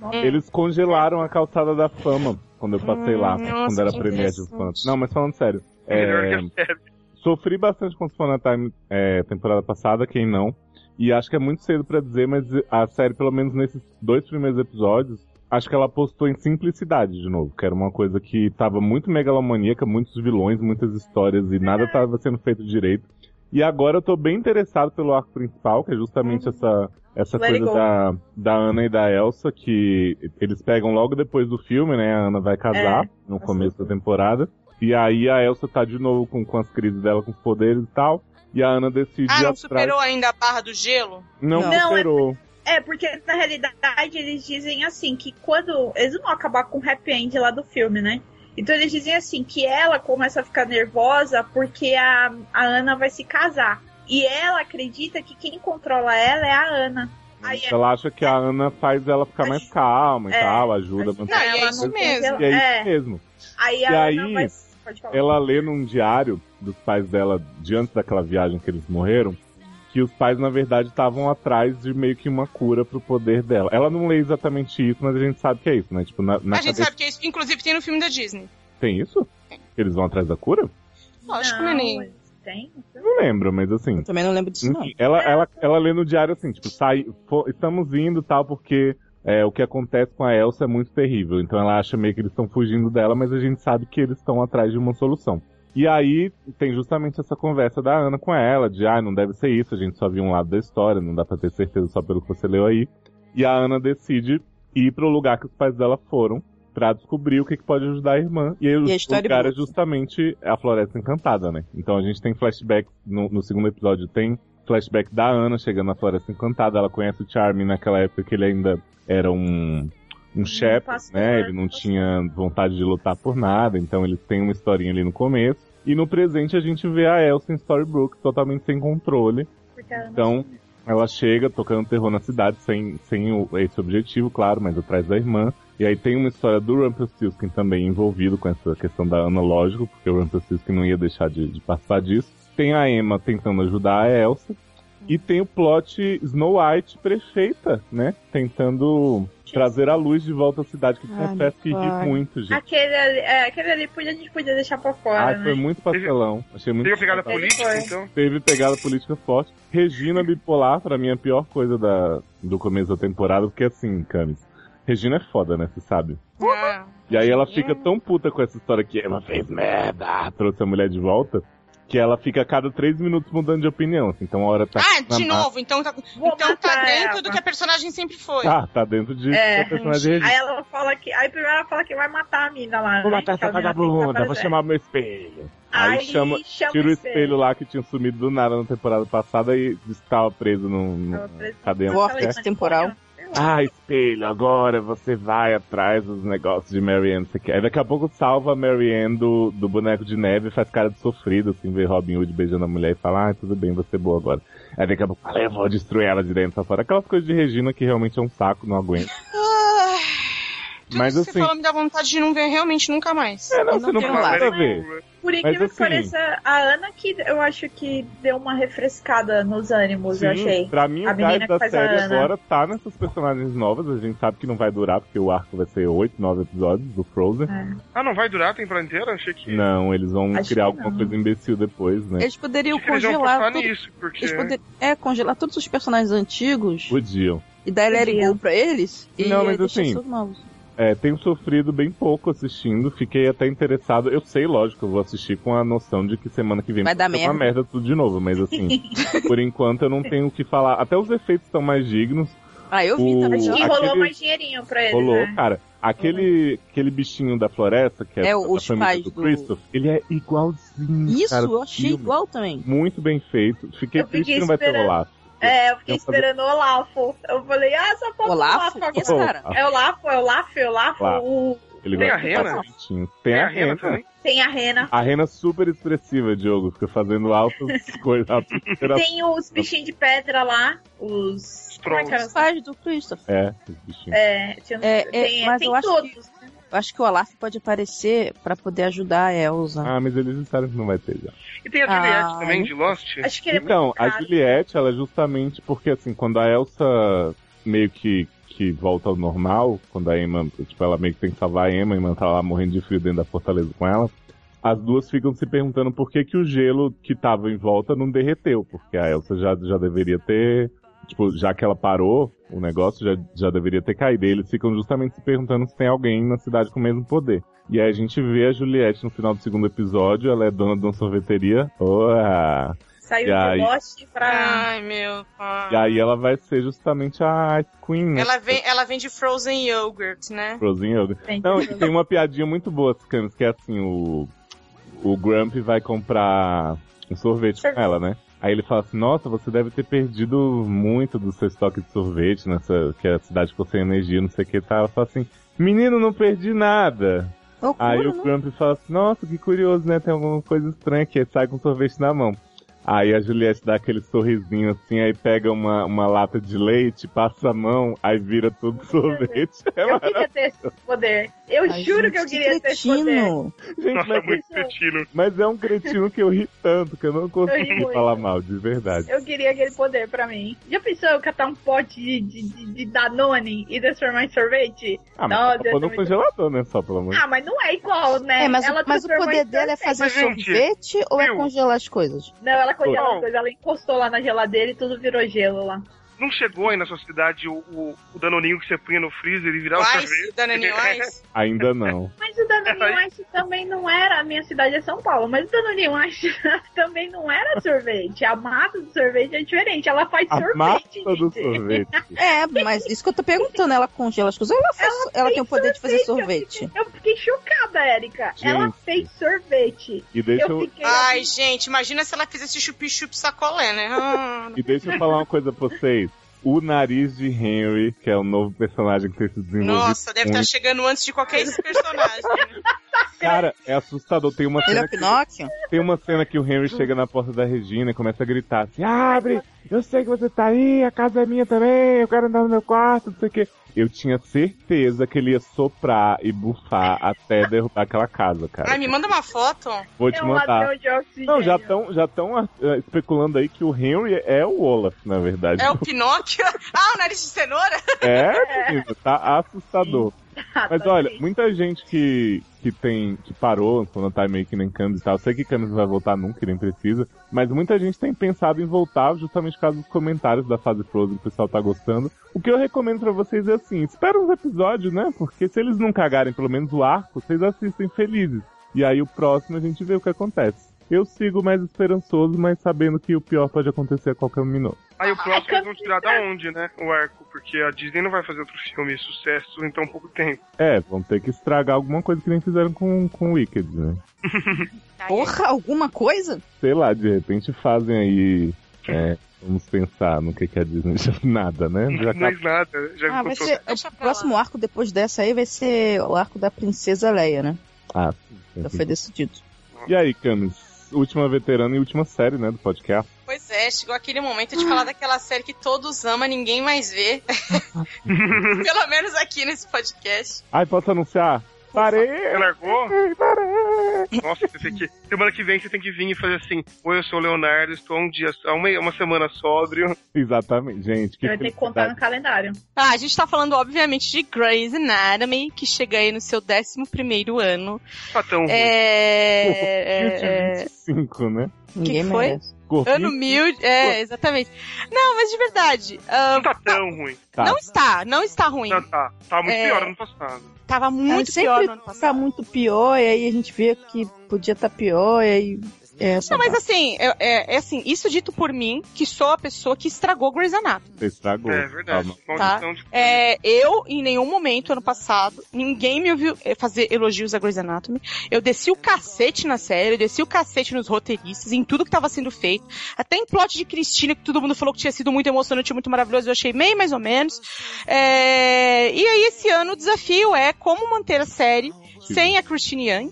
Não. Eles congelaram a calçada da fama quando eu passei lá, Hum, Nossa, quando era que premier de interessante. fãs. Não, mas falando sério. Melhor é, que a série. Sofri bastante com Once Upon a Time é, temporada passada, quem não. E acho que é muito cedo pra dizer, mas a série, pelo menos nesses dois primeiros episódios, acho que ela apostou em simplicidade de novo, que era uma coisa que tava muito megalomaníaca, muitos vilões, muitas histórias e nada tava sendo feito direito. E agora eu tô bem interessado pelo arco principal, que é justamente essa, essa Uhum. Let it coisa go. da, da Ana e da Elsa, que eles pegam logo depois do filme, né? A Ana vai casar É, no começo da temporada. E aí a Elsa tá de novo com, com as crises dela, com os poderes e tal. E a Ana decide Ah, ir não atrás. superou ainda a barra do gelo? Não, Não, é- superou. É, porque na realidade eles dizem assim que quando. Eles não vão acabar com o happy end lá do filme, né? Então eles dizem assim que ela começa a ficar nervosa porque a, a Ana vai se casar. E ela acredita que quem controla ela é a Ana. Aí é Ela acha que a Ana faz ela ficar mais calma e É, tal, ajuda. acho- mas- Não, e é ela isso mesmo. E é isso É, mesmo. aí E a aí, Ana vai. Pode falar. ela lê num diário dos pais dela de antes daquela viagem que eles morreram que os pais, na verdade, estavam atrás de meio que uma cura pro poder dela. Ela não lê exatamente isso, mas a gente sabe que é isso, né? Tipo, na, na a gente cabeça- sabe que é isso, inclusive, tem no filme da Disney. Tem isso? Eles vão atrás da cura? Lógico, né, Não, neném. Tem? Eu não lembro, mas assim. Também não lembro disso, não. Enfim, ela, ela, ela lê no diário assim, tipo, sai, fo- estamos indo tal, porque é, o que acontece com a Elsa é muito terrível. Então ela acha meio que eles estão fugindo dela, mas a gente sabe que eles estão atrás de uma solução. E aí tem justamente essa conversa da Ana com ela, de ah, não deve ser isso, a gente só viu um lado da história, não dá pra ter certeza só pelo que você leu aí. E a Ana decide ir pro lugar que os pais dela foram pra descobrir o que, que pode ajudar a irmã. E aí o E a história lugar é muda. justamente a Floresta Encantada, né? Então a gente tem flashback, no, no segundo episódio tem flashback da Ana chegando na Floresta Encantada. Ela conhece o Charmin naquela época que ele ainda era um, um chefe, pastor, né? Ele não pastor. tinha vontade de lutar por nada, então eles têm uma historinha ali no começo. E no presente a gente vê a Elsa em Storybrooke totalmente sem controle. Porque ela não Então, ela chega tocando terror na cidade, sem, sem o- esse objetivo, claro, mas atrás da irmã. E aí tem uma história do Rumpelstiltskin também envolvido com essa questão da Ana, lógico, porque o Rumpelstiltskin não ia deixar de, de participar disso. Tem a Emma tentando ajudar a Elsa. E tem o plot Snow White prefeita, né? Tentando trazer a luz de volta à cidade, que Ai, confesso que ri pai. muito, gente. Aquele ali, é, aquele ali podia, a gente podia deixar pra fora, Ai, né? foi muito pastelão. Achei muito Tem a pegada Ele política, foi. então. teve pegada política forte. Regina bipolar, pra mim, é a pior coisa da, do começo da temporada, porque assim, Camis, Regina é foda, né? Você sabe. Ah, E aí ela fica tão puta com essa história que Emma fez merda, trouxe a mulher de volta, que ela fica a cada três minutos mudando de opinião. assim. então a hora tá. Ah, na de ma- novo. Então tá, Vou então tá matar dentro ela. do que a personagem sempre foi. Tá, tá dentro de É. da personagem Regina. Aí ela fala que. Aí primeiro ela fala que vai matar a mina lá. Vou né? matar Que essa a mina tem que vagabunda, matar ela. vou chamar meu espelho. Aí, Aí chama, chama tira o espelho lá que tinha sumido do nada na temporada passada e estava preso num, num cadeia. Vortex temporal. Ah, espelho, agora você vai atrás dos negócios de Marianne. Você quer. Aí Daqui a pouco salva a Marianne do, do boneco de neve e faz cara de sofrido, assim, ver Robin Hood beijando a mulher e fala, ah, tudo bem, você é boa agora. Aí daqui a pouco fala, eu vou destruir ela de dentro pra fora. Aquelas coisas de Regina que realmente é um saco, não aguento. Ah, tudo Mas que você assim, falou me dá vontade de não ver realmente nunca mais. é, não, Eu você não não tenho precisa lado. ver. Por incrível assim- que pareça, a Ana que eu acho que deu uma refrescada nos ânimos, eu Sim, achei. pra mim A o menina gás que da faz a série Ana. agora tá nessas personagens novas, a gente sabe que não vai durar, porque o arco vai ser 8, 9 episódios do Frozen. Ah, não vai durar a temporada inteira? Achei que. Não, eles vão Acho criar que alguma não. coisa imbecil depois, né? Eles poderiam Achei que eles iam focar congelar tudo. nisso, porque. Eles poder... É, congelar todos os personagens antigos Podiam. e dar Let It Podiam. Go pra eles. E Não, mas aí deixar assim, tudo novo. É, tenho sofrido bem pouco assistindo, fiquei até interessado. Eu sei, lógico, eu vou assistir com a noção de que semana que vem Vai dar pode ser uma merda tudo de novo, mas assim, por enquanto eu não tenho o que falar. Até os efeitos estão mais dignos. Ah, eu vi O- também. Acho que rolou aquele- mais dinheirinho pra ele, Rolou, né? cara. Aquele, aquele bichinho da floresta, que é, É, da os família pais do do- Christoph, ele é igualzinho. Isso, é cara, do eu achei filme. igual também. Muito bem feito. Fiquei Eu fiquei triste que não vai ter esperando. Olaf. É, eu fiquei Eu falei- esperando o Olafo. Eu falei, ah, só falta o Olafo? Olafo Isso, agora. cara. Olaf, É o Olafo, é o Olafo, é o Olafo. Olafo. o- Ele Tem a gosta de Rena? falar bichinho. Tem, a Rena. também. Tem a Rena. A Rena é super expressiva, Diogo. Fica fazendo altas coisas. altas interações. Tem os bichinhos de pedra lá. Os. Como é que era? Os pais do Christopher. É, os bichinhos. É, tinha- É, é, tem, mas tem eu acho todos. Eu acho que o Olaf pode aparecer pra poder ajudar a Elsa. Ah, mas eles disseram que não vai ter já. E tem a Juliette Ah, também, de Lost. Acho que ele é Então, muito a caro. Juliette, ela é justamente porque, assim, quando a Elsa meio que, que volta ao normal, quando a Emma, tipo, ela meio que tem que salvar a Emma, a Emma tá lá morrendo de frio dentro da fortaleza com ela, as duas ficam se perguntando por que que o gelo que tava em volta não derreteu, porque a Elsa já, já deveria ter, tipo, já que ela parou o negócio, já, já deveria ter caído. E eles ficam justamente se perguntando se tem alguém na cidade com o mesmo poder. E aí a gente vê a Juliette no final do segundo episódio, ela é dona de uma sorveteria. Oa! Saiu E aí? de Lost é pra. Ai, meu pai. E aí ela vai ser justamente a Ice Queen, né? Ela vem, ela vem de Frozen Yogurt, né? Frozen Yoga. Tem Não, e tudo. tem uma piadinha muito boa, Camis, que é assim, o, o Grumpy vai comprar um sorvete com ela, né? Aí ele fala assim, nossa, você deve ter perdido muito do seu estoque de sorvete nessa. que é a cidade ficou sem energia, não sei o que. Tá? Ela fala assim, menino, não perdi nada. Loucura, Aí o né? Grumpy fala assim, nossa, que curioso, né? Tem alguma coisa estranha aqui. Aí sai com sorvete na mão. Aí a Juliette dá aquele sorrisinho assim, aí pega uma, uma lata de leite, passa a mão, aí vira tudo sorvete. É Eu queria ter esse poder. Eu Ai, juro gente, que eu queria ter esse poder. cretino. Gente, Nossa, é mas, muito cretino. mas é um cretino que eu ri tanto, que eu não consegui muito. falar mal, de verdade. Eu queria aquele poder pra mim. Já pensou eu catar um pote de, de, de- de Danone e transformar em sorvete? Ah, Nossa, ia mas tá ser no muito- congelador, né? Só, pelo amor de Ah, mas não é igual, né? É, mas, o- mas o transformou poder em dela é sorvete. fazer Mas, gente, sorvete ou é viu? congelar as coisas? Não, ela congela Não. as coisas. Ela encostou lá na geladeira e tudo virou gelo lá. Não chegou aí na sua cidade o, o, o danoninho que você punha no freezer e virava Ice, sorvete? Dananinho Ice. Ainda não. Mas o É, Danone Ice também não era. A minha cidade é São Paulo, mas o Danone Ice também não era sorvete. A massa do sorvete é diferente. Ela faz A sorvete. massa do gente. sorvete. É, mas isso que eu tô perguntando, ela congela as coisas ou ela, faz- ela tem o poder de fazer sorvete? Eu fiquei chocada, Érica. Ela Gente. fez sorvete. E deixa eu eu, fiquei. Ai, gente, imagina se ela fizesse chup-chup sacolé, né? Ah, e deixa eu falar uma coisa pra vocês. O nariz de Henry, que é o novo personagem que tem se desenvolvido. Nossa, deve tá estar muito. chegando antes de qualquer esse personagem. Cara, é assustador. Tem uma Ele cena é o Pinóquio? Tem uma cena que o Henry chega na porta da Regina e começa a gritar assim: Abre! Eu sei que você tá aí, a casa é minha também, eu quero andar no meu quarto, não sei o quê. Eu tinha certeza que ele ia soprar e bufar até derrubar aquela casa, cara. Ai, me manda uma foto. Vou é te um mandar. ladrão de oxigênio. Não, já estão já tão, ah, especulando aí que o Henry é o Olaf, na verdade. É o Pinóquio. Ah, o nariz de cenoura. É, menino, tá assustador. Ah, Mas tá olha, bem. muita gente que, que tem. que parou quando tá meio que nem Camis e tal. Sei que Camis não vai voltar nunca, nem precisa. Mas muita gente tem pensado em voltar justamente por causa dos comentários da fase Frozen, que o pessoal tá gostando. O que eu recomendo pra vocês é assim, espera uns episódios, né? Porque se eles não cagarem pelo menos o arco, vocês assistem felizes. E aí o próximo a gente vê o que acontece. Eu sigo mais esperançoso, mas sabendo que o pior pode acontecer a qualquer minuto. Aí o próximo eles vão Campos tirar da onde, né? O arco. Porque a Disney não vai fazer outro filme sucesso em tão pouco tempo. É, vão ter que estragar alguma coisa que nem fizeram com, com o Wicked, né? Tá Porra, alguma coisa? sei lá, de repente fazem aí. é, vamos pensar no que, que a Disney já nada, né? Já Não fez nada. Já Ah, vai encontrou. ser. Deixa O pra lá. próximo arco depois dessa aí vai ser o arco da Princesa Leia, né? Ah, Já foi decidido. E aí, Camis? Última veterana e última série, né, do podcast. Pois é, chegou aquele momento de falar daquela série que todos amam, ninguém mais vê. Pelo menos aqui nesse podcast. Ai, posso anunciar? Parei! Você largou? Nossa, você tem que... semana que vem você tem que vir e fazer assim: Oi, eu sou o Leonardo, estou um dia, há uma, uma semana sóbrio. Exatamente, gente. Que Vai ter que contar no calendário. Ah, a gente tá falando, obviamente, de Grey's Anatomy, que chega aí no seu 11 primeiro ano. Tá tão Uhum. ruim. É. é, é, 25, né? Ninguém foi? merece. Corri, Uhum. ano mil. É, exatamente. Não, mas de verdade. ah, Não tá tão ruim. Ah. tá. Não está, não está ruim. Não tá. Tá muito É. pior ano passado. Tava muito Ah, pior no sempre ano tá passado. muito pior, e aí a gente vê que podia estar pior, e aí. É, essa Não, mas assim, é, é- é assim, isso dito por mim, que sou a pessoa que estragou Grey's Anatomy. Você estragou. É verdade. tipo, Calma. Maldição de- É, eu, em nenhum momento, ano passado, ninguém me ouviu eh, fazer elogios a Grey's Anatomy. Eu desci o cacete na série, eu desci o cacete nos roteiristas, em tudo que tava sendo feito. Até em plot de Cristina, que todo mundo falou que tinha sido muito emocionante, muito maravilhoso, eu achei meio mais ou menos. É, e aí, esse ano, o desafio é como manter a série sem a Christine Young.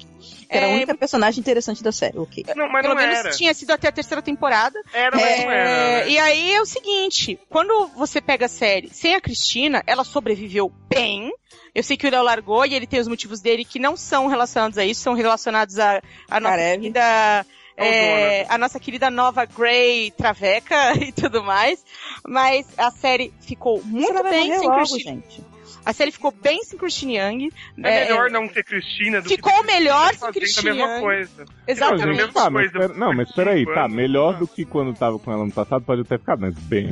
era a É, única personagem interessante da série, ok. Não, mas pelo não menos era. tinha sido até a terceira temporada. Era, mas não era. É, né? e aí é o seguinte, quando você pega a série sem a Cristina, ela sobreviveu bem. Eu sei que o Léo largou e ele tem os motivos dele que não são relacionados a isso, são relacionados a, a nossa Carev. querida. é, a nossa querida nova Grey Traveca e tudo mais. Mas a série ficou muito Ela vai bem morrer sem logo, Christine. gente. A série ficou bem sem Christine Young. É É, melhor não ter Cristina do Ficou que ter melhor Cristina que fazendo a mesma Cristina. coisa. Não, Exatamente. gente, tá, mas é Coisa- pera- não, mas peraí, tá. Melhor do que quando tava com ela no passado, pode até ficar, mas bem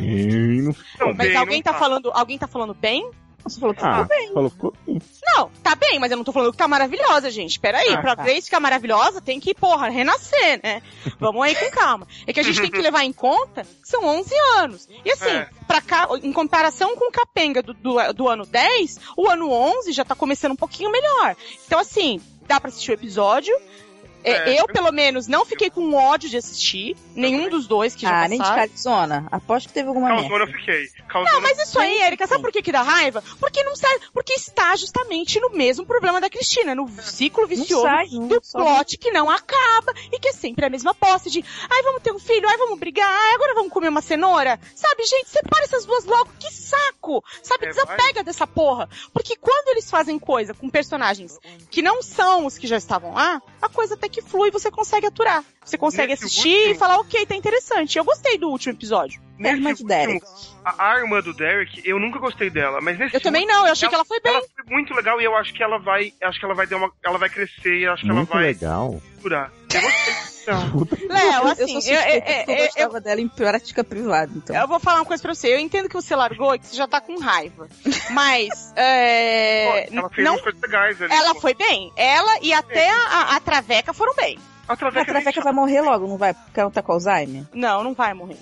no Não, Mas bem, alguém não tá falando, alguém tá falando bem? Você falou que Tá Ah, ficou bem. falou, ficou bem. Não, tá bem, mas eu não tô falando que tá maravilhosa, gente. Peraí, Ah, pra tá. Grace ficar maravilhosa, tem que, porra, renascer, né? Vamos aí com calma. É que a gente tem que levar em conta que são 11 anos. E assim, É. pra cá, em comparação com o Capenga do, do, do ano 10, o ano 11 já tá começando um pouquinho melhor. Então assim, dá pra assistir o episódio. É, É. eu, pelo menos, não fiquei com ódio de assistir nenhum dos dois que já Ah, nem de passaram. Carizona. Aposto que teve alguma merda. Calzona eu fiquei. Calzona né? Não, mas é isso aí, Sim, Erika, sabe sim. por que que dá raiva? Porque não sai, porque está justamente no mesmo problema da Cristina, no ciclo Não vicioso sai, do não, só plot que não acaba e que é sempre a mesma posse de ai, vamos ter um filho, ai, vamos brigar, ai, agora vamos comer uma cenoura. Sabe, gente, separa essas duas logo, que saco! Sabe, É, desapega dessa porra. Porque quando eles fazem coisa com personagens que não são os que já estavam lá, a coisa até que flui, você consegue aturar. Você consegue Nesse assistir e último- falar, ok, tá interessante. Eu gostei do último episódio. nesse irmã de Derek. último, A a irmã do Derek, eu nunca gostei dela, mas nesse Eu também não, eu achei que ela foi bem. Ela foi muito legal e eu acho que ela vai. Acho que ela vai dar uma. Ela vai crescer e acho que Muito ela vai legal. curar. Eu gostei. Então, Léo, assim, eu sou eu, suspeita porque eu, eu- eu- gostava dela em prática privada, então. eu vou falar uma coisa pra você. Eu entendo que você largou e que você já tá com raiva. Mas, é, pô, ela fez não, umas coisas legais ali. ela pô. foi bem. Ela e até a, a- a Traveca foram bem. A A Traveca, Traveca vai morrer logo, não vai? Porque ela tá com Alzheimer? Não, não vai morrer.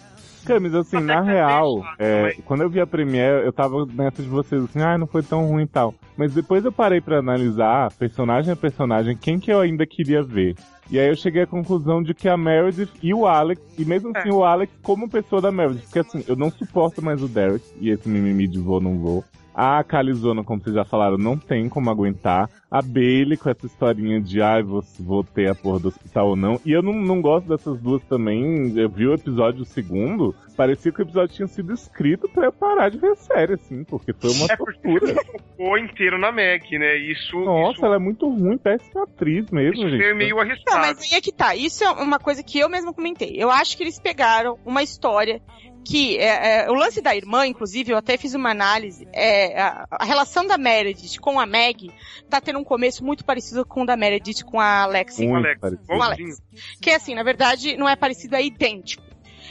Camis, assim, Até na que é real, bem chato, é, mas- quando eu vi a Premiere, eu tava nessa de vocês, assim, ah, não foi tão ruim e tal. Mas depois eu parei pra analisar, personagem a personagem, quem que eu ainda queria ver. E aí eu cheguei à conclusão de que a Meredith e o Alex, e mesmo assim o Alex como pessoa da Meredith, porque assim, eu não suporto mais o Derek e esse mimimi de vou, não vou. A Calizona, como vocês já falaram, não tem como aguentar. A Bailey com essa historinha de ai, vou, vou ter a porra do hospital ou não. E eu não, não gosto dessas duas também. Eu vi o episódio segundo, parecia que o episódio tinha sido escrito pra eu parar de ver a série, assim, porque foi uma É porque- tortura. ficou inteiro na Meg, né? Isso. Nossa, isso, ela é muito ruim, péssima atriz mesmo, isso gente. é meio Não, arriscado. mas aí é que tá. Isso é uma coisa que eu mesma comentei. Eu acho que eles pegaram uma história que é, é, o lance da irmã, inclusive, eu até fiz uma análise. É, a, a relação da Meredith com a Meg tá tendo um começo muito parecido com o da Meredith com a Lexi. Muito Alex. parecida. Igualzinho. Alex. Que assim, na verdade, não é parecido, é idêntico.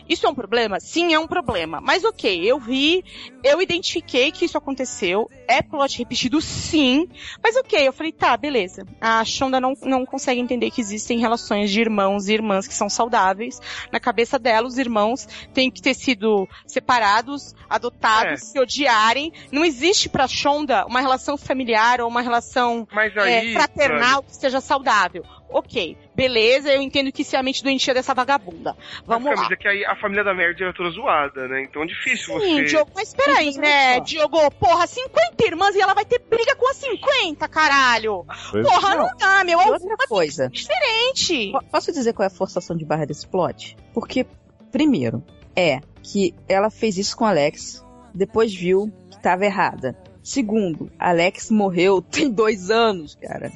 Isso é um problema? Sim, é um problema. Mas ok, eu vi, eu identifiquei que isso aconteceu. É plot repetido, sim. Mas ok, eu falei, tá, beleza. A Shonda não, não consegue entender que existem relações de irmãos e irmãs que são saudáveis. Na cabeça dela, os irmãos têm que ter sido separados, adotados, se odiarem. Não existe pra Shonda uma relação familiar ou uma relação Mas é, aí. fraternal que seja saudável. Ok, beleza, eu entendo que isso é a mente doentia dessa vagabunda. Vamos Mas, lá. Camisa, que aí a família da Mary era toda zoada, né? Então é difícil Sim, você. Diogo, mas peraí, Mas né, olha só. Diogo? Porra, 50 irmãs e ela vai ter briga com as 50, caralho! Pois Porra, não, dá, meu, E é outra coisa. gente! Po- Posso dizer qual é a forçação de barra desse plot? Porque, primeiro, é que ela fez isso com Alex, depois viu que tava errada. Segundo, Alex morreu tem dois anos, cara.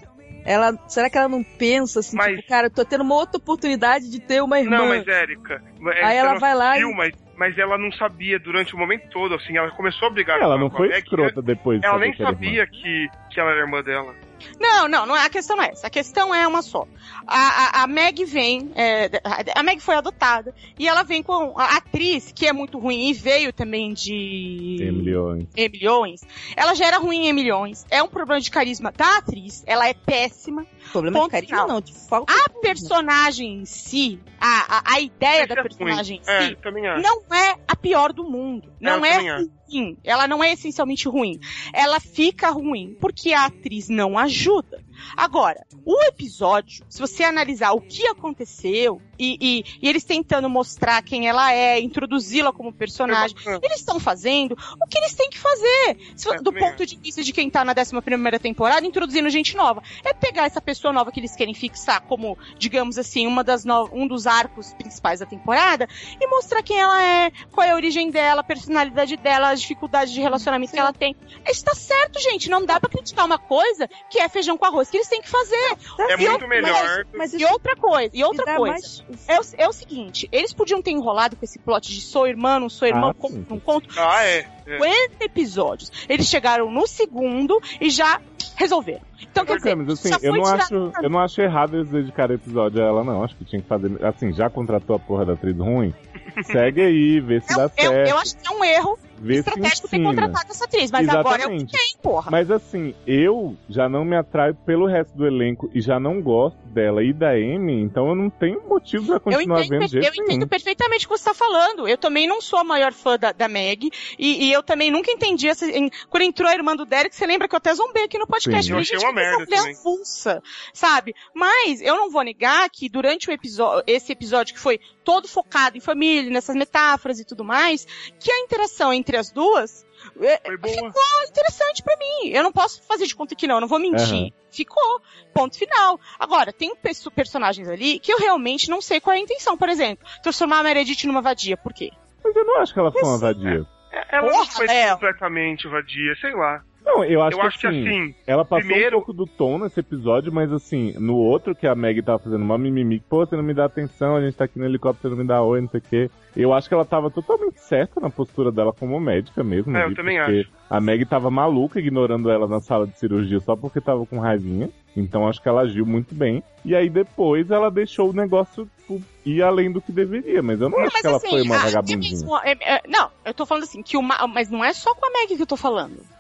Ela, será que ela não pensa assim, Mas- tipo, cara, eu tô tendo uma outra oportunidade de ter uma irmã. Não, mas é, Érica. Aí ela vai lá e viu, mas, mas ela não sabia durante o momento todo, assim, ela começou a brigar Ela com não com foi Meg, escrota depois. de É Ela saber nem que era irmã. sabia que, que ela era irmã dela. Não, não, não é a questão não é essa. A questão é uma só. A, a, a Meg vem, é, a Meg foi adotada e ela vem com a atriz que é muito ruim e veio também de Emily Owens. em milhões, ela já era ruim em milhões. É um problema de carisma da atriz, ela é péssima. O problema ponto é carinho, final. Ah, não, de falta A de carisma. personagem em si, a, a, a ideia Mas da é personagem ruim. em si, É, também acho. não é a pior do mundo. Não eu também é acho. ruim. Ela não é essencialmente ruim. Ela fica ruim porque a atriz não ajuda. Agora, o episódio, se você analisar o que aconteceu e, e- e eles tentando mostrar quem ela é, introduzi-la como personagem, eles estão fazendo o que eles têm que fazer. Se- É, do também ponto de vista de quem tá na 11 primeira temporada, introduzindo gente nova. É pegar essa pessoa nova que eles querem fixar como, digamos assim, uma das no- um dos arcos principais da temporada e mostrar quem ela é, qual é a origem dela, a personalidade dela, as dificuldades de relacionamento que ela tem. Isso tá certo, gente. Não dá pra criticar uma coisa que é feijão com arroz, que eles têm que fazer. Tá É certo, muito melhor. Mas, mas E isso outra coisa, e me outra dá coisa. mais... É o, é o seguinte, eles podiam ter enrolado com esse plot de sou irmã, não sou irmão, Ah, conto, sim. não conto, Ah, é. é. 50 episódios. Eles chegaram no segundo e já resolveram. Então, quer dizer, Camis, assim, já foi eu não, tirado. acho, eu não acho errado eles dedicarem episódio a ela, não. Acho que tinha que fazer. Assim, já contratou a porra da atriz ruim? Segue aí, vê se É um- dá eu, certo. eu acho que é um erro Vê se estratégico ter ensina. contratado essa atriz, mas agora é o que Exatamente. tem, porra. Mas assim, eu já não me atraio pelo resto do elenco e já não gosto dela e da Amy, então eu não tenho motivo pra Eu continuar entendo, vendo de per- eu jeito nenhum. entendo perfeitamente o que você está falando. Eu também não sou a maior fã da, da Meg. E, e eu também nunca entendi essa. em- quando entrou a irmã do Derek, você lembra que eu até zombei aqui no podcast. Sim. Eu Falei, achei gente, uma que essa merda mulher também. avulsa, sabe? Mas eu não vou negar que durante o episódio, esse episódio que foi todo focado em família, nessas metáforas e tudo mais, que a interação entre as duas é, Foi boa. interessante pra mim. Eu não posso fazer de conta que não, eu não vou mentir. Aham. Ficou. Ponto final. Agora, tem perso- personagens ali que eu realmente não sei qual é a intenção. Por exemplo, transformar a Meredith numa vadia. Por quê? Mas eu não acho que ela foi uma vadia. É, Ela não Porra, foi Léo. completamente vadia, sei lá. Não, eu acho, eu acho que assim, assim, ela passou primeiro- um pouco do tom nesse episódio, mas assim, no outro que a Meg tava fazendo uma mimimi, pô, você não me dá atenção, a gente tá aqui no helicóptero, você não me dá oi, não sei o quê. Eu acho que ela tava totalmente certa na postura dela como médica mesmo. É, eu ali, também porque A Meg tava maluca ignorando ela na sala de cirurgia só porque tava com raivinha. Então acho que ela agiu muito bem. E aí depois ela deixou o negócio tipo, ir além do que deveria, mas eu não, acho mas que ela assim, foi uma a- é vagabundinha. mesmo, é- é- não, eu tô falando assim, que uma, mas não é só com a Meg que eu tô falando.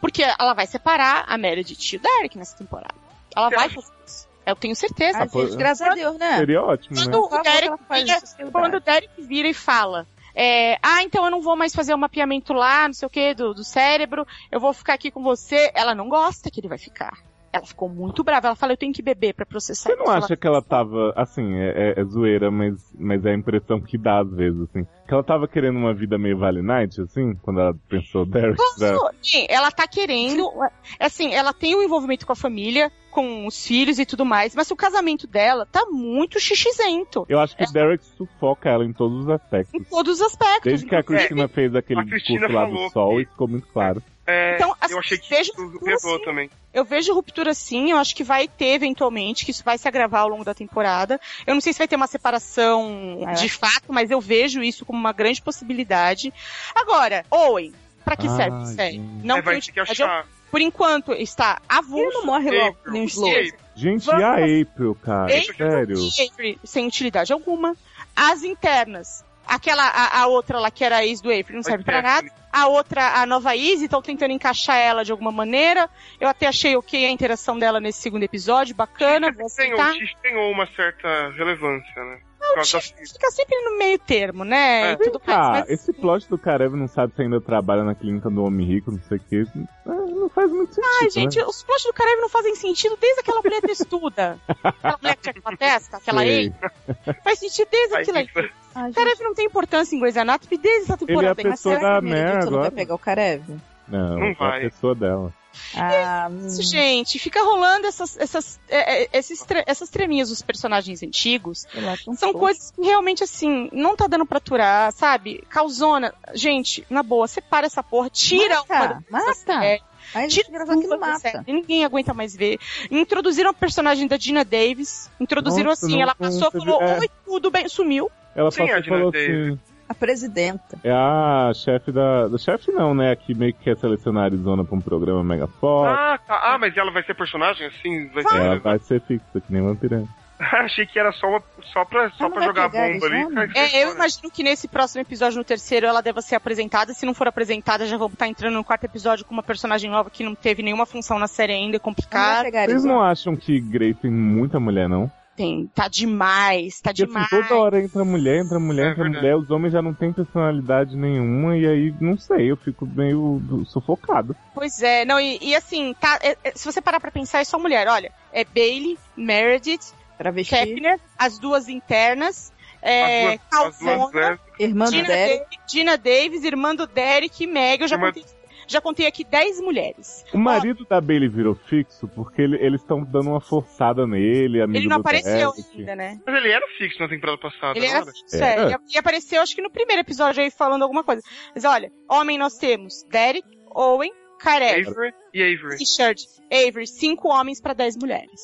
Porque ela vai separar a Meredith e o Derek nessa temporada. Ela Você vai acha? fazer isso. Eu tenho certeza. Ah, Ai, pô, gente, graças a Deus, né? Seria ótimo, né? Quando o Por favor, Derek ela faz vira- isso, É. quando o Derek vira e fala, é, ah, então eu não vou mais fazer o mapeamento lá, não sei o que, do, do cérebro, eu vou ficar aqui com você, ela não gosta que ele vai ficar. Ela ficou muito brava, ela fala, eu tenho que beber pra processar Você não isso. acha que ela tava, assim, é, é- é zoeira, mas, mas é a impressão que dá às vezes, assim. Que ela tava querendo uma vida meio Vale Night, assim, quando ela pensou Derek. Ela, Pra... Posso? Sim, ela tá querendo, assim, ela tem um envolvimento com a família, com os filhos e tudo mais, mas o casamento dela tá muito xixizento. Eu acho que o Derek sufoca ela em todos os Em aspectos. todos os aspectos. Desde que a inclusive. Cristina fez aquele a Cristina discurso lá falou do sol, que- isso ficou muito claro. é, Então, assim, eu achei que veja isso como pesou assim? também. Eu vejo ruptura sim, eu acho que vai ter eventualmente, que isso vai se agravar ao longo da temporada. Eu não sei se vai ter uma separação É. de fato, mas eu vejo isso como uma grande possibilidade. Agora, Owen, pra que Ah, serve sério? gente. Não é, vai tenho- ter que mas eu- achar. por enquanto está Ele avulso. não morre logo, que nem os loucos. April. Gente, Vamos- e a April, cara? April- Sério? Avery sem utilidade alguma. As internas. Aquela, a, a outra lá que era a ex do April não serve pra nada. A outra, a nova Izzy, estão tentando encaixar ela de alguma maneira. Eu até achei ok a interação dela nesse segundo episódio, bacana. Vou Tem, aceitar. o X ganhou uma certa relevância, né? Ah, Por o causa da Chief fica sempre no meio termo, né? É. E tudo Cara, mais. Mas, esse plot do Karev não sabe se ainda trabalha na clínica do homem rico, não sei o quê. Não não faz muito sentido. ai, né? gente, os plots do Karev não fazem sentido desde aquela mulher testuda. aquela mulher que tinha aquela testa, aquela Sei. ex. Faz sentido desde aquilo aí. Aí, O Ai, Ah, gente, Karev não tem importância em Grey's Anatomy desde essa Ele é a temporada. mas será pessoa que da a Meredith Mer não vai agora. pegar o Karev? Não, Não é a vai. pessoa dela. Ah, isso, gente. Fica rolando essas, essas, é, é, esses tre- essas treminhas dos personagens antigos. sei lá, tão São fofo. coisas que realmente, assim, não tá dando pra aturar, sabe? Causona. Gente, na boa, separa essa porra, tira uma Mata, mata. É, Mas Tira engraçado que não Tudo né? mata. certo. Ninguém aguenta mais ver. Introduziram a personagem da Dina Davis. Introduziram Nossa, assim, não- ela não passou, teve- falou, é. oi, tudo bem, sumiu. Ela Sim, passou a e Gina falou Davis. assim: A presidenta. é a chefe da. da chefe não, né? A que meio que quer selecionar a Arizona pra um programa mega forte. ah, tá. Ah, mas ela vai ser personagem assim? Vai ser Ela relevante. vai ser fixa, que nem uma piranha. Achei que era só, uma, só pra, só não pra vai jogar pegar bomba eles, ali. não? Cara, É, eu imagino que nesse próximo episódio, no terceiro, ela deva ser apresentada. Se não for apresentada, já vamos estar entrando no quarto episódio com uma personagem nova que não teve nenhuma função na série ainda, é Não vai complicado. pegar Vocês isso. não acham que Grey tem muita mulher, não? Tem, tá demais, tá Porque demais. assim, toda hora entra mulher, entra mulher, É entra verdade. mulher, os homens já não têm personalidade nenhuma, e aí, não sei, eu fico meio sufocado. Pois é, não, e, e assim, tá, é- é, se você parar pra pensar, é só mulher. Olha, é Bailey, Meredith, Travesti, Kepner, as duas internas, é, as duas, as duas, Calzona, né? irmã do Dina, Derek. Davis, Dina Davis, irmã do Derek e Meg. Eu já, Irmã- contei, já contei aqui 10 mulheres. O marido da Bailey virou fixo porque ele- eles estão dando uma forçada nele, amigo Ele não do apareceu Derek. ainda, né? Mas ele era fixo na temporada passada, Ele não era era? fixo, é. É. Ele- Ele apareceu, acho que no primeiro episódio aí, falando alguma coisa. Mas olha, homem nós temos Derek, Owen, Careca, Avery e Avery. Richard, Avery, cinco homens pra 10 mulheres.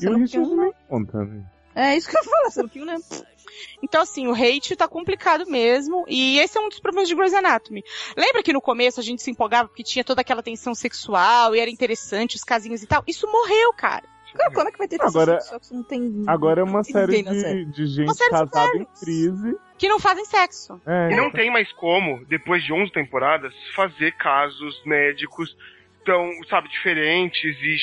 E o Você não Richard quer- nem conta, né? É isso que eu ia falar, você não viu, né? Então, assim, o hate tá complicado mesmo. E esse é um dos problemas de Grey's Anatomy. Lembra que no começo a gente se empolgava porque tinha toda aquela tensão sexual e era interessante os casinhos e tal? Isso morreu, cara. Cara, como é que vai ter Agora- só que você não tem Agora é uma ninguém série na série? de, de gente Uma série de casada em velhos. crise que não fazem sexo. É, E não tem mais como, depois de 11 temporadas, fazer casos médicos tão, sabe, diferentes e Não, ninguém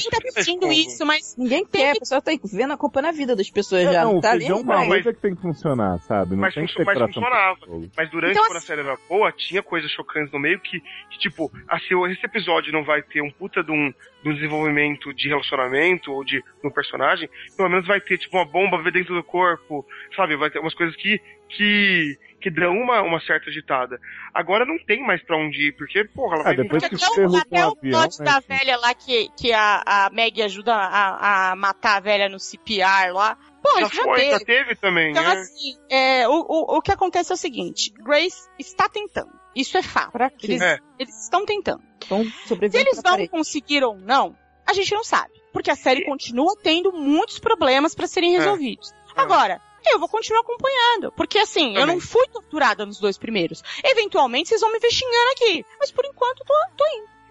chocantes. tá pedindo Como? isso, mas Ninguém quer, a pessoa tá vendo a culpa na vida das pessoas É, já. não, o tá feijão é nem uma mais. mas- coisa que tem que funcionar, sabe? Não Mas tem que funcio- ter mas coração funcionava. pro fogo. Mas durante Então, quando a série era boa, tinha coisas chocantes no meio que, que, tipo, assim, esse episódio não vai ter um puta de um, de um desenvolvimento de relacionamento ou de um personagem, pelo menos vai ter, tipo, uma bomba dentro do corpo, sabe? Vai ter umas coisas que, que, que dão uma, uma certa agitada. Agora não tem mais pra onde ir, porque, porra, ela Ah, vai depois vir- que Porque até o, ferrou com o até o avião, plot né, da gente? velha lá que, que a, a Maggie ajuda a, a matar a velha no CPR lá. Pô, já isso já foi, já teve. teve também, Então, né? assim, é, o, o, o que acontece é o seguinte: Grace está tentando. Isso é fato. Pra quê? Eles, É. eles estão tentando. Então, Se sobrevivendo eles pra vão parede. conseguir ou não, a gente não sabe. Porque a série continua tendo muitos problemas para serem É. resolvidos. É. Agora, eu vou continuar acompanhando. Porque assim, eu Também. não fui torturada nos dois primeiros. Eventualmente vocês vão me ver xingando aqui. Mas por enquanto eu tô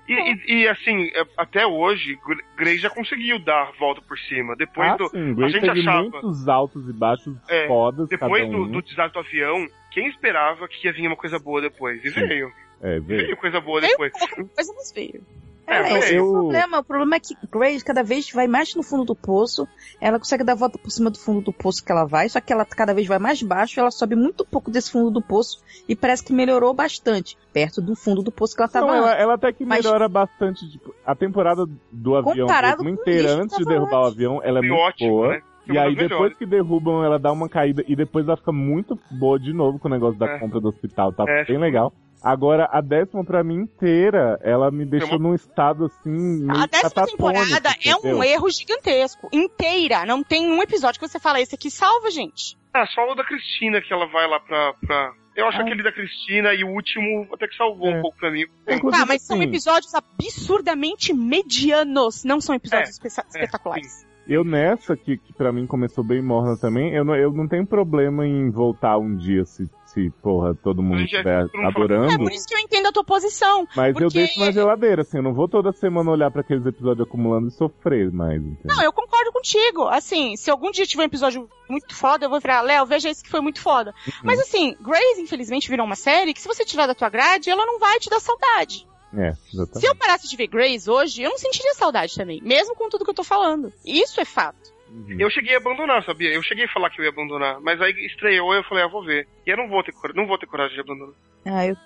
E, e- e, assim, é, até hoje, Gr- Grey já conseguiu dar a volta por cima. Depois Ah, do, sim, Grey a gente teve achava- muitos altos e baixos É, fodas depois cada do, um. do desastre do avião, quem esperava que ia vir uma coisa boa depois? E veio. É, vê. Veio coisa boa Veio depois. coisa mais feia. É, É, esse é eu- o problema. O problema é que Grace cada vez vai mais no fundo do poço. Ela consegue dar a volta por cima do fundo do poço que ela vai, só que ela cada vez vai mais baixo. Ela sobe muito pouco desse fundo do poço e parece que melhorou bastante perto do fundo do poço que ela tava. Não, ela, é- ela até que Tá Mas- melhora bastante. tipo, a temporada do avião Comparado mesmo com o inteira, lixo que antes de tava derrubar o antes. avião, ela é Foi muito ótimo, boa. né? Foi E uma aí, das depois que derrubam, ela dá uma caída. E depois ela fica muito boa de novo com o negócio da É. compra do hospital. Tá É, bem ficou- legal. Agora, a décima pra mim inteira, ela me deixou uma- num estado assim. Meio A décima catatônico, temporada é entendeu? um erro gigantesco. Inteira. Não tem um episódio que você fala, esse aqui salva, gente. Ah, só o da Cristina que ela vai lá pra. pra... Eu acho Ah. aquele da Cristina e o último até que salvou É. um pouco pra mim. Inclusive, Tá, mas são assim, episódios absurdamente medianos. Não são É, episódios espe- espetaculares. Eu nessa, que, que pra mim começou bem morna também, eu não, eu não tenho problema em voltar um dia se, se porra, todo mundo gente já- estiver todo mundo fala- adorando. É, por isso que eu entendo a tua posição. Mas eu porque- deixo na geladeira, assim, eu não vou toda semana olhar pra aqueles episódios acumulando e sofrer mais, entendeu? Não, eu concordo contigo. Assim, se algum dia tiver um episódio muito foda, eu vou virar, Léo, veja esse que foi muito foda. Uhum. Mas assim, Grey's, infelizmente, virou uma série que se você tirar da tua grade, ela não vai te dar saudade. É, exatamente. Se eu parasse de ver Grace hoje, eu não sentiria saudade também, mesmo com tudo que eu tô falando. Isso é fato. Uhum. Eu cheguei a abandonar, sabia? Eu cheguei a falar que eu ia abandonar, mas aí estreou e eu falei, ah, vou ver. E eu não vou ter, cor- não vou ter coragem de abandonar. Ah, eu-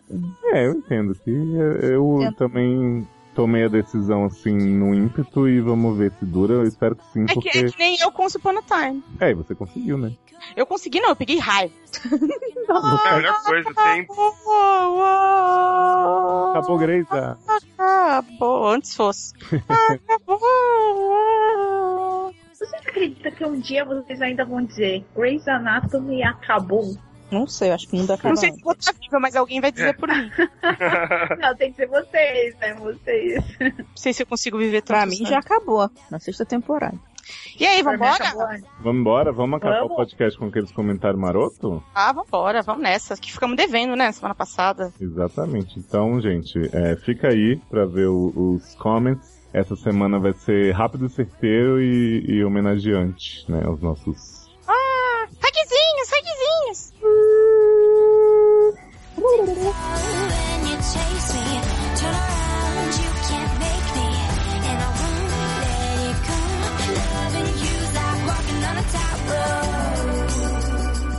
É, eu entendo que eu- eu Entendo. também tomei a decisão, assim, no ímpeto e vamos ver se dura. Eu espero que sim, É que, porque... é que nem eu com Upon a Time. É, e você conseguiu, né? Eu consegui, não, eu peguei raiva. É a melhor coisa, tem. Acabou, Greisa. Acabou, antes fosse. Acabou. Vocês acreditam que um dia vocês ainda vão dizer Grey's Anatomy acabou? não sei, eu acho que não dá pra Não sei se vou estar viva, mas alguém vai É. dizer por mim. Não, tem que ser vocês, né? Vocês. Não sei se eu consigo viver Pra tantos mim anos. já acabou na sexta temporada. E aí, Pra mim vambora? acabou antes. Vamos embora? Vamos acabar Vamos. o podcast com aqueles comentários maroto? Ah, vambora, vamos nessa. Que ficamos devendo, né, semana passada. Exatamente. Então, gente, é, fica aí pra ver o- os comments. Essa semana vai ser rápido, certeiro e, e homenageante, né? Os nossos Hackzinhos, hackzinhos. When you chase me, turn around, you can't make me, and I won't let it go. Loving you's like walking on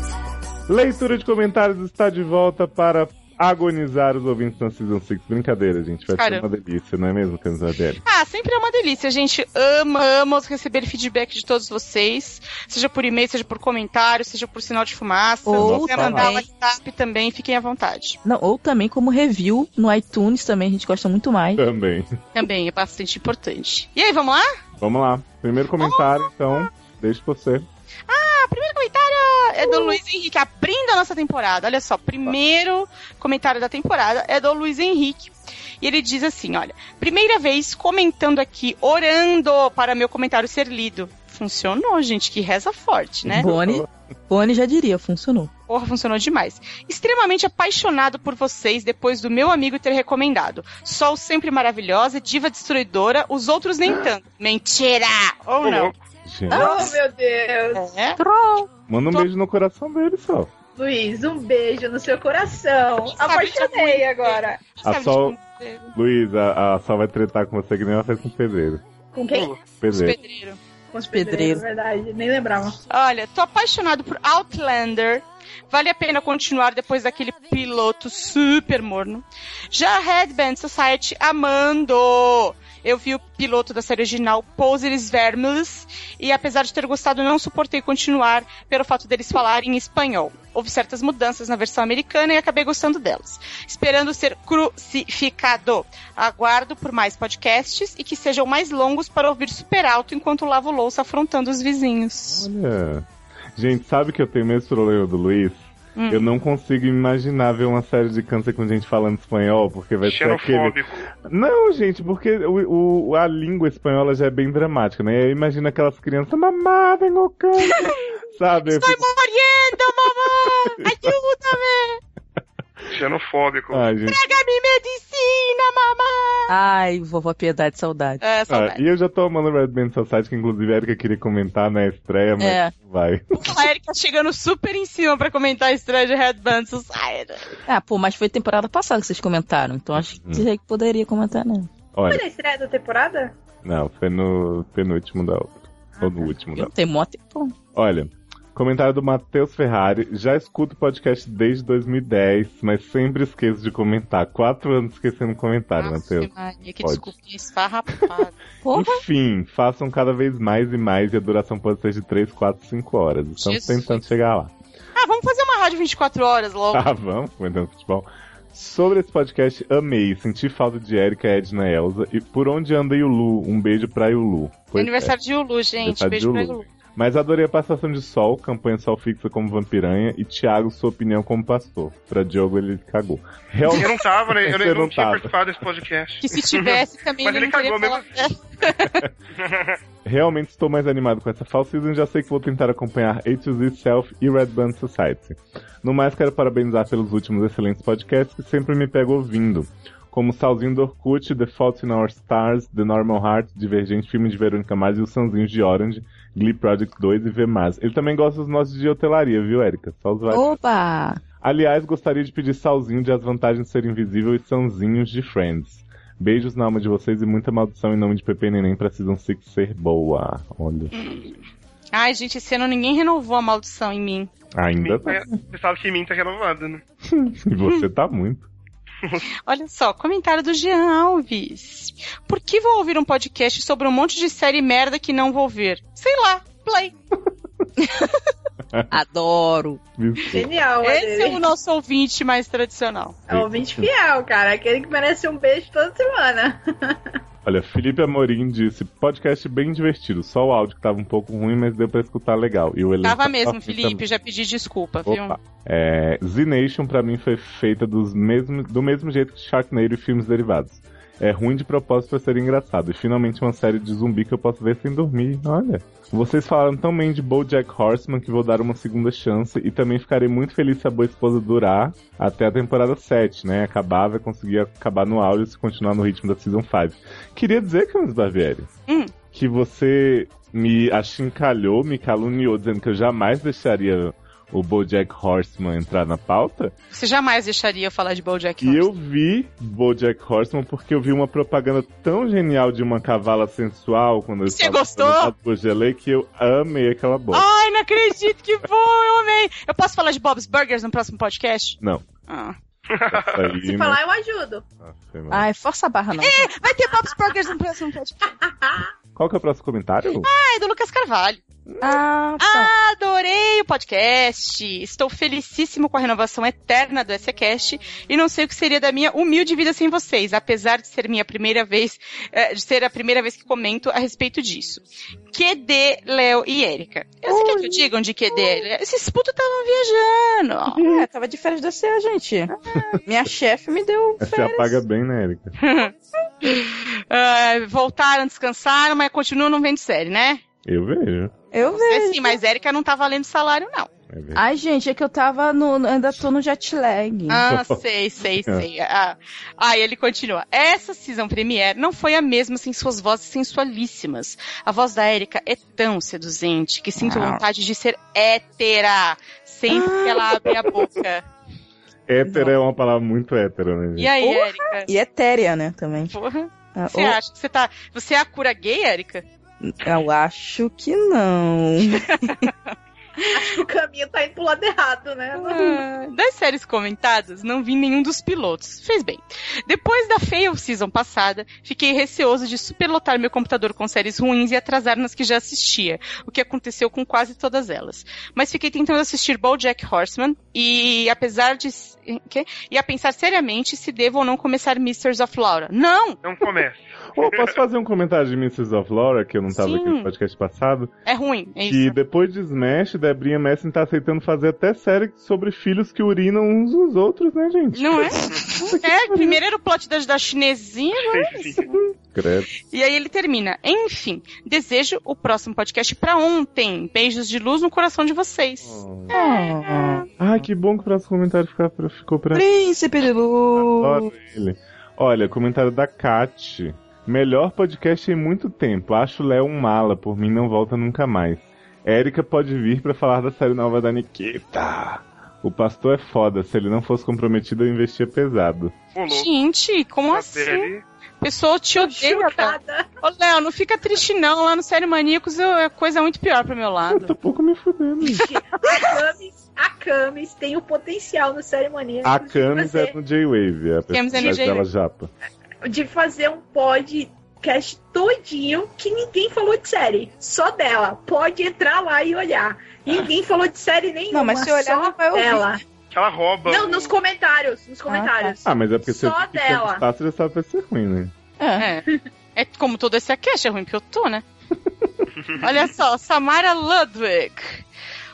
a tightrope. Leitura de comentários está de volta para agonizar os ouvintes na Season 6. Brincadeira, gente. Vai Caramba. ser uma delícia, não é mesmo, Camisadeli? Ah, sempre é uma delícia, gente. Amamos receber feedback de todos vocês, seja por e-mail, seja por comentário, seja por sinal de fumaça. Ou Se quiser mandar também- WhatsApp também, fiquem à vontade. Não, ou também como review no iTunes também, a gente gosta muito mais. Também. Também é bastante importante. E aí, vamos lá? Vamos lá. Primeiro comentário, então, deixa você. Ah, primeiro comentário é do Luiz Henrique, abrindo a nossa temporada. Olha só, primeiro comentário da temporada é do Luiz Henrique. E ele diz assim: olha, primeira vez comentando aqui, orando para meu comentário ser lido. Funcionou, gente, que reza forte, né? Boni, Boni já diria, funcionou. Uhum. Porra, funcionou demais. Extremamente apaixonado por vocês depois do meu amigo ter recomendado. Sol sempre maravilhosa, diva destruidora, os outros nem tanto. Mentira! Ou Ô, não? louco. Gente, Oh, meu Deus. É. manda um tô- beijo no coração dele só. Luiz, um beijo no seu coração. Quem sabe tá Apaixonei de agora. Quem A sabe tipo, Sol- de como ser Luiz, a, a Sol vai tretar com você que nem ela fez com o pedreiro. Com quem? esse Pedreiro. pedreiro. Com os Pedreiro. pedreiros, verdade. Nem lembrava. Olha, tô apaixonado por Outlander. Vale a pena continuar depois daquele piloto super morno. Já a Headband Society amando. Eu vi o piloto da série original Poseres Vermelhos e apesar de ter gostado, não suportei continuar pelo fato deles falarem em espanhol. Houve certas mudanças na versão americana e acabei gostando delas. Esperando ser crucificado. Aguardo por mais podcasts e que sejam mais longos para ouvir super alto enquanto lavo louça afrontando os vizinhos. Olha. Gente, sabe que eu tenho mesmo problema do Luiz? Hum. Eu não consigo imaginar ver uma série de câncer com gente falando espanhol, porque vai ser aquele. Xenofóbico. Não, gente, porque o, o- a língua espanhola já é bem dramática, né? Eu imagino aquelas crianças mamadas em câncer. Sabe? Eu Estou fico- morrendo, mamãe! Ajuda-me! Xenofóbico. Ai, Ah, gente. Pega-me medicina, mamãe! Ai, vovó Piedade, saudade. É, Ah, saudade. e eu já tô amando Red Band Society, que inclusive a Erika queria comentar na estreia, mas É. não vai. A Erika chegando super em cima pra comentar a estreia de Headband Society. Ah, pô, mas foi temporada passada que vocês comentaram, então acho que Hum. dizer que poderia comentar, né? Foi Olha, na estreia da temporada? não, foi no penúltimo da outra. Ou no último da Não tem mó tempo. Olha, comentário do Matheus Ferrari. Já escuto o podcast desde 2010, mas sempre esqueço de comentar. Quatro anos esquecendo comentário, Matheus. Maria, que Pode. desculpinha esfarrapada. Porra, Enfim, façam cada vez mais e mais e a duração pode ser de 3, 4, 5 horas. Estamos Jesus. tentando chegar lá. ah, vamos fazer uma rádio 24 horas logo. Ah, vamos, comentando futebol. Sobre esse podcast, amei. Senti falta de Erika, Edna e Elza. E por onde anda Yulu? Um beijo pra Yulu. Pois é. Aniversário de Ulu, gente. Aniversário Beijo de pra Ulu. Ulu. Mas adorei a passação de sol, campanha sol fixa como vampiranha e Thiago sua opinião como pastor. Pra Diogo ele cagou. Eu Realmente, não tava, né? Eu Você não, não tinha tava. participado desse podcast. Que se tivesse também Mas ele ele não teria cagou falado. É, realmente estou mais animado com essa fall season e já sei que vou tentar acompanhar A to Z Self e Red Band Society. No mais, quero parabenizar pelos últimos excelentes podcasts que sempre me pego ouvindo. Como Salzinho do Orkut, The Fault in Our Stars, The Normal Heart, Divergente, Filme de Verônica Mars e Os Sanzinhos de Orange, Glee Project 2 e V Mars. Ele também gosta dos nossos de hotelaria, viu, Erika? Só os vai. opa! Aliás, gostaria de pedir salzinho de As Vantagens de Ser Invisível e Sanzinhos de Friends. Beijos na alma de vocês e muita maldição em nome de Pepe e Neném pra Season 6 ser boa. Olha, Ai, gente, esse ano ninguém renovou a maldição em mim. ainda tá. Você sabe que em mim tá renovado, né? E você tá muito. Olha só, comentário do Jean Alves. Por que vou ouvir um podcast sobre um monte de série merda que não vou ver? Sei lá, play. Adoro! Visto. Genial, é Esse é dele. o nosso ouvinte mais tradicional. É um ouvinte fiel, cara. Aquele que merece um beijo toda semana. Olha, Felipe Amorim disse: podcast bem divertido, só o áudio que tava um pouco ruim, mas deu pra escutar legal. E o elenco Tava tá mesmo, top Felipe, já pedi desculpa, viu? Opa. É, Z Nation pra mim foi feita dos mesmos, do mesmo jeito que Sharknado e filmes derivados. É ruim de propósito pra ser engraçado. E finalmente uma série de zumbi que eu posso ver sem dormir. Olha. Vocês falaram tão bem de BoJack Horseman que vou dar uma segunda chance e também ficarei muito feliz se a Boa Esposa durar até a temporada 7, né? Acabar, vai conseguir acabar no áudio se continuar no ritmo da Season 5. Queria dizer, Camus Barbieri, Hum. que você me achincalhou, me caluniou, dizendo que eu jamais deixaria o BoJack Horseman entrar na pauta. Você jamais deixaria eu falar de Bojack E Horseman. eu vi BoJack Horseman porque eu vi uma propaganda tão genial de uma cavala sensual quando eu Você estava gostou? Ah, no Bojelê que eu amei aquela bosta. Ai, não acredito que bom, eu amei. Eu posso falar de Bob's Burgers no próximo podcast? Não. Ah. Essa aí, Se né? falar, eu ajudo. Ah, foi mal. Ai, força a barra, não. Vai ter Bob's Burgers no próximo podcast. Qual que é o próximo comentário? Ai, do Lucas Carvalho. Ah, tá. Adorei o podcast. Estou felicíssimo com a renovação eterna do SCast e não sei o que seria da minha humilde vida sem vocês, apesar de ser minha primeira vez, eh, de ser a primeira vez que comento a respeito disso. QD, Léo e Érica. Eu sei que que eu diga onde QD. Esses putos estavam viajando. ó. É, tava de férias da CEA, gente. Minha chefe me deu Você férias. apaga bem, né, Erika? Ah, voltaram, descansaram, mas continuam não vendo série, né? Eu vejo. Eu vejo. É sim, mas Érica não tá valendo salário, não. É verdade. Ai, gente, é que eu tava no. no- Ainda tô no jet lag. Ah, sei, sei, sei. Ah, aí ele continua. Essa season premiere não foi a mesma sem suas vozes sensualíssimas. A voz da Erika é tão seduzente que sinto vontade de ser hétera sempre que ela abre a boca. Hétero é uma palavra muito hétero, né, gente? E aí, Porra! Erika? E etérea, né, também. Porra, Ah, você acha que você tá. Você é a cura gay, Erika? ou- Eu acho que não. Acho que o caminho tá indo pro lado errado, né? Ah, Das séries comentadas, não vi nenhum dos pilotos. Fez bem. Depois da fail season passada, fiquei receoso de superlotar meu computador com séries ruins e atrasar nas que já assistia, o que aconteceu com quase todas elas. Mas fiquei tentando assistir BoJack Horseman e, apesar de... quê? E a pensar seriamente se devo ou não começar Misters of Laura. Não! Não começa. Ô, posso fazer um comentário de Mrs. of Laura, que eu não tava Sim. aqui no podcast passado? É ruim, é Que isso. depois de Smash, Debrinha Messing tá aceitando fazer até série sobre filhos que urinam uns nos outros, né, gente? Não é? É, primeiro era o plot da, da chinesinha, Sim, sim. Credo. E aí ele termina. Enfim, desejo o próximo podcast pra ontem. Beijos de luz no coração de vocês. Ah. Ai, que bom que o próximo comentário fica- ficou pra Príncipe de luz. Adoro ele. Olha, comentário da Kat. Melhor podcast em muito tempo. Acho o Léo um mala, por mim não volta nunca mais. Érica pode vir pra falar da série nova da Nikita. O pastor é foda, se ele não fosse comprometido eu investia pesado. Pulou. Gente, como A assim? série. A pessoa te odeia. cara. Chocada. Ô, Léo, não fica triste não. Lá no Sério Maníacos eu- é coisa muito pior pro meu Eu lado. tô um pouco me fudendo. A Camis, a Camis tem o potencial no Série Maníacos A de Camis fazer- é no J-Wave, a Camis é no personagem dela J-Wave. japa. de fazer um podcast todinho que ninguém falou de série. Só dela. Pode entrar lá e olhar. Ninguém falou de série nenhuma. Não, mas se olhar, só não vai ouvir. dela. Ela rouba. Não, nos comentários. Nos comentários. Ah, mas é porque Só você fica dela. no espaço, você já sabe que vai ser ruim, né? É. É como todo esse aquece, é ruim que eu tô, né? Olha só, Samara Ludwig.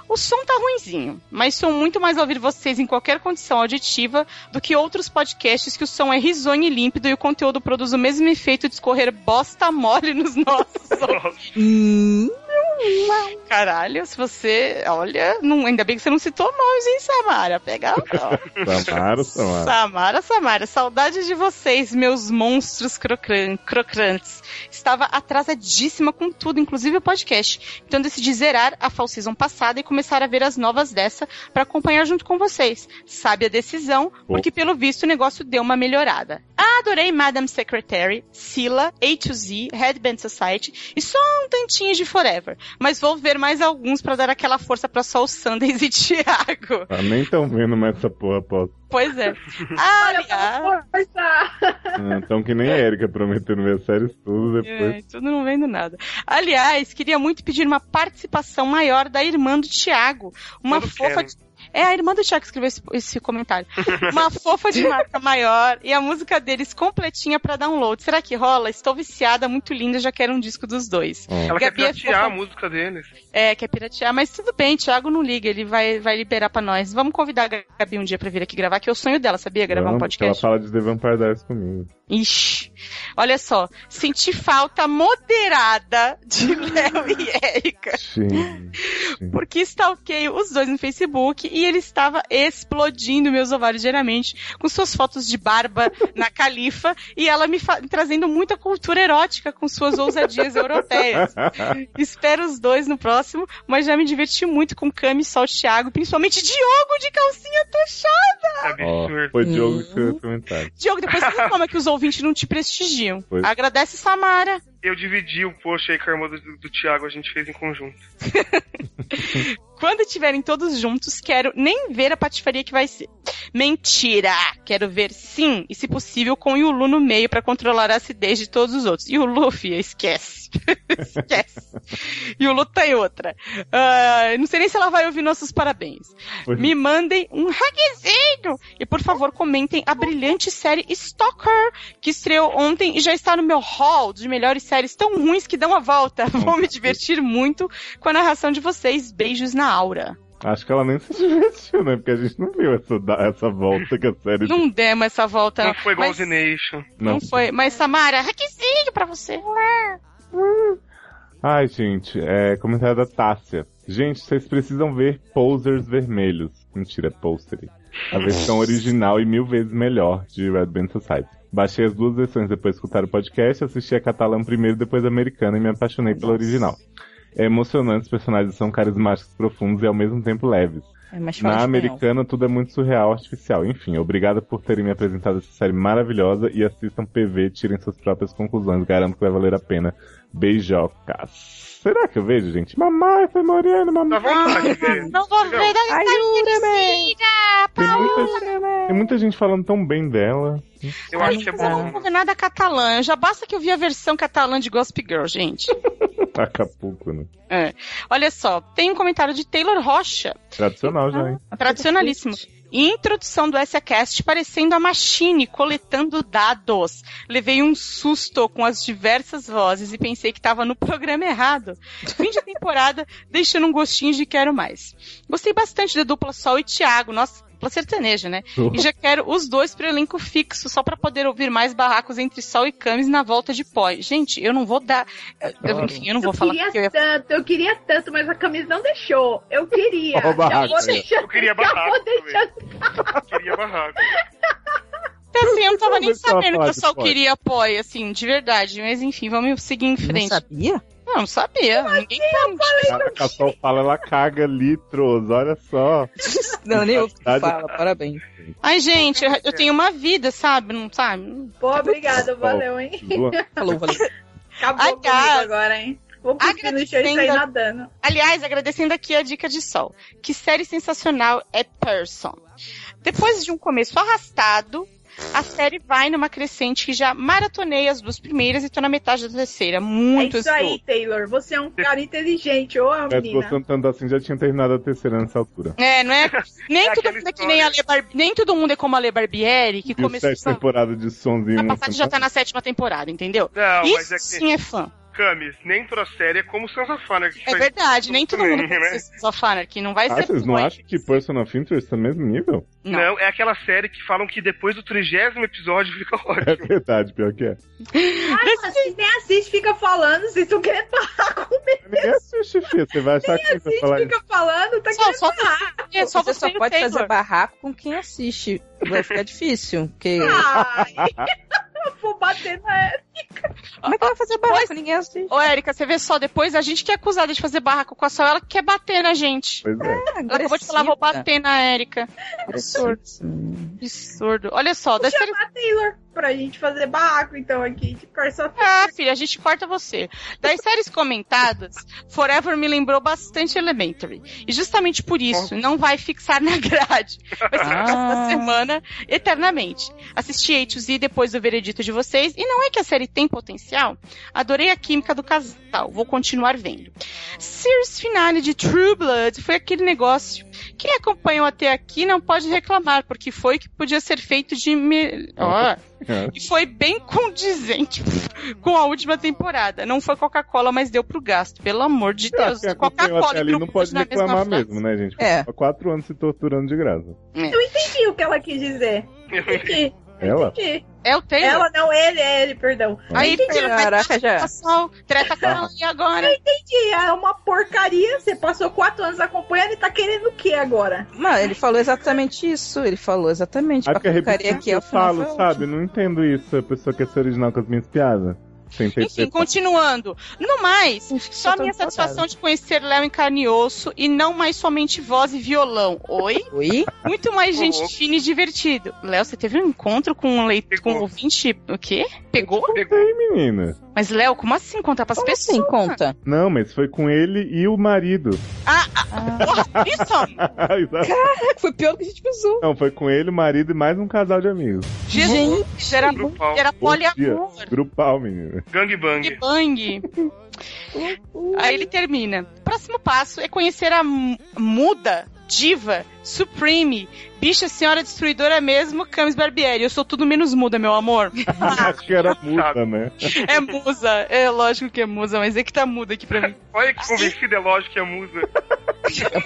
O som tá ruinzinho, mas sou muito mais a ouvir vocês em qualquer condição auditiva do que outros podcasts que o som é risonho e límpido e o conteúdo produz o mesmo efeito de escorrer bosta mole nos nossos ouvidos. Hum, Caralho, se você. Olha, não- ainda bem que você não citou nomes, hein, Samara? Pega a Samara, Samara. Samara, Samara, saudades de vocês, meus monstros crocran- crocrantes. Estava atrasadíssima com tudo, inclusive o podcast. Então decidi zerar a fall season passada e começar a ver as novas dessa pra acompanhar junto com vocês. Sabe a decisão, porque pelo visto o negócio deu uma melhorada. Ah, Adorei Madam Secretary, Sila, A to Z, Headband Society e só um tantinho de Forever. Mas vou ver mais alguns pra dar aquela força pra só o Sanders e Thiago. Ah, nem tão vendo mais essa porra, pô. Pois é. Olha, Aliás, pela força. Ah, Tão que nem a Erika prometendo ver séries tudo depois. É, tudo não vendo nada. Aliás, queria muito pedir uma participação maior da irmã do Thiago. Uma Eu não fofa. quero. de- É a irmã do Thiago que escreveu esse, esse comentário. Uma fofa de marca maior e a música deles completinha pra download. Será que rola? Estou viciada, muito linda, já quero um disco dos dois. Ó. Ela Gabi é quer piratear a fofa. música deles. É, quer piratear, mas tudo bem, Thiago não liga, ele vai, vai liberar pra nós. Vamos convidar a Gabi um dia pra vir aqui gravar, que é o sonho dela, sabia? Gravar um Vamos, porque podcast. Ela fala de The Vampire Diaries comigo. Ixi, olha só, senti falta moderada de Léo e Érica, Sim. porque stalkeio os dois no Facebook e ele estava explodindo meus ovários diariamente com suas fotos de barba na califa e ela me fa- trazendo muita cultura erótica com suas ousadias europeias. Espero os dois no próximo, mas já me diverti muito com Cami, Sol, Thiago, principalmente Diogo de calcinha tochada. Ó, Absurdo. foi Diogo que Uhum. fez esse comentário. Diogo, depois você reclama que os ouvintes não te prestigiam. Pois. Agradece Samara. Eu dividi o post aí com a irmã do, do Thiago, a gente fez em conjunto. Quando estiverem todos juntos, quero nem ver a patifaria que vai ser. Mentira! Quero ver sim, e se possível com o Yulu no meio pra controlar a acidez de todos os outros. Yulu, fia, esquece. esquece. Yulu tem outra. Ah, não sei nem se ela vai ouvir nossos parabéns. Foi. Me Uhum. mandem um hagzinho! E por favor, comentem a brilhante série Stalker, que estreou ontem e já está no meu hall de melhores séries tão ruins que dão a volta. Vou me divertir muito com a narração de vocês. Beijos na aura. Acho que ela nem se divertiu, né? Porque a gente não viu essa, da- essa volta que a série Não demos essa volta. não foi igual Tá, mas, o Nation. Não, foi. Mas, Samara, hackzinho pra você. Ai, gente, é, comentário da Tássia. Gente, vocês precisam ver Posers Vermelhos. Mentira, é Postery. A versão original e mil vezes melhor de Red Band Society. Baixei as duas versões depois de escutar o podcast, assisti a catalã primeiro, depois a americana e me apaixonei pela original. É emocionante, os personagens são carismáticos, profundos e ao mesmo tempo leves. É mais fácil. Na americana, tudo é muito surreal, artificial. Enfim, obrigado por terem me apresentado essa série maravilhosa e assistam PV, tirem suas próprias conclusões. Garanto que vai valer a pena. Beijocas. Será que eu vejo, gente? Mamãe, foi morena, Dá mamãe. Ah. vontade Tá, de ver. Não vou ver, não Ajuda-me! Tá Tem muita, tem muita gente falando tão bem dela. Eu acho que é Eu não bom. vou ver nada catalã. Já basta que eu vi a versão catalã de Gossip Girl, gente. Acapulco, né? Olha só, tem um comentário de Taylor Rocha, Tradicional já, hein? É tradicionalíssimo. Introdução do SACast parecendo a Machine coletando dados. Levei um susto com as diversas vozes e pensei que estava no programa errado. Fim de temporada, deixando um gostinho de quero mais. Gostei bastante da dupla Sol e Thiago, nossa dupla sertaneja, né? E já quero os dois pro elenco fixo, só pra poder ouvir mais barracos entre Sol e Camis na volta de pós. Gente, eu não vou dar. eu- eu- enfim, eu não vou Eu falar queria porque eu ia tanto, eu queria tanto, mas a camisa não deixou. Eu queria. Ó o barraco já vou aí, ó. deixando, Eu queria já barraco vou deixando. Queria barraco. Tá assim, eu não tava nem Vamos ver se ela sabendo que eu pode, só pode. queria apoio, assim, de verdade. Mas enfim, vamos seguir em Não frente. sabia? Não, não sabia. Ninguém sabe. A Cassol fala, ela caga litros, olha só. Não, nem eu que Verdade. fala, parabéns. Ai, gente, eu, eu tenho uma vida, sabe? Não sabe? Pô, obrigado, valeu, hein? Boa. Falou, valeu. Acabou Ai, comigo cara. agora, hein? Vou cuspir no chão e sair Agradecendo a- nadando. Aliás, agradecendo aqui a dica de sol. Que série sensacional é Person. Depois de um começo arrastado, a série vai numa crescente que já maratonei as duas primeiras e tô na metade da terceira. Muito é isso aí, Taylor. Você é um cara inteligente, ô, Mas menina. gostando tanto assim, já tinha terminado a terceira nessa altura. É, não é? Nem, É todo aquela mundo é que nem, a Lê Bar- nem todo mundo é como a Le Barbieri, que E o tá começou. sete temporada de sonzinho. Na não passada já tá na sétima temporada, entendeu? Não, mas Isso é que. sim é fã. Camis, nem toda série é como Sans Afana. É verdade, nem todo mundo Sim, né? precisa ser Sofaner, que não vai Ah, ser. vocês não boy. acham que Person of Interest é o mesmo nível? Não. é aquela série que falam que depois do trigésimo episódio fica É ótimo. verdade, pior que é. Ai, mas vocês nem assistem, fica falando. Vocês estão querendo falar comigo. Ninguém assiste, filho. Você vai achar que você Assiste, falar isso. fica falando, tá Só, querendo só, falar. é, só você, você só e o pode Taylor. fazer barraco com quem assiste. Vai ficar difícil. Porque... Ai, eu vou bater na... Como é que vai fazer barraco? Ninguém assiste. Ô, Érica, você vê só, depois a gente que é acusada de fazer barraco com a Sol, ela quer bater na gente. Pois é. Ela acabou de falar, vou bater na Érica. Absurdo. Absurdo. Olha só, das séries... chamar Taylor pra gente fazer barraco, então, aqui de Carson. É. Ah, filha, a gente corta você. Das séries comentadas, Forever me lembrou bastante Elementary. E justamente por isso, não vai fixar na grade. Vai ser Ah. da semana eternamente. Assisti Eitos e depois do veredito de vocês. E não é que a série tem potencial? Adorei a química do casal. Vou continuar vendo. Series finale de True Blood foi aquele negócio. Quem acompanhou até aqui não pode reclamar, porque foi o que podia ser feito de melhor. E foi bem condizente com a última temporada. Não foi Coca-Cola, mas deu pro gasto. Pelo amor de Eu Deus. acho que acompanhou Coca-Cola até e ali, não True Blood pode na mesma reclamar frase. mesmo, né, gente? É. Há quatro anos se torturando de graça. Eu entendi o que ela quis dizer. Entendi. Ela? entendi. É o Taylor. Ela não, ele, é ele, perdão. Aí, Taylor, vai dar Caraca, já. Sol, treta com Ah. ela e agora. Entendi, é uma porcaria. Você passou quatro anos acompanhando e tá querendo o que agora? Mnão, ele falou exatamente isso. Ele falou exatamente. Aí fica pra porcaria repetindo o que que é eu o final falo, foi sabe? Não entendo isso. A pessoa quer ser original com as minhas piadas. Sem ter Enfim, continuando. No mais, Gente, só eu a tô minha desbordada. satisfação de conhecer Léo em carne e osso e não mais somente voz e violão. Oi? Oi? Muito mais Ô, gente louco. fina e divertido. Léo, você teve um encontro com um, leitor, com um Pegou. ouvinte. O quê? Pegou? Pegou. menina. Mas, Léo, como assim contar pras Como pessoas? assim, conta? Não, mas foi com ele e o marido. Ah, Isso, Exato. Foi pior do que a gente pensou. Não, foi com ele, o marido e mais um casal de amigos. Jesus, era, Grupal. era Bom dia. poliamor. Grupal, menina. Bang Gangbang. bang. Aí ele termina. Próximo passo é conhecer a mu- muda, diva, supreme, bicha senhora destruidora mesmo, Camis Barbieri. Eu sou tudo menos muda, meu amor. Ah, Acho que era puta, né? é musa. É lógico que é musa, mas é que tá muda aqui pra mim. Olha que convencida é lógico que é musa.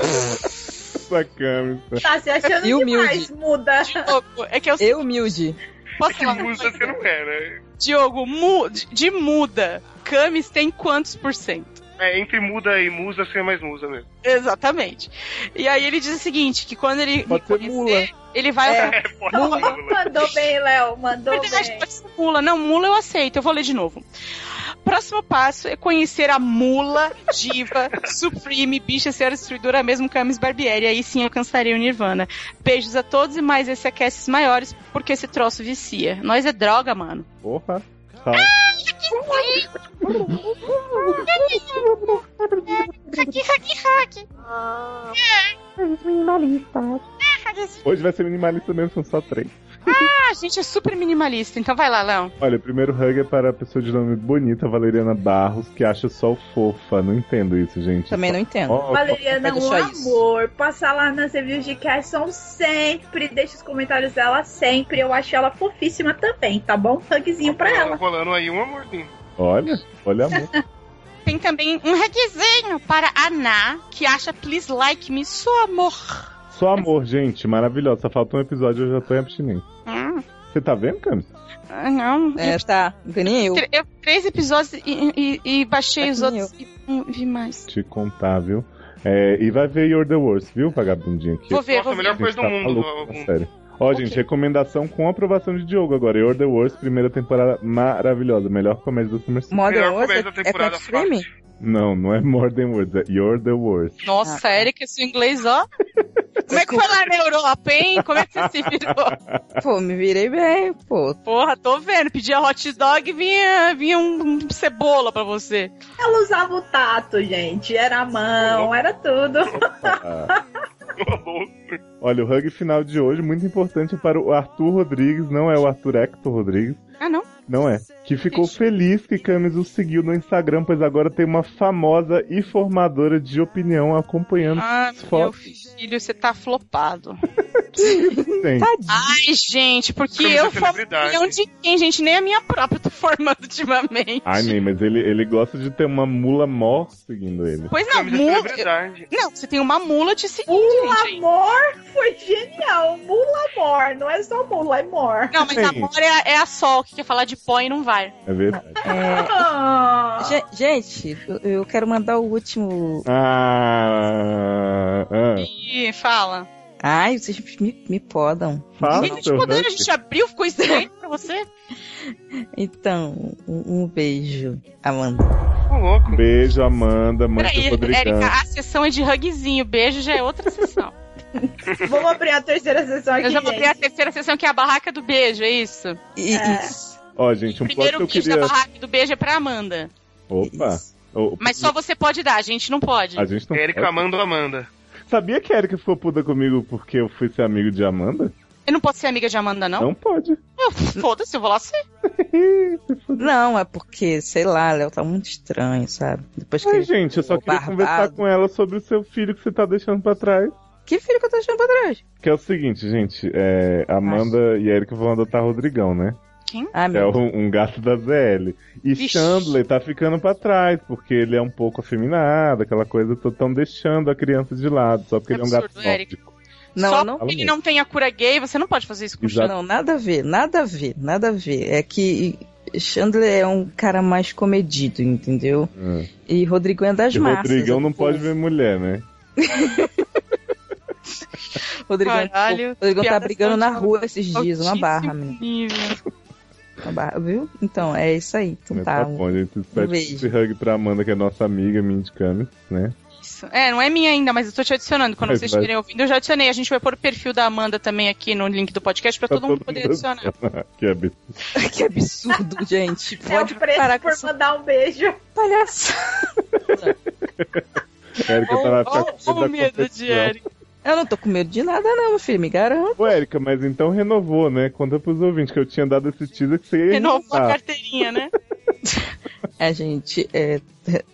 Essa camisa. Tá se achando E humilde. demais, muda. De novo, é que eu Eu, humilde. posso Que falar. uma musa coisa? você não é, né? Diogo, mu- de muda, Camis tem quantos por cento? É, entre muda e musa, sem mais musa mesmo. Exatamente. E aí ele diz o seguinte, que quando ele Pode me ser conhecer, ele vai... É. É, pode Não, ser, Lula. mandou bem, Léo, mandou Verdade, bem. pode ser mula. Não, mula eu aceito. Eu vou ler de novo. Próximo passo é conhecer a mula, diva, supreme, bicha, senhora destruidora, mesmo Camis Barbieri. Aí sim alcançarei o Nirvana. Beijos a todos e mais esse aqueces maiores, porque esse troço vicia. Nós é droga, mano. Porra. Tá. Hoje vai ser minimalista mesmo, são só três. Ah, a gente é super minimalista. Então vai lá, Léo. Olha, o primeiro hug é para a pessoa de nome bonita, Valeriana Barros, que acha sol fofa. Não entendo isso, gente. Também não entendo. Ó, Valeriana, Vai um deixar isso. amor. Passar lá nas reviews de cast são sempre. Deixa os comentários dela sempre. Eu acho ela fofíssima também, tá bom? Hugzinho pra ela. Rolando aí um amorzinho. Olha, olha amor. Tem também um requisinho para a Ana, que acha Please Like Me, só amor. Só amor, gente. Maravilhosa. Só falta um episódio, eu já tô em abstinência. Hum, Você tá vendo, Camis? ah, não. É, tá. Não tem nem eu. Tre- Eu três episódios e, e- e baixei os Tá que outros e não vi mais. Te contar, viu? É, e vai ver You're the Worst, viu, vagabundinha aqui? Vou ver, Nossa, vou é a ver. melhor coisa do tá mundo. maluco, algum- sério. Ó, Ok. gente, recomendação com aprovação de Diogo agora. You're the Worst, primeira temporada maravilhosa. Melhor comédia do Summer Season. Modern Melhor Wars começo é, da é com temporada, streaming? Não, não é More Than Words, é You're the Worst. Nossa, Ah, é. Érica, seu inglês, ó. Como é que foi lá na Europa, hein? Como é que você se virou? Pô, me virei bem, pô. Porra, tô vendo. Pedia hot dog e vinha, vinha um, um cebola pra você. Ela usava o tato, gente. Era a mão, era tudo. Ah. Maluco. Olha, o hug final de hoje, muito importante para o Arthur Rodrigues, não é o Arthur Hector Rodrigues. Ah, não? Não é. Que ficou feliz que Camis o seguiu no Instagram, pois agora tem uma famosa e formadora de opinião acompanhando Ah, as meu fotos. filho, você tá flopado. Tem. Ai, gente, porque Camisa eu falo celebridade. opinião de quem, gente? Nem a minha própria eu tô formando ultimamente. Ai, nem, mas ele, ele gosta de ter uma mula mó seguindo ele. Pois não, Camisa de mula. celebridade. Não, você tem uma mula te seguindo, Mula gente. amor foi genial. Mula amor. Não é só mula, é mor. Não, mas a Sim. Mora é, a- é a Sol, que quer falar de pó e não vai. É verdade. Ah. Gen- É, Gente, eu- eu quero mandar o último. Ah, ah. É. Ih, fala. Ai, vocês me, me podam. Fala Gente, seu poder, a hug. gente abriu, ficou estranho pra você. Então, um, um beijo, Amanda. Ô, louco. Beijo, Amanda, mãe Peraí, do Rodrigão. Érica, a sessão é de hugzinho, beijo já é outra sessão. Vamos abrir a terceira sessão aqui, Eu já botei a gente. terceira sessão, que é a barraca do beijo, é isso? E, É. Isso. Ó, gente, um o plot primeiro que eu beijo queria. da barraca do beijo é pra Amanda. Opa! isso. Ô, Mas só você pode dar, a gente não pode. A gente não Érica pode- Amanda Amanda. Sabia que a Erika ficou puta comigo porque eu fui ser amigo de Amanda? Eu não posso ser amiga de Amanda, não? Não pode. Eu- Foda-se, eu vou lá ser. Não, é porque, sei lá, Léo tá muito estranho, sabe? Depois que. Ai, ele- gente, eu só Ô, queria barbado. conversar com ela sobre o seu filho que você tá deixando pra trás. Que filho que eu tô achando pra trás? Que é o seguinte, gente, é, Amanda e Erika vão adotar Rodrigão, né? Ah, É meu. um, um gato da ZL. E Ixi. Chandler tá ficando pra trás, porque ele é um pouco afeminado, aquela coisa, tô tão deixando a criança de lado, só porque ele é um gato Absurdo, Eric. nórdico. Não, só não. porque ele não tem a cura gay, você não pode fazer isso com o Exato. Xandão. Não, nada a ver, nada a ver, nada a ver. É que Chandler é um cara mais comedido, entendeu? Hum. E Rodrigão é das E massas. Rodrigão é não do povo. pode ver mulher, né? Rodrigão, é do povo. Caralho, Rodrigão tá piada brigando na altíssima. rua esses dias, uma barra, menino. menino. Uma barra, viu? Então, é isso aí. Então Mas tá. tá bom, gente. Espero que beijo. esse hug pra Amanda, que é nossa amiga, minha indicando, né? Isso. É, não é minha ainda, mas eu tô te adicionando. Quando Vai, vocês vai. estiverem ouvindo, eu já adicionei. A gente vai pôr o perfil da Amanda também aqui no link do podcast pra Pra Tá todo mundo Tá todo poder mundo. adicionar. que absurdo. que absurdo, gente. É o Pode parar preço com por essa mandar um beijo. palhaçada. Érica tá na Olha o medo de Eric. Eu não tô com medo de nada, não, meu filho. Me garanto. Ô, Érica, mas então renovou, né? Conta pros ouvintes que eu tinha dado esse teaser que você ia Renovou a renovar. carteirinha, né? É, gente, é,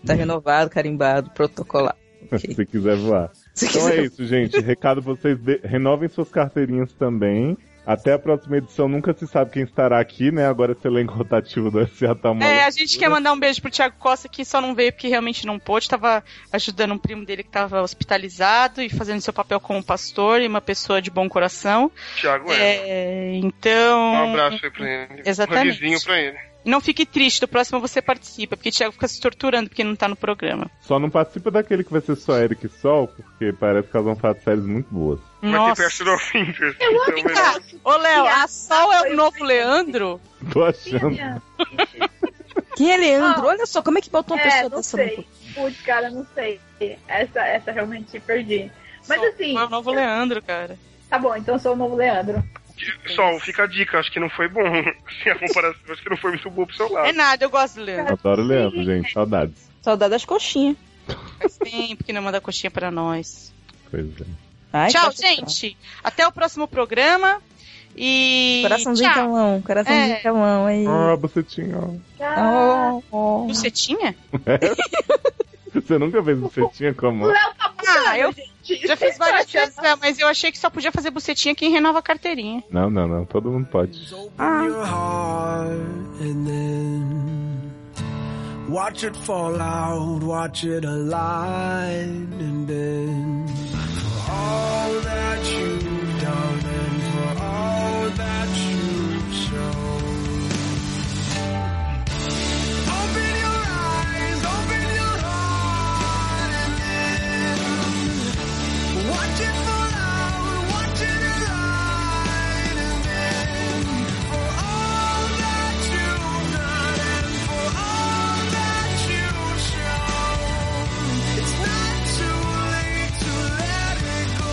tá Hum. renovado, carimbado, protocolar. Ok. Se quiser voar. Se Então é quiser- isso, gente. Recado pra vocês: de- renovem suas carteirinhas também. Até a próxima edição, nunca se sabe quem estará aqui, né? Agora esse elenco rotativo do SA tá maluco. É, a gente quer mandar um beijo pro Thiago Costa, que só não veio porque realmente não pôde. Tava ajudando um primo dele que tava hospitalizado e fazendo seu papel como pastor e uma pessoa de bom coração. Thiago é. É, então. Um abraço aí pra ele. Exatamente. Um hugzinho pra ele. Não fique triste, do próximo você participa, porque o Thiago fica se torturando porque não tá no programa. Só não participa daquele que vai ser só Eric e Sol, porque parece que elas vão fazer séries muito boas. Vai ter Nossa, Personal Fingers. Eu então, acho melhor. cara. Ô, Léo, a Sol é o novo Leandro? Tô achando. Tinha. Quem é Leandro? Ah. Olha só, como é que botou uma É, pessoa um não dessa sei. Putz, cara, não sei. Essa, essa realmente perdi. Mas Sol assim, É o novo Leandro, cara. tá bom, então sou o novo Leandro. Sol, fica a dica, acho que não foi bom. Assim, a comparação, acho que não foi muito boa pro seu lado. É nada, eu gosto do Leandro. Adoro o Leandro, gente. Saudades. Saudade das coxinhas. Faz tempo que não manda coxinha pra nós. Pois é. Ai, Tchau, coxa- gente. Até o próximo programa. E. Coraçãozinho então. tchau. calão, coraçãozinho É. calão aí. Ah, você tinha. Ah, Oh, oh. Você tinha? Você nunca fez bucetinha com a o mão? Léo tá mudando, Ah, eu gente. Já fiz várias Tá achando- vezes, Léo, mas eu achei que só podia fazer bucetinha quem renova a carteirinha. Não, não, não. Todo mundo pode. Open your heart and then watch it fall out, watch it align, and then for all that you've done and for all that you've shown. Open your eyes, open your heart, and then watch it fall out, watch it align, and then. For all that you've done and for all that you've shown, it's not too late to let it go.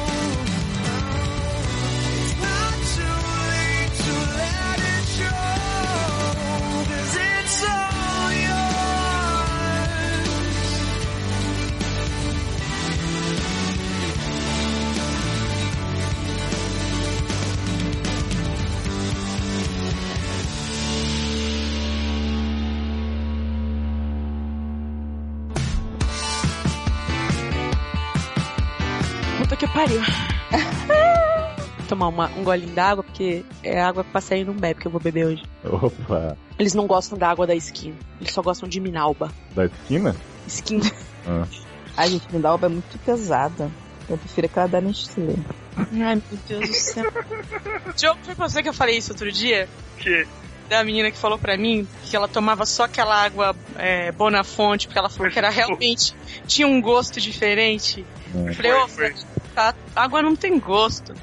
It's not too late to let it show, 'cause it's all yours. Puta que pariu. Tomar uma, um golinho d'água, porque é água que passarinho não bebe, que eu vou beber hoje. Opa. Eles não gostam da água da esquina. Eles só gostam de Minalba. Da esquina? Esquina. Ai, gente, Mindalba é muito pesada. Eu prefiro aquela da Nestlé. Ai, meu Deus do céu. Diogo, foi pra você que eu falei isso outro dia? Que Da menina que falou pra mim que ela tomava só aquela água é, Bonafonte, porque ela falou que era realmente. tinha um gosto diferente. É. Eu falei, ô, foi, foi. tá, água não tem gosto.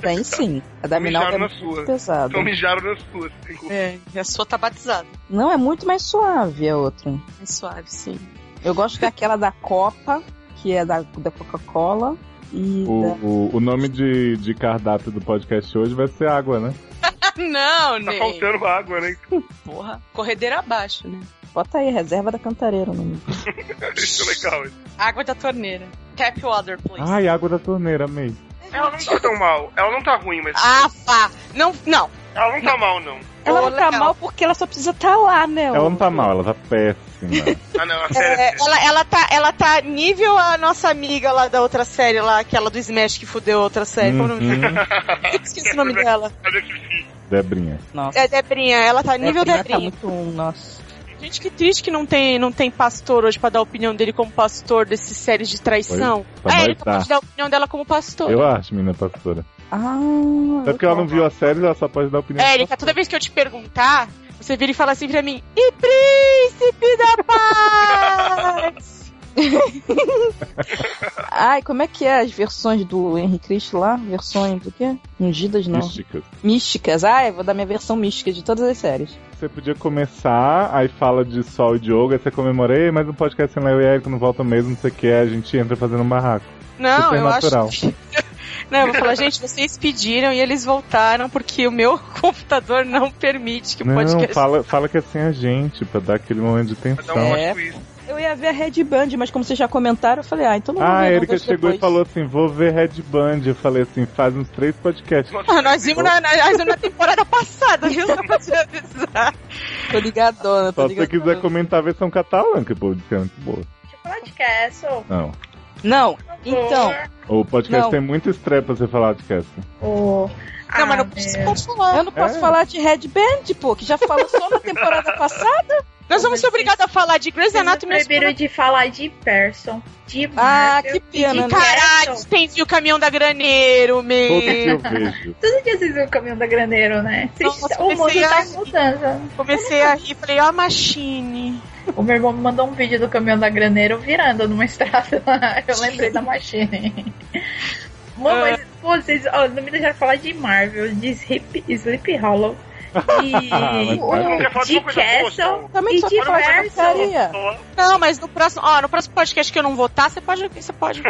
Tem sim. A da Minalba é Mijaram na muito sua. pesada. Então mijaram nas suas. assim, Tem culpa. É, e a sua tá batizada. Não, é muito mais suave a outra. Mais É suave, sim. Eu gosto daquela da Copa, que é da, da Coca-Cola. E da... O, o, o nome de, de cardápio do podcast hoje vai ser água, né? não, Tá né? faltando água, né? Porra. Corredeira abaixo, né? Bota aí, reserva da Cantareira. Não. Isso é legal. Água da torneira. Tap water, please. Ai, água da torneira, amei. Ela não tá tão mal. Ela não tá ruim, mas. Ah, pá. Não, não. Ela não tá mal, não. Ela Ô, não tá legal. mal porque ela só precisa estar lá, né? Ela não tá mal, ela tá péssima. Ah, não, a série. É, ela, ela, tá, ela tá nível a nossa amiga lá da outra série, lá, aquela do Smash que fudeu a outra série. Como é o nome? Uhum. Esqueci o nome É dela. Olha que fica. Debrinha. Nossa. É Debrinha, ela tá nível Debrinha Debrinha. Tá muito um, nossa. Gente, que triste que não tem, não tem pastor hoje pra dar a opinião dele como pastor dessas séries de traição. Pra a nós Erika dá. pode dar a opinião dela como pastor. tá. Eu acho, menina pastora. Ah, Até porque ela não viu a série, ela só pode dar opinião. Érica, toda vez que eu te perguntar, você vira e fala assim pra mim, e príncipe da paz! Ai, como é que é as versões do Henry Cristo lá? Versões do quê? Ungidas, não. mística. Místicas. Ah, eu vou dar minha versão mística de todas as séries. Você podia começar, aí fala de sol e Diogo, aí você comemora, "Ei, mas o podcast sem Léo e Érico não volta mesmo, não sei o que, aí a gente entra fazendo um barraco. Não, eu acho. Supernatural. Não, eu vou falar, gente, vocês pediram e eles voltaram porque o meu computador não permite que o Não, podcast. fala, fala que é sem a gente, pra dar aquele momento de Vai dar um tensão. É. ótimo isso. Eu ia ver a Red Band, mas como vocês já comentaram, eu falei, ah, então não vou Ah, a ver, não, Erika vejo chegou e depois. falou assim, vou ver Red Band. Eu falei assim, faz uns três podcasts. Ah, nós vimos na, na- nós vimos na temporada passada, viu? Só pra te avisar. Tô ligadona, tô Só se você ligadona. quiser comentar a versão catalã, que o podcast é muito boa. De podcast, ô, Não. Não, por então, favor. O podcast Não. tem muita estreia pra você falar podcast. Ô, ah, não, mas não meu. precisa pode falar. eu não posso É. falar de Red Band, pô, que já falou só na temporada passada. Nós vamos ser obrigados a falar de Grey's Anatomy. Vocês nesse proibiram de falar de Person, de Ah, Marvel que e de pena, né? Caralho, Person. estendi o caminhão da graneiro, meu. Todo dia eu vejo. Todo dia vocês viram o caminho da graneiro, né? Vocês- Nossa, o mundo comecei tá a- em mudança. Comecei a rir, falei, ó, a machine. O meu irmão me mandou um vídeo do caminhão da graneiro virando numa estrada. Eu lembrei da machine. Mano, Ah. mas, pô, vocês ó, não me deixaram falar de Marvel, de Sleep, Sleep Hollow. É. Ah, mas E tá bom. Quer falar de de uma coisa boa, Castle então? Também e tipo, só de fala essa Verso. porcaria. Não, mas no próximo, ó, no próximo podcast que eu não votar, você pode, você pode.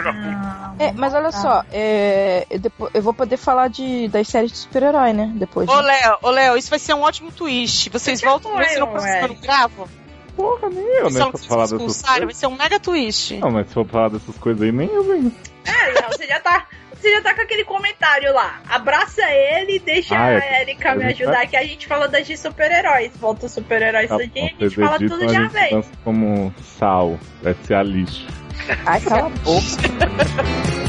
Ah, É, mas olha só, é, eu, depo- eu vou poder falar de, das séries de super-herói, né? Depois. Ô, Léo, ô, Léo, isso vai ser um ótimo twist. Vocês Eu te voltam, mas eu não, apoio, eu não Eric. gravo. Porra, nem eu, Vocês né? não Pra falar dessas expulsaram, coisas. vai ser um mega twist. Não, mas se for falar dessas coisas aí, nem eu venho. é, Léo, você já tá. Você já tá com aquele comentário lá. Abraça ele e deixa Ah, é. a Erika me Eu- ajudar, que a gente fala das de super-heróis. Volta os Tá super-heróis todo dia e a gente vocês fala tudo editam, de a uma gente vez. dança como sal. Vai ser a lixo. Ai, cala a boca.